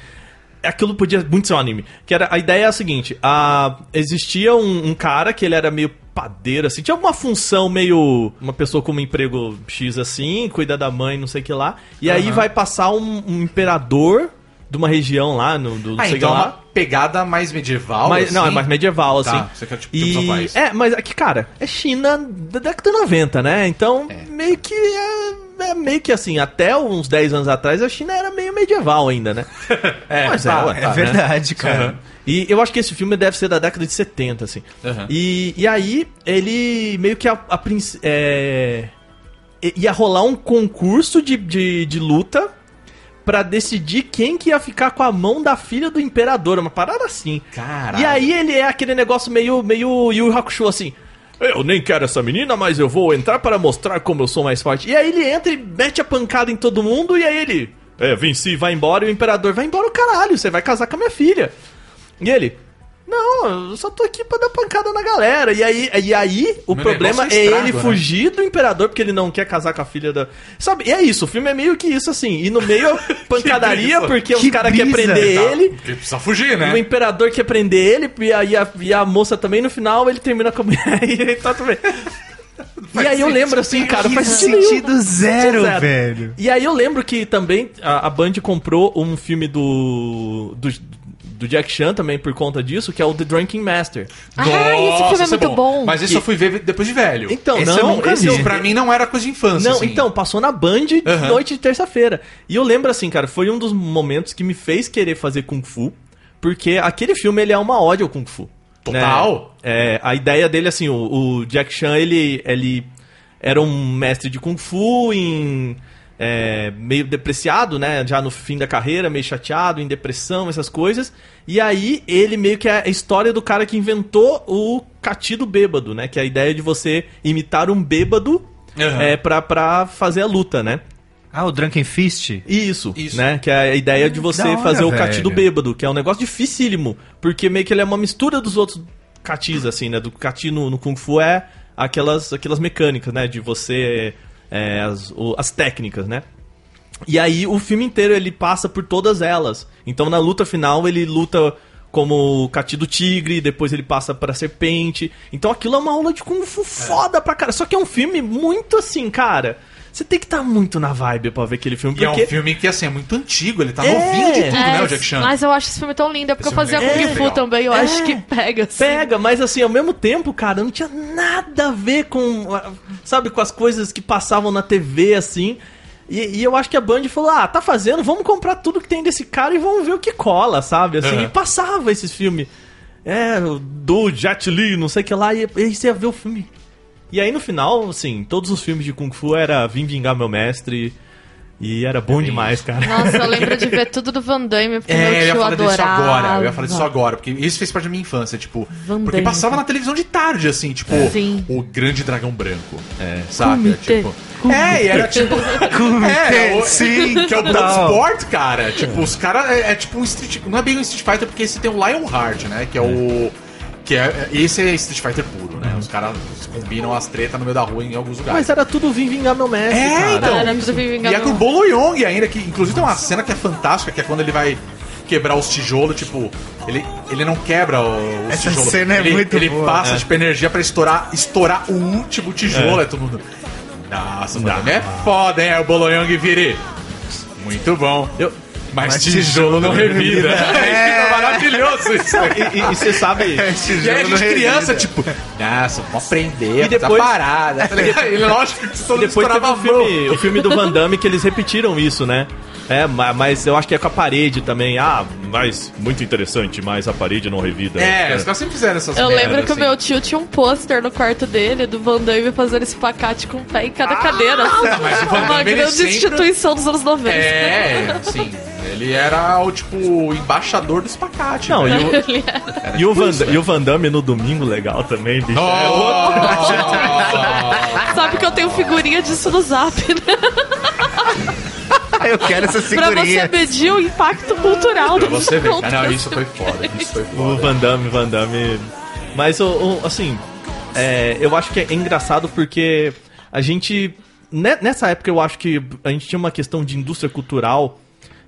[SPEAKER 2] aquilo podia muito ser um anime. Que era, a ideia é a seguinte: a, existia um, um cara que ele era meio padeiro, assim, tinha alguma função meio. Uma pessoa com um emprego X assim, cuida da mãe, não sei o que lá. E aí vai passar um, um imperador de uma região lá, no, do, não
[SPEAKER 1] Ah,
[SPEAKER 2] sei
[SPEAKER 1] então é
[SPEAKER 2] que lá.
[SPEAKER 1] uma pegada mais medieval,
[SPEAKER 2] Mas- Não, é
[SPEAKER 1] assim?
[SPEAKER 2] mais medieval,
[SPEAKER 1] Tá,
[SPEAKER 2] assim.
[SPEAKER 1] você quer, tipo, tempos
[SPEAKER 2] e...
[SPEAKER 1] atuais.
[SPEAKER 2] É, mas aqui, cara, é China da década de 90, né? Então, meio que é, é meio que assim, até uns 10 anos atrás, a China era meio medieval ainda, né? é, mas
[SPEAKER 3] Tá,
[SPEAKER 2] ué,
[SPEAKER 3] é
[SPEAKER 2] tá, né?
[SPEAKER 3] verdade, cara.
[SPEAKER 2] E eu acho que esse filme deve ser da década de 70, assim.
[SPEAKER 1] Aham.
[SPEAKER 2] E, e aí, ele meio que a, a princ- é, i- ia rolar um concurso de, de, de luta pra decidir quem que ia ficar com a mão da filha do imperador, uma parada assim.
[SPEAKER 1] Caralho.
[SPEAKER 2] E aí ele é aquele negócio meio, meio Yu Yu Hakusho, assim... Eu nem quero essa menina, mas eu vou entrar para mostrar como eu sou mais forte. E aí ele entra e mete a pancada em todo mundo, e aí ele... É, venci, vai embora, e o imperador vai embora o caralho, você vai casar com a minha filha. E ele? Não, eu só tô aqui pra dar pancada na galera. E aí, e aí o
[SPEAKER 1] Meu
[SPEAKER 2] problema
[SPEAKER 1] negócio é
[SPEAKER 2] é,
[SPEAKER 1] estrago,
[SPEAKER 2] ele
[SPEAKER 1] né?
[SPEAKER 2] fugir do imperador porque ele não quer casar com a filha da. Sabe? E é isso, o filme é meio que isso assim. E no meio é pancadaria
[SPEAKER 1] brisa.
[SPEAKER 2] porque os
[SPEAKER 3] Que
[SPEAKER 2] caras querem
[SPEAKER 3] brisa.
[SPEAKER 2] prender
[SPEAKER 1] Tá,
[SPEAKER 2] ele.
[SPEAKER 1] Porque precisa fugir,
[SPEAKER 2] O
[SPEAKER 1] né?
[SPEAKER 2] imperador quer prender ele e a, e, a, e a moça também. No final ele termina com a mulher e ele tá tudo bem. E aí eu lembro assim, cara,
[SPEAKER 3] que
[SPEAKER 2] faz sentido, nenhum.
[SPEAKER 3] sentido zero,
[SPEAKER 2] Zero.
[SPEAKER 3] velho.
[SPEAKER 2] E aí eu lembro que também a, a Band comprou um filme do, do do Jack Chan também por conta disso, que é o The Drunken Master.
[SPEAKER 7] Ah, esse filme é
[SPEAKER 1] isso
[SPEAKER 7] muito bom.
[SPEAKER 1] Mas isso eu fui ver depois de velho. é um-
[SPEAKER 2] Então,
[SPEAKER 3] Esse eu
[SPEAKER 2] não,
[SPEAKER 3] nunca
[SPEAKER 2] esse
[SPEAKER 3] vi.
[SPEAKER 2] eu-
[SPEAKER 1] Pra mim não era coisa de infância.
[SPEAKER 2] Não,
[SPEAKER 1] assim.
[SPEAKER 2] então, passou na Band de noite de terça-feira. E eu lembro assim, cara, foi um dos momentos que me fez querer fazer Kung Fu, porque aquele filme ele é uma ódio ao Kung Fu. né?
[SPEAKER 1] Total.
[SPEAKER 2] É, a ideia dele, assim, o, o Jack Chan, ele, ele era um mestre de Kung Fu em. é, meio depreciado, né? Já no fim da carreira, meio chateado, em depressão, essas coisas. E aí, ele meio que é a história do cara que inventou o catido bêbado, né? Que é a ideia de você imitar um bêbado
[SPEAKER 1] Aham.
[SPEAKER 2] é, pra, pra fazer a luta, né?
[SPEAKER 3] Ah, o Drunken Fist?
[SPEAKER 2] Isso,
[SPEAKER 1] Isso.
[SPEAKER 2] né? Que é a ideia de você
[SPEAKER 3] Ah, da hora,
[SPEAKER 2] fazer o
[SPEAKER 3] velho.
[SPEAKER 2] catido bêbado, que é um negócio dificílimo, porque meio que ele é uma mistura dos outros catis, assim, né? Do cati no, no Kung Fu é aquelas, aquelas mecânicas, né? De você. é, as, o- as técnicas, né? E aí o filme inteiro ele passa por todas elas. Então na luta final ele luta como o Cati do Tigre, depois ele passa pra Serpente. Então aquilo é uma aula de Kung Fu foda pra cara. Só que é um filme muito assim, cara. Você tem que estar muito na vibe pra ver aquele filme.
[SPEAKER 1] E é
[SPEAKER 2] Porque
[SPEAKER 1] um filme que, assim, é muito antigo. Ele tá
[SPEAKER 2] É.
[SPEAKER 1] novinho de tudo, né,
[SPEAKER 7] É,
[SPEAKER 1] o Jack Chan?
[SPEAKER 7] Mas eu acho esse filme tão lindo, é porque
[SPEAKER 1] Esse
[SPEAKER 7] eu fazia
[SPEAKER 1] filme é
[SPEAKER 7] Kung
[SPEAKER 1] muito
[SPEAKER 7] Fu
[SPEAKER 1] legal.
[SPEAKER 7] também, eu
[SPEAKER 2] É.
[SPEAKER 7] acho que pega, assim.
[SPEAKER 2] pega, mas assim, ao mesmo tempo, cara, não tinha nada a ver com. ah, Sabe, com as coisas que passavam na TV, assim. E, e eu acho que a Band falou: ah, tá fazendo, vamos comprar tudo que tem desse cara e vamos ver o que cola, sabe? Assim,
[SPEAKER 1] Uhum.
[SPEAKER 2] e passava esses filmes. É, do Jet Li, não sei o que lá, e, e aí você ia ver o filme. E aí no final, assim, todos os filmes de Kung Fu era Vim Vingar Meu Mestre. E era bom demais, cara.
[SPEAKER 7] Nossa, eu lembro de ver tudo do Van Damme, porque
[SPEAKER 1] É, eu
[SPEAKER 7] meu
[SPEAKER 1] ia
[SPEAKER 7] tio
[SPEAKER 1] falar disso
[SPEAKER 7] adorava.
[SPEAKER 1] agora. Eu ia falar disso agora, porque isso fez parte da minha infância, tipo.
[SPEAKER 7] Van
[SPEAKER 1] porque
[SPEAKER 7] Damme.
[SPEAKER 1] passava na televisão de tarde, assim, tipo,
[SPEAKER 7] Sim.
[SPEAKER 1] o grande dragão branco. É, sabe? É,
[SPEAKER 7] Kumite.
[SPEAKER 1] tipo. É, e era tipo. é, o,
[SPEAKER 3] Sim,
[SPEAKER 1] que é o
[SPEAKER 3] total.
[SPEAKER 1] Bloodsport, cara. Tipo, os caras. É, é tipo um Street. Não é bem um Street Fighter, porque esse tem o Lionheart, né? Que é o. Que é, esse é Street Fighter puro, né? Os caras combinam as tretas no meio da rua em alguns lugares.
[SPEAKER 2] Mas era tudo Vim Vingar Meu Mestre,
[SPEAKER 1] É,
[SPEAKER 2] cara.
[SPEAKER 1] então.
[SPEAKER 7] Era tudo Vim Vingar
[SPEAKER 1] E é com o
[SPEAKER 7] Meu-
[SPEAKER 1] Bolo Yong ainda, que inclusive tem uma cena que é fantástica, que é quando ele vai quebrar os tijolos, tipo, ele, ele não quebra o- os
[SPEAKER 3] Essa
[SPEAKER 1] tijolos.
[SPEAKER 3] cena é
[SPEAKER 1] ele,
[SPEAKER 3] muito
[SPEAKER 1] Ele
[SPEAKER 3] boa.
[SPEAKER 1] passa,
[SPEAKER 3] É.
[SPEAKER 1] tipo, energia pra estourar, estourar o último tijolo, é, todo mundo... Nossa, mano, é foda, hein? Aí o Bolo Yong vira e, Muito bom.
[SPEAKER 2] Eu-
[SPEAKER 1] Mas,
[SPEAKER 3] Mas
[SPEAKER 1] tijolo, não revida. É. Fica maravilhoso isso.
[SPEAKER 2] E- e- e você sabe.
[SPEAKER 3] É.
[SPEAKER 1] E aí a gente criança, tipo, nossa, vamos aprender,
[SPEAKER 2] E depois-
[SPEAKER 1] essa parada. tá ligado? E lógico que todo mundo
[SPEAKER 2] E depois teve
[SPEAKER 1] estourava
[SPEAKER 2] o
[SPEAKER 1] a mão.
[SPEAKER 2] filme, o filme do Van Damme que eles repetiram isso, né? É, ma- mas eu acho que é com a parede também. Ah, mas muito interessante, mas a parede não revida.
[SPEAKER 1] É, os caras sempre fizeram essas
[SPEAKER 7] Eu
[SPEAKER 1] merdas,
[SPEAKER 7] lembro que o
[SPEAKER 1] assim.
[SPEAKER 7] meu tio tinha um pôster no quarto dele do Van Damme fazendo esse pacote com o pé em cada cadeira.
[SPEAKER 1] Ah,
[SPEAKER 7] assim.
[SPEAKER 1] mas o Van
[SPEAKER 7] Uma
[SPEAKER 1] Damme, ele
[SPEAKER 7] grande
[SPEAKER 1] sempre-
[SPEAKER 7] instituição dos anos 90.
[SPEAKER 1] É, assim, ele era o, tipo, o embaixador do espacate.
[SPEAKER 2] Não,
[SPEAKER 1] né?
[SPEAKER 2] e o,
[SPEAKER 7] Ele é-
[SPEAKER 2] e, o Van, e o Van Damme no domingo legal também, bicho. É outro-
[SPEAKER 1] Nossa!
[SPEAKER 7] Sabe que eu tenho figurinha disso no zap, né?
[SPEAKER 3] Eu quero essa
[SPEAKER 7] Pra você
[SPEAKER 3] figurinha.
[SPEAKER 7] medir o impacto cultural
[SPEAKER 1] Pra
[SPEAKER 7] do
[SPEAKER 1] você ver, cara, não,
[SPEAKER 7] outro.
[SPEAKER 1] isso Um foi foda, isso foi
[SPEAKER 2] O
[SPEAKER 1] foda.
[SPEAKER 2] Van Damme, Van Damme. Mas, o, o- assim, é, eu acho que é engraçado porque a gente. né, ne- Nessa época eu acho que a gente tinha uma questão de indústria cultural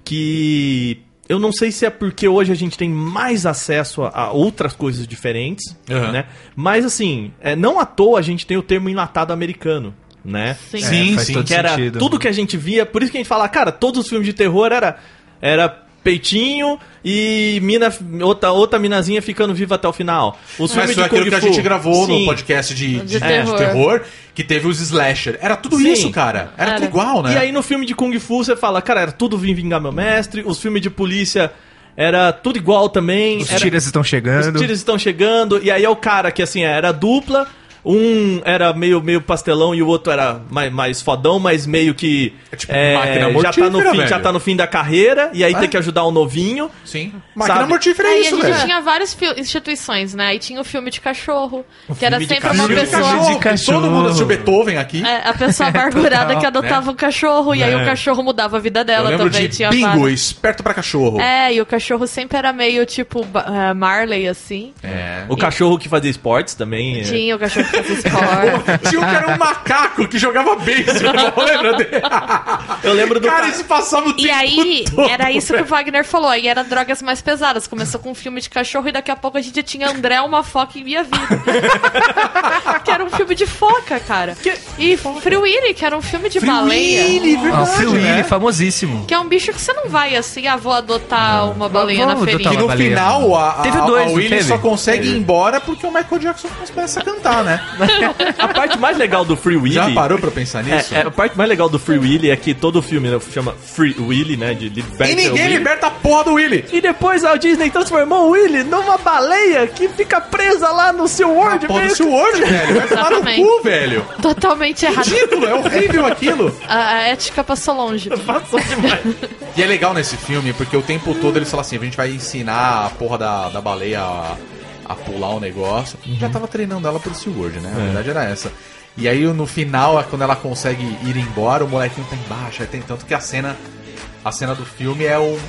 [SPEAKER 2] que eu não sei se é porque hoje a gente tem mais acesso a, a outras coisas diferentes,
[SPEAKER 1] Aham.
[SPEAKER 2] né? Mas assim, é, não à toa a gente tem o termo enlatado americano, né?
[SPEAKER 7] Sim.
[SPEAKER 1] Sim,
[SPEAKER 3] É, faz
[SPEAKER 1] sim.
[SPEAKER 3] todo
[SPEAKER 2] que era
[SPEAKER 3] sentido.
[SPEAKER 2] tudo que a gente via. Por isso que a gente fala, cara, todos os filmes de terror era era peitinho e mina outra outra minazinha ficando viva até o final.
[SPEAKER 1] Mas
[SPEAKER 2] Os
[SPEAKER 1] foi
[SPEAKER 2] filmes de
[SPEAKER 1] aquilo
[SPEAKER 2] Kung
[SPEAKER 1] que a
[SPEAKER 2] Fu,
[SPEAKER 1] gente gravou no
[SPEAKER 2] sim.
[SPEAKER 1] podcast de, de,
[SPEAKER 7] De
[SPEAKER 1] de terror.
[SPEAKER 7] terror.
[SPEAKER 1] que teve os slasher. Era tudo
[SPEAKER 2] Sim.
[SPEAKER 1] isso, cara. Era, tudo
[SPEAKER 7] Era.
[SPEAKER 1] igual, né?
[SPEAKER 2] E aí no filme de Kung Fu você fala, cara, era tudo Vim Vingar Meu Mestre, os filmes de polícia era tudo igual também.
[SPEAKER 3] Os
[SPEAKER 2] era-
[SPEAKER 3] tiras estão chegando.
[SPEAKER 2] Os tiros estão chegando, e aí é o cara que assim era dupla, um era meio, meio pastelão e o outro era mais, mais fodão, mas meio que.
[SPEAKER 1] É tipo máquina
[SPEAKER 2] já, tá no
[SPEAKER 1] mortífera,
[SPEAKER 2] fim, já
[SPEAKER 1] velho. É.
[SPEAKER 2] tá no fim da carreira, e aí tem que ajudar o novinho.
[SPEAKER 1] Sim. Máquina
[SPEAKER 2] Sabe?
[SPEAKER 1] mortífera é
[SPEAKER 7] Aí
[SPEAKER 1] isso,
[SPEAKER 7] a gente
[SPEAKER 1] velho.
[SPEAKER 7] tinha várias fi- instituições, né? Aí tinha o filme de cachorro, que era
[SPEAKER 2] filme de
[SPEAKER 7] sempre uma
[SPEAKER 1] Filme de
[SPEAKER 7] pessoa.
[SPEAKER 1] cachorro,
[SPEAKER 3] De cachorro.
[SPEAKER 1] Todo mundo assistiu Beethoven aqui.
[SPEAKER 7] É, a pessoa amargurada que adotava um cachorro, e aí o cachorro mudava a vida
[SPEAKER 1] né? É. Eu
[SPEAKER 7] dela
[SPEAKER 1] lembro
[SPEAKER 7] também.
[SPEAKER 1] de
[SPEAKER 7] Tinha
[SPEAKER 1] Bingo,
[SPEAKER 7] várias-
[SPEAKER 1] esperto pra cachorro.
[SPEAKER 7] É, e o cachorro sempre era meio tipo ba- eh, Marley, assim.
[SPEAKER 1] É.
[SPEAKER 2] O cachorro que fazia esportes também. é.
[SPEAKER 7] Tinha o cachorro que fazia esporte.
[SPEAKER 1] Tinha um que era um macaco que jogava beisebol, lembra dele?
[SPEAKER 2] Eu lembro do
[SPEAKER 1] Cara,
[SPEAKER 2] ca-
[SPEAKER 1] isso passava o tempo
[SPEAKER 7] E aí,
[SPEAKER 1] todo,
[SPEAKER 7] era isso que
[SPEAKER 1] velho.
[SPEAKER 7] o Wagner falou, aí era drogas mais pesadas. Começou com um filme de cachorro e daqui a pouco a gente tinha André, uma foca em minha vida. que era um filme de foca, cara. E Free Willy, que era um filme de baleia.
[SPEAKER 1] Willy,
[SPEAKER 3] Ah, o
[SPEAKER 1] verdade,
[SPEAKER 3] Free Willy,
[SPEAKER 1] né?
[SPEAKER 3] famosíssimo.
[SPEAKER 7] Que é um bicho que você não vai assim, ah, vou adotar uma baleia
[SPEAKER 3] Vamos
[SPEAKER 7] na
[SPEAKER 3] adotar
[SPEAKER 1] Que
[SPEAKER 7] feirinha.
[SPEAKER 1] no
[SPEAKER 3] Baleia.
[SPEAKER 1] final a, a,
[SPEAKER 3] Teve dois,
[SPEAKER 1] a
[SPEAKER 3] não
[SPEAKER 1] Willy
[SPEAKER 3] teve?
[SPEAKER 1] só consegue ir embora porque o Michael Jackson começa a cantar, né?
[SPEAKER 2] a parte mais legal do Free Willy.
[SPEAKER 1] Já parou pra pensar nisso?
[SPEAKER 2] É, é, a parte mais legal do Free Willy é que todo filme né, chama Free Willy, né? De liberta
[SPEAKER 1] E
[SPEAKER 2] o
[SPEAKER 1] ninguém
[SPEAKER 2] Willy.
[SPEAKER 1] liberta a porra do Willy.
[SPEAKER 2] E depois a Disney transformou o Willy numa baleia que fica presa lá no seu World.
[SPEAKER 1] Porra do Sword, velho. Vai tomar no
[SPEAKER 7] Exatamente.
[SPEAKER 1] cu, velho.
[SPEAKER 7] Totalmente errado.
[SPEAKER 1] Ridículo, é horrível aquilo.
[SPEAKER 7] A, a ética passou longe.
[SPEAKER 2] Passou demais.
[SPEAKER 1] E é legal nesse filme, porque o tempo todo eles falam assim: a gente vai ensinar a porra da, da baleia a, a pular o negócio.
[SPEAKER 2] Uhum.
[SPEAKER 1] Já tava treinando ela pro SeaWorld, né?
[SPEAKER 2] É.
[SPEAKER 1] A verdade era essa. E aí no final, é quando ela consegue ir embora, o molequinho tá embaixo. Aí tem tanto que a cena. A cena do filme é o. o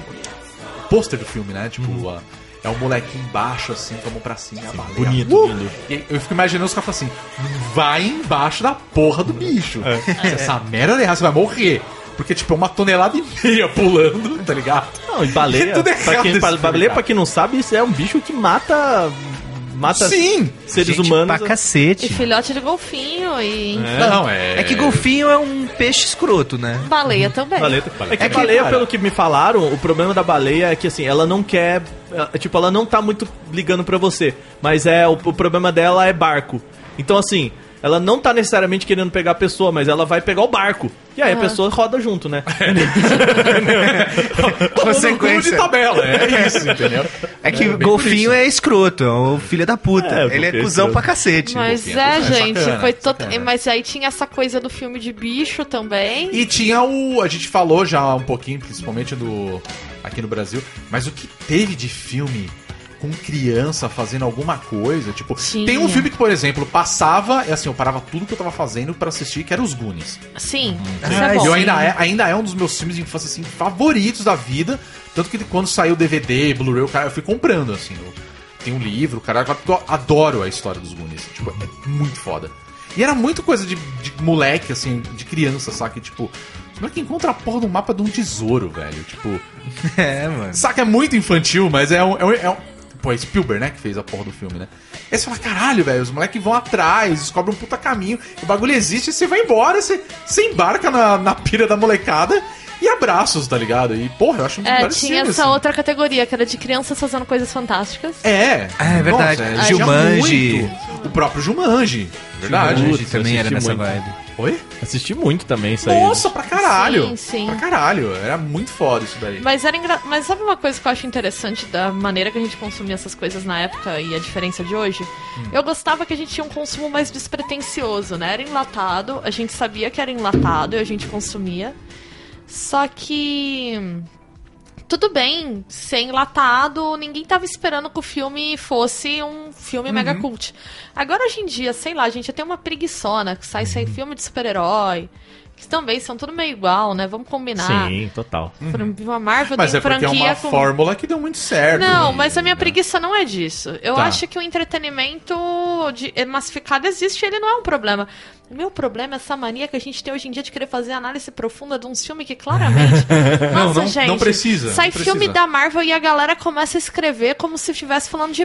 [SPEAKER 1] pôster do filme, né? Tipo,
[SPEAKER 2] Uhum.
[SPEAKER 1] a- é o molequinho embaixo, assim, com a mão pra cima, e a baleia.
[SPEAKER 2] bonito,
[SPEAKER 1] Uh!
[SPEAKER 2] lindo.
[SPEAKER 1] E aí eu fico imaginando os caras falando assim: vai embaixo da porra do bicho. Se essa merda der errado, você vai morrer. Porque, tipo, é uma tonelada e meia pulando, tá ligado?
[SPEAKER 2] Não, e baleia,
[SPEAKER 1] Tudo é errado
[SPEAKER 2] pra quem,
[SPEAKER 1] esse
[SPEAKER 2] pra,
[SPEAKER 1] filme,
[SPEAKER 2] baleia,
[SPEAKER 1] cara.
[SPEAKER 2] pra quem não sabe, isso é um bicho que mata. Mata
[SPEAKER 1] Sim!
[SPEAKER 2] seres
[SPEAKER 3] Gente
[SPEAKER 2] humanos.
[SPEAKER 3] Pra
[SPEAKER 7] E
[SPEAKER 3] cacete.
[SPEAKER 7] filhote de golfinho e
[SPEAKER 1] Não, é.
[SPEAKER 3] É que golfinho é um peixe escroto, né?
[SPEAKER 7] baleia
[SPEAKER 1] Uhum.
[SPEAKER 7] também.
[SPEAKER 2] Baleia. É que
[SPEAKER 1] É que,
[SPEAKER 2] baleia,
[SPEAKER 1] cara-
[SPEAKER 2] pelo que me falaram, o problema da baleia é que assim, ela não quer. ela- Tipo, ela não tá muito ligando pra você. Mas é o, o problema dela é barco. Então, assim, ela não tá necessariamente querendo pegar a pessoa, mas ela vai pegar o barco. E
[SPEAKER 7] Ah.
[SPEAKER 2] aí a pessoa roda junto, né?
[SPEAKER 1] Consequência. de
[SPEAKER 3] Consequência.
[SPEAKER 1] tabela, é isso, entendeu?
[SPEAKER 3] tá É que golfinho é escroto, é o filho da puta.
[SPEAKER 2] É,
[SPEAKER 3] Ele é
[SPEAKER 2] golfinho
[SPEAKER 3] cuzão
[SPEAKER 2] escroto.
[SPEAKER 3] pra cacete.
[SPEAKER 7] Mas
[SPEAKER 1] golfinho,
[SPEAKER 7] é,
[SPEAKER 1] é
[SPEAKER 7] gente,
[SPEAKER 1] sacana,
[SPEAKER 7] foi total.
[SPEAKER 1] sacana.
[SPEAKER 7] Mas aí tinha essa coisa do filme de bicho também.
[SPEAKER 1] E tinha o. A gente falou já um pouquinho, principalmente do. aqui no Brasil, mas o que teve de filme com criança fazendo alguma coisa? Tipo,
[SPEAKER 7] Tinha.
[SPEAKER 1] tem um filme que, por exemplo, passava, e assim, eu parava tudo que eu tava fazendo pra assistir, que era os Goonies.
[SPEAKER 7] Sim, isso
[SPEAKER 3] Ah,
[SPEAKER 7] é bom.
[SPEAKER 1] E Uhum. eu ainda é, ainda é um dos meus filmes de infância assim, favoritos da vida. Tanto que quando saiu DVD, Blu-ray, o cara, eu fui comprando, assim. Eu tenho um livro, cara, eu adoro a história dos Goonies. Tipo, é muito foda. E era muito coisa de, de moleque, assim, de criança, saca? Tipo, como é que encontra a porra no mapa de um tesouro, velho? Tipo,
[SPEAKER 3] É, mano.
[SPEAKER 1] saca, é muito infantil, mas é um. É um, é um- Pô, é Spielberg, né, que fez a porra do filme, né? Aí você fala, caralho, velho, os moleques vão atrás, descobrem um puta caminho, o bagulho existe, você vai embora, você, você embarca na, na pira da molecada e abraços, tá ligado? E, porra, eu acho um dos
[SPEAKER 7] É,
[SPEAKER 1] melhores
[SPEAKER 7] tinha
[SPEAKER 1] filmes,
[SPEAKER 7] essa
[SPEAKER 1] assim.
[SPEAKER 7] outra categoria, que era de crianças fazendo coisas fantásticas.
[SPEAKER 1] É.
[SPEAKER 3] Ah, é verdade.
[SPEAKER 1] Nossa,
[SPEAKER 3] Jumanji.
[SPEAKER 1] tinha muito. O próprio Jumanji. Verdade.
[SPEAKER 3] Jumanji também
[SPEAKER 2] eu
[SPEAKER 3] era
[SPEAKER 2] assisti
[SPEAKER 3] nessa
[SPEAKER 2] muito.
[SPEAKER 3] vibe.
[SPEAKER 1] Oi?
[SPEAKER 2] Assisti muito também isso aí.
[SPEAKER 1] Nossa, pra caralho.
[SPEAKER 7] Sim, sim.
[SPEAKER 1] Pra caralho. Era muito foda isso daí.
[SPEAKER 7] Mas era engra... Mas sabe uma coisa que eu acho interessante da maneira que a gente consumia essas coisas na época e a diferença de hoje? Eu gostava que a gente tinha um consumo mais despretensioso, né? Era enlatado, a gente sabia que era enlatado e a gente consumia. Só que. Tudo bem ser enlatado, ninguém tava esperando que o filme fosse um filme mega cult. Agora, hoje em dia, sei lá, gente, eu tenho uma preguiçona que sai sem filme de super-herói, que também são tudo meio igual, né? Vamos combinar.
[SPEAKER 2] Sim, total.
[SPEAKER 7] Fran- A Marvel
[SPEAKER 1] Mas
[SPEAKER 7] tem
[SPEAKER 1] é porque é
[SPEAKER 7] franquia
[SPEAKER 1] uma
[SPEAKER 7] com...
[SPEAKER 1] fórmula que deu muito certo. né?
[SPEAKER 7] Não, mas a minha preguiça não é disso. Eu
[SPEAKER 1] Tá.
[SPEAKER 7] acho que o entretenimento de- é massificado existe, ele não é um problema. O meu problema é essa mania que a gente tem hoje em dia de querer fazer análise profunda de uns filmes que claramente. Nossa,
[SPEAKER 1] não-
[SPEAKER 7] gente.
[SPEAKER 1] não precisa,
[SPEAKER 7] Sai
[SPEAKER 1] não
[SPEAKER 7] filme
[SPEAKER 1] precisa.
[SPEAKER 7] da Marvel e a galera começa a escrever como se estivesse falando de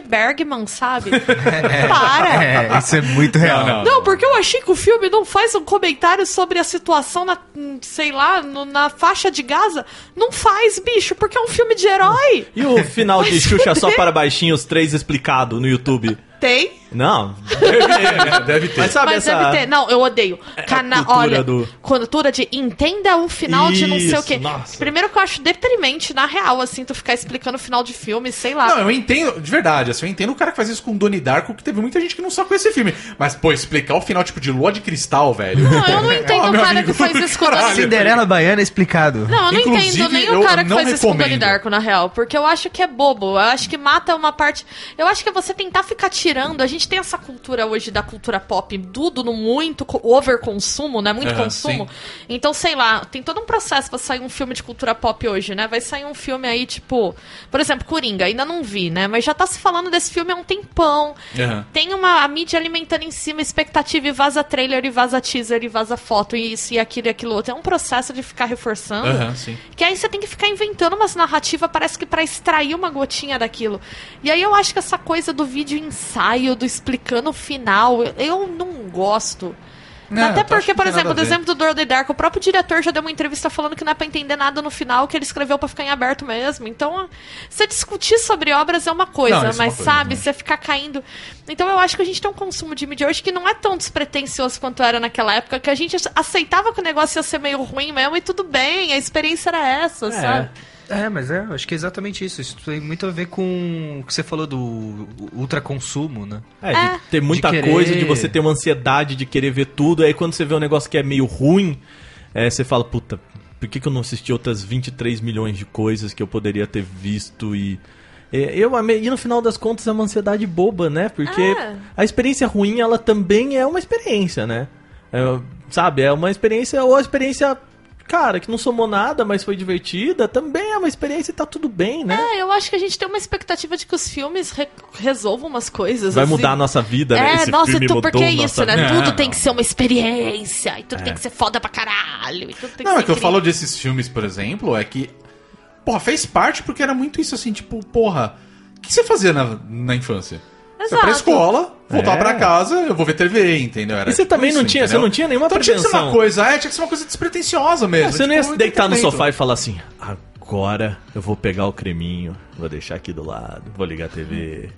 [SPEAKER 7] Bergman, sabe? Para!
[SPEAKER 3] É, isso é muito real.
[SPEAKER 1] Ah, não.
[SPEAKER 7] Não, porque eu achei que o filme não faz um comentário sobre a situação na, hum, sei lá, no- na faixa de Gaza. Não faz, bicho, porque é um filme de herói.
[SPEAKER 2] E o final de
[SPEAKER 7] Mas-
[SPEAKER 2] Xuxa só para baixinhos 3 explicado no YouTube?
[SPEAKER 7] Tem.
[SPEAKER 2] Não.
[SPEAKER 1] É, Deve ter.
[SPEAKER 2] Mas sabe
[SPEAKER 7] Mas
[SPEAKER 2] essa...
[SPEAKER 7] deve ter. Não, eu odeio. Cana...
[SPEAKER 2] cultura
[SPEAKER 7] Olha,
[SPEAKER 2] do-
[SPEAKER 7] cultura de entenda o final de não sei o
[SPEAKER 2] Isso,
[SPEAKER 7] quê.
[SPEAKER 2] nossa.
[SPEAKER 7] Primeiro que eu acho deprimente, na real, assim, tu ficar explicando o final de filme, sei lá.
[SPEAKER 1] Não, eu entendo, de verdade, assim, eu entendo o cara que faz isso com Donnie Darko, que teve muita gente que não sacou esse filme. Mas, pô, explicar o final, tipo, de Lua de Cristal, velho.
[SPEAKER 7] Não, eu não entendo
[SPEAKER 1] Ah,
[SPEAKER 7] o
[SPEAKER 1] meu
[SPEAKER 7] cara
[SPEAKER 1] amigo,
[SPEAKER 7] que faz isso com o
[SPEAKER 1] caralho.
[SPEAKER 7] Donnie-
[SPEAKER 3] Cinderela Baiana é explicado.
[SPEAKER 7] Não, eu não
[SPEAKER 1] Inclusive,
[SPEAKER 7] entendo nem
[SPEAKER 1] eu
[SPEAKER 7] o cara que
[SPEAKER 1] não
[SPEAKER 7] faz isso com o Donnie
[SPEAKER 1] recomendo.
[SPEAKER 7] Darko, na real. Porque eu acho que é bobo. Eu acho que mata uma parte. Eu acho que é você tentar ficar tirando. A gente tem essa cultura hoje da cultura pop, tudo no muito co- overconsumo, né? Muito
[SPEAKER 1] Aham,
[SPEAKER 7] consumo.
[SPEAKER 1] sim.
[SPEAKER 7] Então, sei lá, tem todo um processo pra sair um filme de cultura pop hoje, né? Vai sair um filme aí, tipo. Por exemplo, Coringa, ainda não vi, né? Mas já tá se falando desse filme há um tempão.
[SPEAKER 1] Aham.
[SPEAKER 7] Tem uma a mídia alimentando em cima expectativa e vaza trailer, e vaza teaser, e vaza foto, e isso, e aquilo, e aquilo outro. É um processo de ficar reforçando.
[SPEAKER 1] Aham, sim.
[SPEAKER 7] Que aí você tem que ficar inventando umas narrativas, parece que pra extrair uma gotinha daquilo. E aí eu acho que essa coisa do vídeo ensaio, do explicando o final, eu- eu não gosto.
[SPEAKER 1] Não,
[SPEAKER 7] Até
[SPEAKER 1] eu acho que
[SPEAKER 7] porque,
[SPEAKER 1] não
[SPEAKER 7] por
[SPEAKER 1] tem nada
[SPEAKER 7] exemplo,
[SPEAKER 1] a
[SPEAKER 7] do
[SPEAKER 1] ver.
[SPEAKER 7] exemplo do Door of the Dark, o próprio diretor já deu uma entrevista falando que não é pra entender nada no final, que ele escreveu pra ficar em aberto mesmo. Então, você discutir sobre obras é uma coisa,
[SPEAKER 1] Não, isso é
[SPEAKER 7] mas
[SPEAKER 1] uma coisa,
[SPEAKER 7] sabe,
[SPEAKER 1] né?
[SPEAKER 7] você ficar caindo. Então eu acho que a gente tem um consumo de mídia hoje que não é tão despretensioso quanto era naquela época, que a gente aceitava que o negócio ia ser meio ruim mesmo e tudo bem, a experiência era essa, sabe?
[SPEAKER 3] É, mas é, eu acho que é exatamente isso. Isso tem muito a ver com o que você falou do ultraconsumo, né?
[SPEAKER 2] É, de
[SPEAKER 7] É.
[SPEAKER 2] ter muita
[SPEAKER 3] De querer.
[SPEAKER 2] coisa, de você ter uma ansiedade de querer ver tudo. Aí quando você vê um negócio que é meio ruim, é, você fala, puta, por que, que eu não assisti outras 23 milhões de coisas que eu poderia ter visto e. é, Eu amei. E no final das contas é uma ansiedade boba, né? Porque
[SPEAKER 7] É.
[SPEAKER 2] a experiência ruim, ela também é uma experiência, né? É, sabe? É uma experiência, ou a experiência, cara, que não somou nada, mas foi divertida, também é uma experiência e tá tudo bem, né?
[SPEAKER 7] É, eu acho que a gente tem uma expectativa de que os filmes re- resolvam umas coisas.
[SPEAKER 2] Vai
[SPEAKER 7] assim.
[SPEAKER 2] mudar a nossa vida, né?
[SPEAKER 7] É,
[SPEAKER 2] Esse
[SPEAKER 7] nossa,
[SPEAKER 2] filme
[SPEAKER 7] tu,
[SPEAKER 2] mudou
[SPEAKER 7] porque é isso,
[SPEAKER 2] nossa
[SPEAKER 7] né?
[SPEAKER 1] vida.
[SPEAKER 7] tudo
[SPEAKER 1] Não.
[SPEAKER 7] tem que ser uma experiência, e tudo tem que ser foda pra caralho, e tudo tem
[SPEAKER 1] É.
[SPEAKER 7] que
[SPEAKER 1] Não,
[SPEAKER 7] ser
[SPEAKER 1] é que eu
[SPEAKER 7] incrível.
[SPEAKER 1] falo desses filmes, por exemplo, é que. Porra, fez parte porque era muito isso assim, tipo, porra, o que você fazia na, na infância? Você ia pra
[SPEAKER 7] Exato.
[SPEAKER 1] escola, voltar
[SPEAKER 2] É.
[SPEAKER 1] pra casa, eu vou ver TV, entendeu? Era
[SPEAKER 2] E você
[SPEAKER 1] tipo
[SPEAKER 2] também não tinha- você não tinha nenhuma
[SPEAKER 1] então, Tinha que ser uma
[SPEAKER 2] pretensão.
[SPEAKER 1] coisa, é, tinha que ser uma coisa despretensiosa mesmo.
[SPEAKER 2] É, você não ia
[SPEAKER 1] tipo,
[SPEAKER 2] se deitar no
[SPEAKER 1] entretenimento.
[SPEAKER 2] sofá e falar assim: agora eu vou pegar o creminho, vou deixar aqui do lado, vou ligar a TV,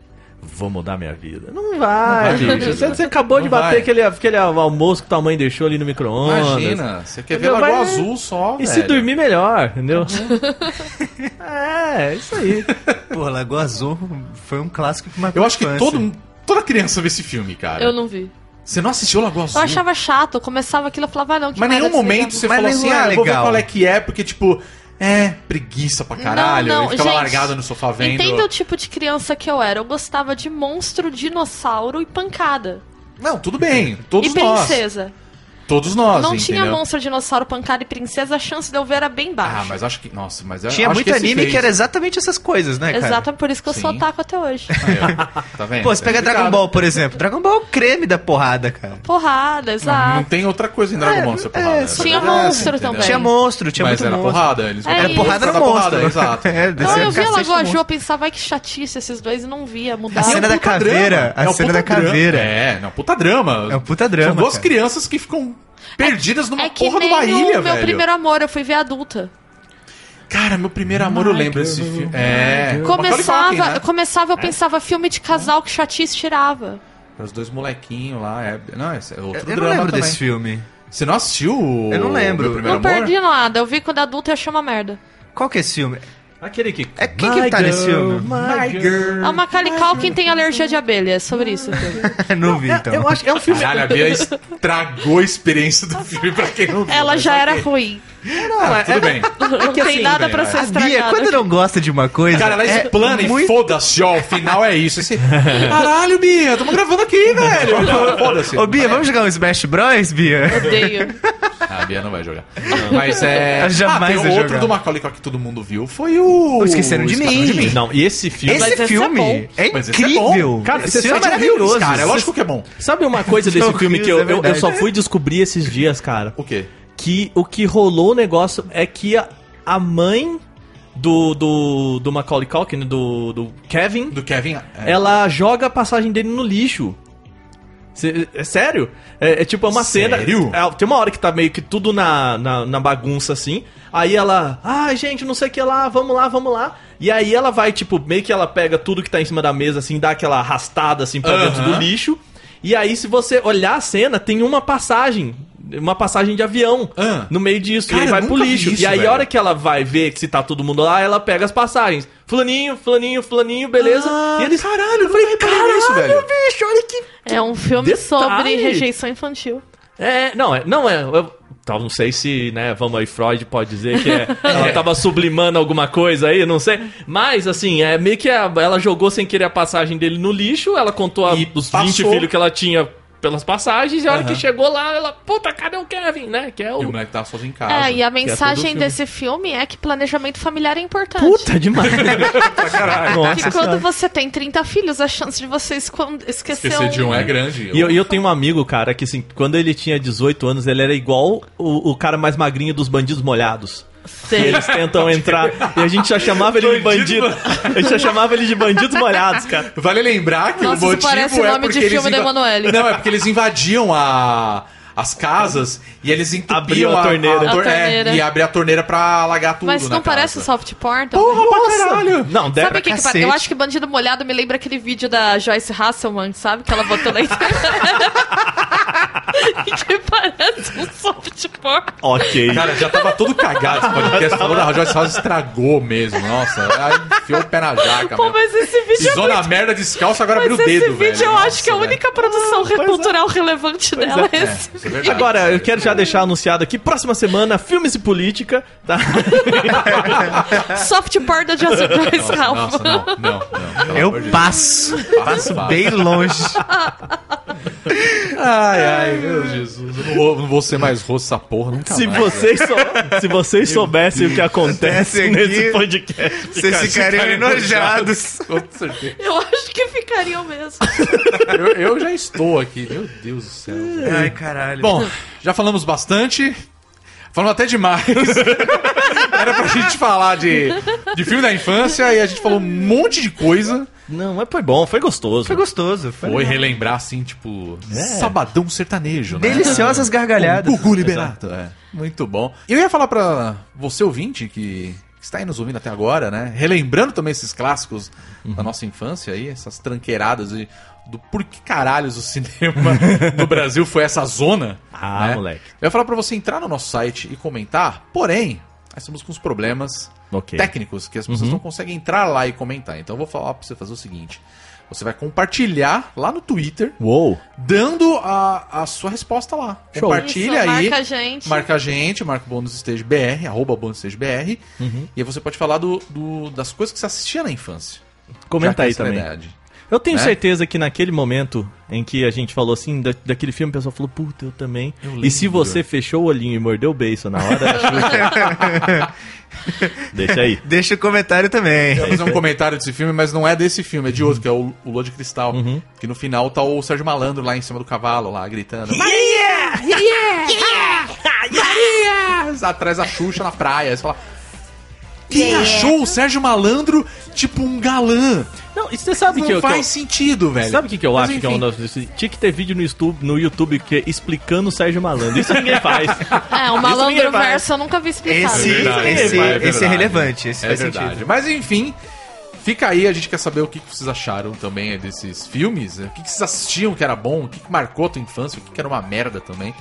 [SPEAKER 2] vou mudar minha vida.
[SPEAKER 1] Não
[SPEAKER 2] Não vai,
[SPEAKER 1] vai,
[SPEAKER 2] bicho.
[SPEAKER 1] bicho.
[SPEAKER 2] Você, você acabou de
[SPEAKER 1] Não
[SPEAKER 2] bater
[SPEAKER 1] vai.
[SPEAKER 2] aquele, aquele almoço que tua mãe deixou ali no micro-ondas.
[SPEAKER 1] Imagina, É. você quer ver
[SPEAKER 2] Meu,
[SPEAKER 1] Lagoa
[SPEAKER 7] é-
[SPEAKER 2] vai-
[SPEAKER 1] Azul só.
[SPEAKER 2] E se
[SPEAKER 1] velho.
[SPEAKER 2] dormir melhor, entendeu? é, isso aí.
[SPEAKER 3] Pô, Lagoa Azul foi um clássico que marcou
[SPEAKER 1] Eu acho que
[SPEAKER 3] a infância.
[SPEAKER 1] todo, mundo- toda criança vê esse filme, cara.
[SPEAKER 7] Eu não vi.
[SPEAKER 1] Você não assistiu Lagoa Azul?
[SPEAKER 7] Eu achava chato, eu começava aquilo, eu falava, ah, não, que
[SPEAKER 1] Mas em
[SPEAKER 7] merda,
[SPEAKER 1] nenhum momento
[SPEAKER 7] desligava.
[SPEAKER 1] você
[SPEAKER 3] Mas
[SPEAKER 1] falou
[SPEAKER 3] não
[SPEAKER 1] assim,
[SPEAKER 3] é
[SPEAKER 1] ah, eu vou ver
[SPEAKER 3] legal.
[SPEAKER 1] qual é que é, porque, tipo, é preguiça pra caralho.
[SPEAKER 7] Não, não,
[SPEAKER 1] e ficava
[SPEAKER 7] gente,
[SPEAKER 1] largado no sofá vendo.
[SPEAKER 7] Entenda o tipo de criança que eu era. Eu gostava de monstro, dinossauro e pancada.
[SPEAKER 1] Não, tudo bem. Todos
[SPEAKER 7] e
[SPEAKER 1] nós.
[SPEAKER 7] princesa.
[SPEAKER 1] Todos nós,
[SPEAKER 7] não
[SPEAKER 1] entendeu?
[SPEAKER 7] tinha monstro, dinossauro, pancada e princesa, a chance de eu ver era bem baixa.
[SPEAKER 1] Ah, mas acho que. Nossa, mas eu
[SPEAKER 3] Tinha
[SPEAKER 1] acho
[SPEAKER 3] muito
[SPEAKER 1] que esse
[SPEAKER 3] anime
[SPEAKER 1] fez-
[SPEAKER 3] que era exatamente essas coisas, né, cara?
[SPEAKER 7] Exato, é por isso que eu sou
[SPEAKER 1] Sim.
[SPEAKER 7] otaku até hoje.
[SPEAKER 1] Aí, ó, Tá vendo?
[SPEAKER 3] Pô, você pega
[SPEAKER 1] É
[SPEAKER 3] Dragon
[SPEAKER 1] complicado.
[SPEAKER 3] Ball, por exemplo. Dragon Ball é o creme da porrada, cara.
[SPEAKER 7] Porrada,
[SPEAKER 1] Não
[SPEAKER 7] exato.
[SPEAKER 1] tem outra coisa em Dragon
[SPEAKER 3] É,
[SPEAKER 1] Ball, você
[SPEAKER 3] é,
[SPEAKER 1] porrada.
[SPEAKER 3] só-
[SPEAKER 7] Tinha
[SPEAKER 1] verdade,
[SPEAKER 7] monstro
[SPEAKER 1] entendeu?
[SPEAKER 7] também.
[SPEAKER 3] Tinha monstro, tinha
[SPEAKER 1] Mas
[SPEAKER 3] muito
[SPEAKER 1] era
[SPEAKER 3] monstro.
[SPEAKER 1] porrada. Eles
[SPEAKER 7] É
[SPEAKER 3] Era
[SPEAKER 7] isso.
[SPEAKER 3] porrada
[SPEAKER 1] Era
[SPEAKER 3] no
[SPEAKER 1] porrada,
[SPEAKER 3] monstro.
[SPEAKER 1] exato.
[SPEAKER 3] É, descia
[SPEAKER 7] Então eu
[SPEAKER 3] o
[SPEAKER 7] via
[SPEAKER 3] cacete no
[SPEAKER 7] Lagoa
[SPEAKER 3] monstro.
[SPEAKER 7] Ju, eu pensava "Ai, que chatice esses dois e é um não via,
[SPEAKER 3] A
[SPEAKER 7] mudava.
[SPEAKER 3] cena da
[SPEAKER 1] puta
[SPEAKER 3] caveira,
[SPEAKER 7] É
[SPEAKER 1] drama.
[SPEAKER 3] a
[SPEAKER 1] um
[SPEAKER 3] cena
[SPEAKER 1] puta
[SPEAKER 3] da caveira.
[SPEAKER 1] Drama. É, não, puta drama.
[SPEAKER 3] É um puta drama,
[SPEAKER 1] São duas
[SPEAKER 3] cara.
[SPEAKER 1] crianças que ficam perdidas numa
[SPEAKER 7] É que
[SPEAKER 1] porra de
[SPEAKER 7] nem
[SPEAKER 1] uma ilha,
[SPEAKER 7] o meu
[SPEAKER 1] velho.
[SPEAKER 7] primeiro amor, eu fui ver adulta.
[SPEAKER 1] Cara, meu primeiro amor, eu lembro desse filme. É. com Macaulay
[SPEAKER 7] Começava,
[SPEAKER 1] Culkin, né?
[SPEAKER 7] começava, eu pensava filme de casal que chatice tirava.
[SPEAKER 1] Os dois molequinhos lá. É... Não, esse é outro
[SPEAKER 3] Eu não
[SPEAKER 1] drama
[SPEAKER 3] lembro
[SPEAKER 1] também.
[SPEAKER 3] desse filme.
[SPEAKER 1] Você não assistiu o-
[SPEAKER 3] Eu não lembro.
[SPEAKER 1] Meu primeiro
[SPEAKER 7] não
[SPEAKER 1] amor?
[SPEAKER 7] perdi nada, eu vi quando é adulta e achei uma merda.
[SPEAKER 3] Qual que é esse filme?
[SPEAKER 2] Aquele que.
[SPEAKER 3] É quem que tá nesse filme?
[SPEAKER 2] My girl.
[SPEAKER 7] A Macaulay Culkin tem alergia de abelha, é sobre isso.
[SPEAKER 3] não vi, então.
[SPEAKER 2] Eu acho que é um filme.
[SPEAKER 1] Caralho, a Bia estragou a experiência do filme pra quem não viu.
[SPEAKER 7] Ela
[SPEAKER 1] mas
[SPEAKER 7] já era
[SPEAKER 1] ok.
[SPEAKER 7] ruim.
[SPEAKER 1] Ah, tudo bem.
[SPEAKER 7] Não tem
[SPEAKER 2] assim,
[SPEAKER 7] nada
[SPEAKER 1] velho,
[SPEAKER 7] pra
[SPEAKER 1] é.
[SPEAKER 7] ser
[SPEAKER 3] A Bia,
[SPEAKER 7] estragado.
[SPEAKER 3] quando não gosta de uma coisa.
[SPEAKER 1] Cara, ela
[SPEAKER 3] é
[SPEAKER 1] explana e
[SPEAKER 3] muito-
[SPEAKER 1] foda-se, ó. O final é isso. Esse... Caralho, Bia, tamo gravando aqui, velho. Foda-se.
[SPEAKER 3] Ô, Bia, vamos jogar um Smash Bros, Bia?
[SPEAKER 7] Odeio.
[SPEAKER 1] Ah, a Bia não vai jogar. Mas é.
[SPEAKER 3] Eu jamais
[SPEAKER 1] ah,
[SPEAKER 3] vou
[SPEAKER 1] tem outro
[SPEAKER 3] jogar.
[SPEAKER 1] do Macaulay Culkin que todo mundo viu. Foi o.
[SPEAKER 3] O Esqueceram de Mim.
[SPEAKER 2] Não, e esse filme.
[SPEAKER 3] Esse
[SPEAKER 7] esse é
[SPEAKER 3] filme
[SPEAKER 7] bom.
[SPEAKER 3] é,
[SPEAKER 1] Mas esse é
[SPEAKER 3] incrível.
[SPEAKER 1] bom. Cara,
[SPEAKER 3] Esse
[SPEAKER 1] esse
[SPEAKER 3] filme
[SPEAKER 1] filme é maravilhoso. Cara, é lógico que é bom.
[SPEAKER 2] Sabe uma coisa desse
[SPEAKER 3] Não,
[SPEAKER 2] filme que eu,
[SPEAKER 3] isso é
[SPEAKER 2] eu, eu
[SPEAKER 3] verdade.
[SPEAKER 2] só fui descobrir esses dias, cara?
[SPEAKER 1] O quê?
[SPEAKER 2] Que o que rolou o negócio é que a, a mãe do, do, do Macaulay Culkin, né, do, do Kevin,
[SPEAKER 1] Do Kevin. é.
[SPEAKER 2] ela joga a passagem dele no lixo. Cê- é sério? É, é tipo uma
[SPEAKER 1] Sério?
[SPEAKER 2] cena. é, tem uma hora que tá meio que tudo na, na, na bagunça assim. Aí ela, ai gente, não sei o que lá, vamos lá, vamos lá. E aí ela vai, tipo, meio que ela pega tudo que tá em cima da mesa, assim, dá aquela arrastada assim pra dentro do lixo. E aí, se você olhar a cena, tem uma passagem. Uma passagem de avião
[SPEAKER 1] Ah.
[SPEAKER 2] no meio disso.
[SPEAKER 1] Cara,
[SPEAKER 2] e aí vai
[SPEAKER 1] eu
[SPEAKER 2] pro
[SPEAKER 1] nunca vi
[SPEAKER 2] lixo.
[SPEAKER 1] isso,
[SPEAKER 2] e aí, a
[SPEAKER 1] velho.
[SPEAKER 2] hora que ela vai ver que se tá todo mundo lá, ela pega as passagens. Fulaninho, fulaninho, fulaninho, beleza.
[SPEAKER 1] Ah,
[SPEAKER 2] e eles,
[SPEAKER 1] caralho, eu falei, caralho, isso, velho.
[SPEAKER 2] bicho, olha que...
[SPEAKER 7] É um filme
[SPEAKER 2] Detalhe.
[SPEAKER 7] sobre rejeição infantil.
[SPEAKER 2] É, não, é, não é... Eu, tá, não sei se, né, vamos aí, Freud pode dizer que é- ela tava sublimando alguma coisa aí, não sei. Mas, assim, é meio que a- ela jogou sem querer a passagem dele no lixo, ela contou a-
[SPEAKER 1] E
[SPEAKER 2] os 20
[SPEAKER 1] passou.
[SPEAKER 2] filhos que ela tinha pelas passagens, e a hora que
[SPEAKER 1] Aham.
[SPEAKER 2] chegou lá, ela, puta, cadê o Kevin, né, que é
[SPEAKER 1] E o
[SPEAKER 2] o...
[SPEAKER 1] moleque tava sozinho em casa.
[SPEAKER 7] É, e a
[SPEAKER 2] todo
[SPEAKER 7] mensagem
[SPEAKER 2] filme.
[SPEAKER 7] desse filme é que planejamento familiar é importante.
[SPEAKER 2] demais.
[SPEAKER 7] que quando você tem 30 filhos, a chance de você escon- esquecer,
[SPEAKER 1] Esquecer de um é grande.
[SPEAKER 2] E eu, e eu tenho um amigo, cara, que assim, quando ele tinha 18 anos, ele era igual o, o cara mais magrinho dos bandidos molhados. E
[SPEAKER 7] Sei.
[SPEAKER 2] eles tentam entrar. E a gente já chamava ele de bandido.
[SPEAKER 1] Bandido
[SPEAKER 2] A gente já chamava ele de bandidos molhados, cara.
[SPEAKER 1] Vale lembrar que o
[SPEAKER 7] Nossa, isso
[SPEAKER 1] motivo
[SPEAKER 7] parece o
[SPEAKER 1] é
[SPEAKER 7] nome de
[SPEAKER 1] porque eles
[SPEAKER 7] filme da
[SPEAKER 1] inva-
[SPEAKER 7] Emanuele.
[SPEAKER 1] Não, é porque eles invadiam a as casas e eles entupiam
[SPEAKER 2] Abriam a torneira.
[SPEAKER 1] tor-
[SPEAKER 7] A torneira.
[SPEAKER 1] é, e abre a torneira pra alagar tudo
[SPEAKER 7] Mas
[SPEAKER 1] na
[SPEAKER 7] não parece
[SPEAKER 1] casa.
[SPEAKER 7] soft porn? também?
[SPEAKER 1] Porra pra caralho.
[SPEAKER 2] Não, deve.
[SPEAKER 7] Sabe o que, que
[SPEAKER 3] cacete.
[SPEAKER 7] Eu acho que Bandido Molhado me lembra aquele vídeo da Joyce Hasselman, sabe? Que ela botou na internet. que parece um soft porn.
[SPEAKER 2] Ok.
[SPEAKER 1] Cara, já tava todo cagado esse podcast. Falou da Joyce House, estragou mesmo. Nossa, aí enfiou o pé na jaca.
[SPEAKER 7] Pô,
[SPEAKER 1] mesmo.
[SPEAKER 7] mas esse vídeo é
[SPEAKER 1] Pisou na merda descalço, agora abriu
[SPEAKER 7] Mas
[SPEAKER 1] o dedo,
[SPEAKER 7] esse vídeo
[SPEAKER 1] velho.
[SPEAKER 7] eu
[SPEAKER 1] Nossa,
[SPEAKER 7] acho que é a
[SPEAKER 1] velho.
[SPEAKER 7] única produção cultural relevante dela é, esse.
[SPEAKER 1] É, isso é verdade.
[SPEAKER 2] Agora, eu quero já deixar anunciado aqui, próxima semana, filmes e política, tá?
[SPEAKER 7] Soft porn da Joyce Joyce
[SPEAKER 1] Nossa,
[SPEAKER 7] Hasselman.
[SPEAKER 1] não, não, não. pelo amor de
[SPEAKER 3] Eu
[SPEAKER 1] Deus.
[SPEAKER 3] passo. Passo
[SPEAKER 1] passo.
[SPEAKER 3] bem longe.
[SPEAKER 1] Ai, ai, meu Jesus. Eu não vou, não vou ser mais rosto essa porra nunca
[SPEAKER 2] Se
[SPEAKER 1] mais.
[SPEAKER 2] vocês, sou- se vocês soubessem o que acontece
[SPEAKER 3] Esse aqui-
[SPEAKER 2] nesse podcast.
[SPEAKER 3] Vocês ficariam
[SPEAKER 1] é
[SPEAKER 3] enojados.
[SPEAKER 1] Com certeza.
[SPEAKER 7] Eu acho que ficariam mesmo.
[SPEAKER 1] Eu, eu já estou aqui. Meu Deus do céu. velho.
[SPEAKER 3] Ai, caralho.
[SPEAKER 1] Bom, já falamos bastante. Falamos até demais. Era pra gente falar de, de filme da infância e a gente falou um monte de coisa.
[SPEAKER 2] Não, mas foi bom, foi gostoso.
[SPEAKER 3] foi gostoso. Foi
[SPEAKER 1] Foi
[SPEAKER 3] legal.
[SPEAKER 1] relembrar, assim, tipo, sabadão sertanejo, né?
[SPEAKER 3] Deliciosas gargalhadas.
[SPEAKER 1] Gugu Liberato, é. Muito bom. E eu ia falar pra você ouvinte que está aí nos ouvindo até agora, né? Relembrando também esses clássicos da nossa infância aí, essas tranqueiradas de, do por que caralhos o cinema no Brasil foi essa zona.
[SPEAKER 2] Ah,
[SPEAKER 1] né?
[SPEAKER 2] moleque.
[SPEAKER 1] Eu ia falar pra você entrar no nosso site e comentar, porém, nós estamos com uns problemas
[SPEAKER 2] Ok. Uhum.
[SPEAKER 1] técnicos que as pessoas não conseguem entrar lá e comentar. Então eu vou falar pra você fazer o seguinte. Você vai compartilhar lá no Twitter
[SPEAKER 2] Uou.
[SPEAKER 1] dando a, a sua resposta lá.
[SPEAKER 2] Show.
[SPEAKER 1] Compartilha
[SPEAKER 7] Isso,
[SPEAKER 1] aí.
[SPEAKER 7] Marca a gente.
[SPEAKER 1] Marca a gente, marca o Bônus Stage BR, arroba Bônus Stage BR.
[SPEAKER 2] Uhum.
[SPEAKER 1] E aí você pode falar do, do- das coisas que você assistia na infância. Já que
[SPEAKER 2] Comenta aí
[SPEAKER 1] essa é a
[SPEAKER 2] também.
[SPEAKER 1] idade.
[SPEAKER 2] Eu tenho
[SPEAKER 1] né?
[SPEAKER 2] certeza que naquele momento em que a gente falou assim, da- daquele filme, o pessoal falou, puta, eu também.
[SPEAKER 1] lembro.
[SPEAKER 2] e se você fechou o olhinho e mordeu o beiço na hora. Deixa aí.
[SPEAKER 3] Deixa o comentário também.
[SPEAKER 1] Eu vou fazer um comentário desse filme, mas não é desse filme, é de outro, que é o, o Lua de Cristal.
[SPEAKER 2] Uhum.
[SPEAKER 1] Que no final tá o Sérgio Malandro lá em cima do cavalo, lá, gritando. Maria! Yeah! Maria! Atrás da Xuxa na praia. Você fala. Quem achou o Sérgio Malandro tipo um galã?
[SPEAKER 2] Não, e você sabe
[SPEAKER 1] Não
[SPEAKER 2] que eu. que eu-
[SPEAKER 1] faz sentido, velho.
[SPEAKER 2] Sabe o que, que eu
[SPEAKER 1] Mas
[SPEAKER 2] acho que é um
[SPEAKER 1] enfim.
[SPEAKER 2] dos. Tinha que ter vídeo no YouTube, no YouTube que, é explicando o Sérgio Malandro. Isso ninguém faz.
[SPEAKER 7] É, o
[SPEAKER 2] Isso ninguém
[SPEAKER 7] malandro
[SPEAKER 2] faz.
[SPEAKER 7] verso eu nunca vi explicado.
[SPEAKER 3] Esse,
[SPEAKER 1] É verdade,
[SPEAKER 3] esse,
[SPEAKER 1] é verdade.
[SPEAKER 3] esse é relevante. Esse
[SPEAKER 1] É
[SPEAKER 3] faz
[SPEAKER 1] verdade.
[SPEAKER 3] sentido.
[SPEAKER 1] Mas enfim, fica aí, a gente quer saber o que que vocês acharam também desses filmes. né? O que que vocês assistiam que era bom, o que que marcou a tua infância, o que que era uma merda também.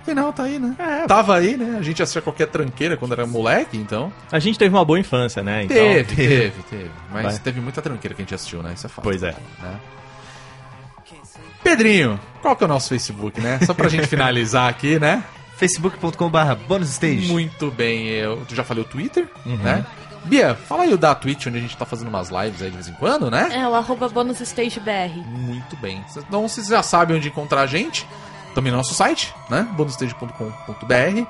[SPEAKER 1] Afinal, tá aí, né? Tava aí, né? A gente assistia qualquer tranqueira quando era moleque, então.
[SPEAKER 2] A gente teve uma boa infância, né? Então,
[SPEAKER 1] teve, teve, teve. Mas
[SPEAKER 2] Vai.
[SPEAKER 1] teve muita tranqueira que a gente assistiu, né? Isso é fato.
[SPEAKER 2] Pois é.
[SPEAKER 1] né? Pedrinho, qual que é o nosso Facebook, né? Só pra gente finalizar aqui, né?
[SPEAKER 3] facebook.com.br bonusstage.
[SPEAKER 1] Muito bem, eu tu já falei o Twitter,
[SPEAKER 2] Uhum.
[SPEAKER 1] né? Bia, fala aí o da Twitch, onde a gente tá fazendo umas lives aí de vez em quando, né?
[SPEAKER 7] É o arroba bonusstagebr.
[SPEAKER 1] Muito bem. Cês- Então vocês já sabem onde encontrar a gente. Também no nosso site, né? bonusstage.com.br.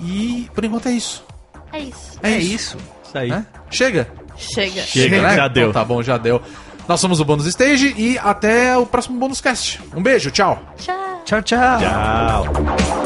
[SPEAKER 1] E por enquanto é isso.
[SPEAKER 7] É isso.
[SPEAKER 1] É,
[SPEAKER 3] É
[SPEAKER 1] isso,
[SPEAKER 3] isso.
[SPEAKER 2] Isso aí.
[SPEAKER 1] né? Chega.
[SPEAKER 7] Chega.
[SPEAKER 2] Chega, já deu.
[SPEAKER 1] Então tá bom, já deu. Nós somos o Bônus Stage e até o próximo Bônus Cast. Um beijo, tchau.
[SPEAKER 7] Tchau.
[SPEAKER 3] Tchau, tchau.
[SPEAKER 2] Tchau.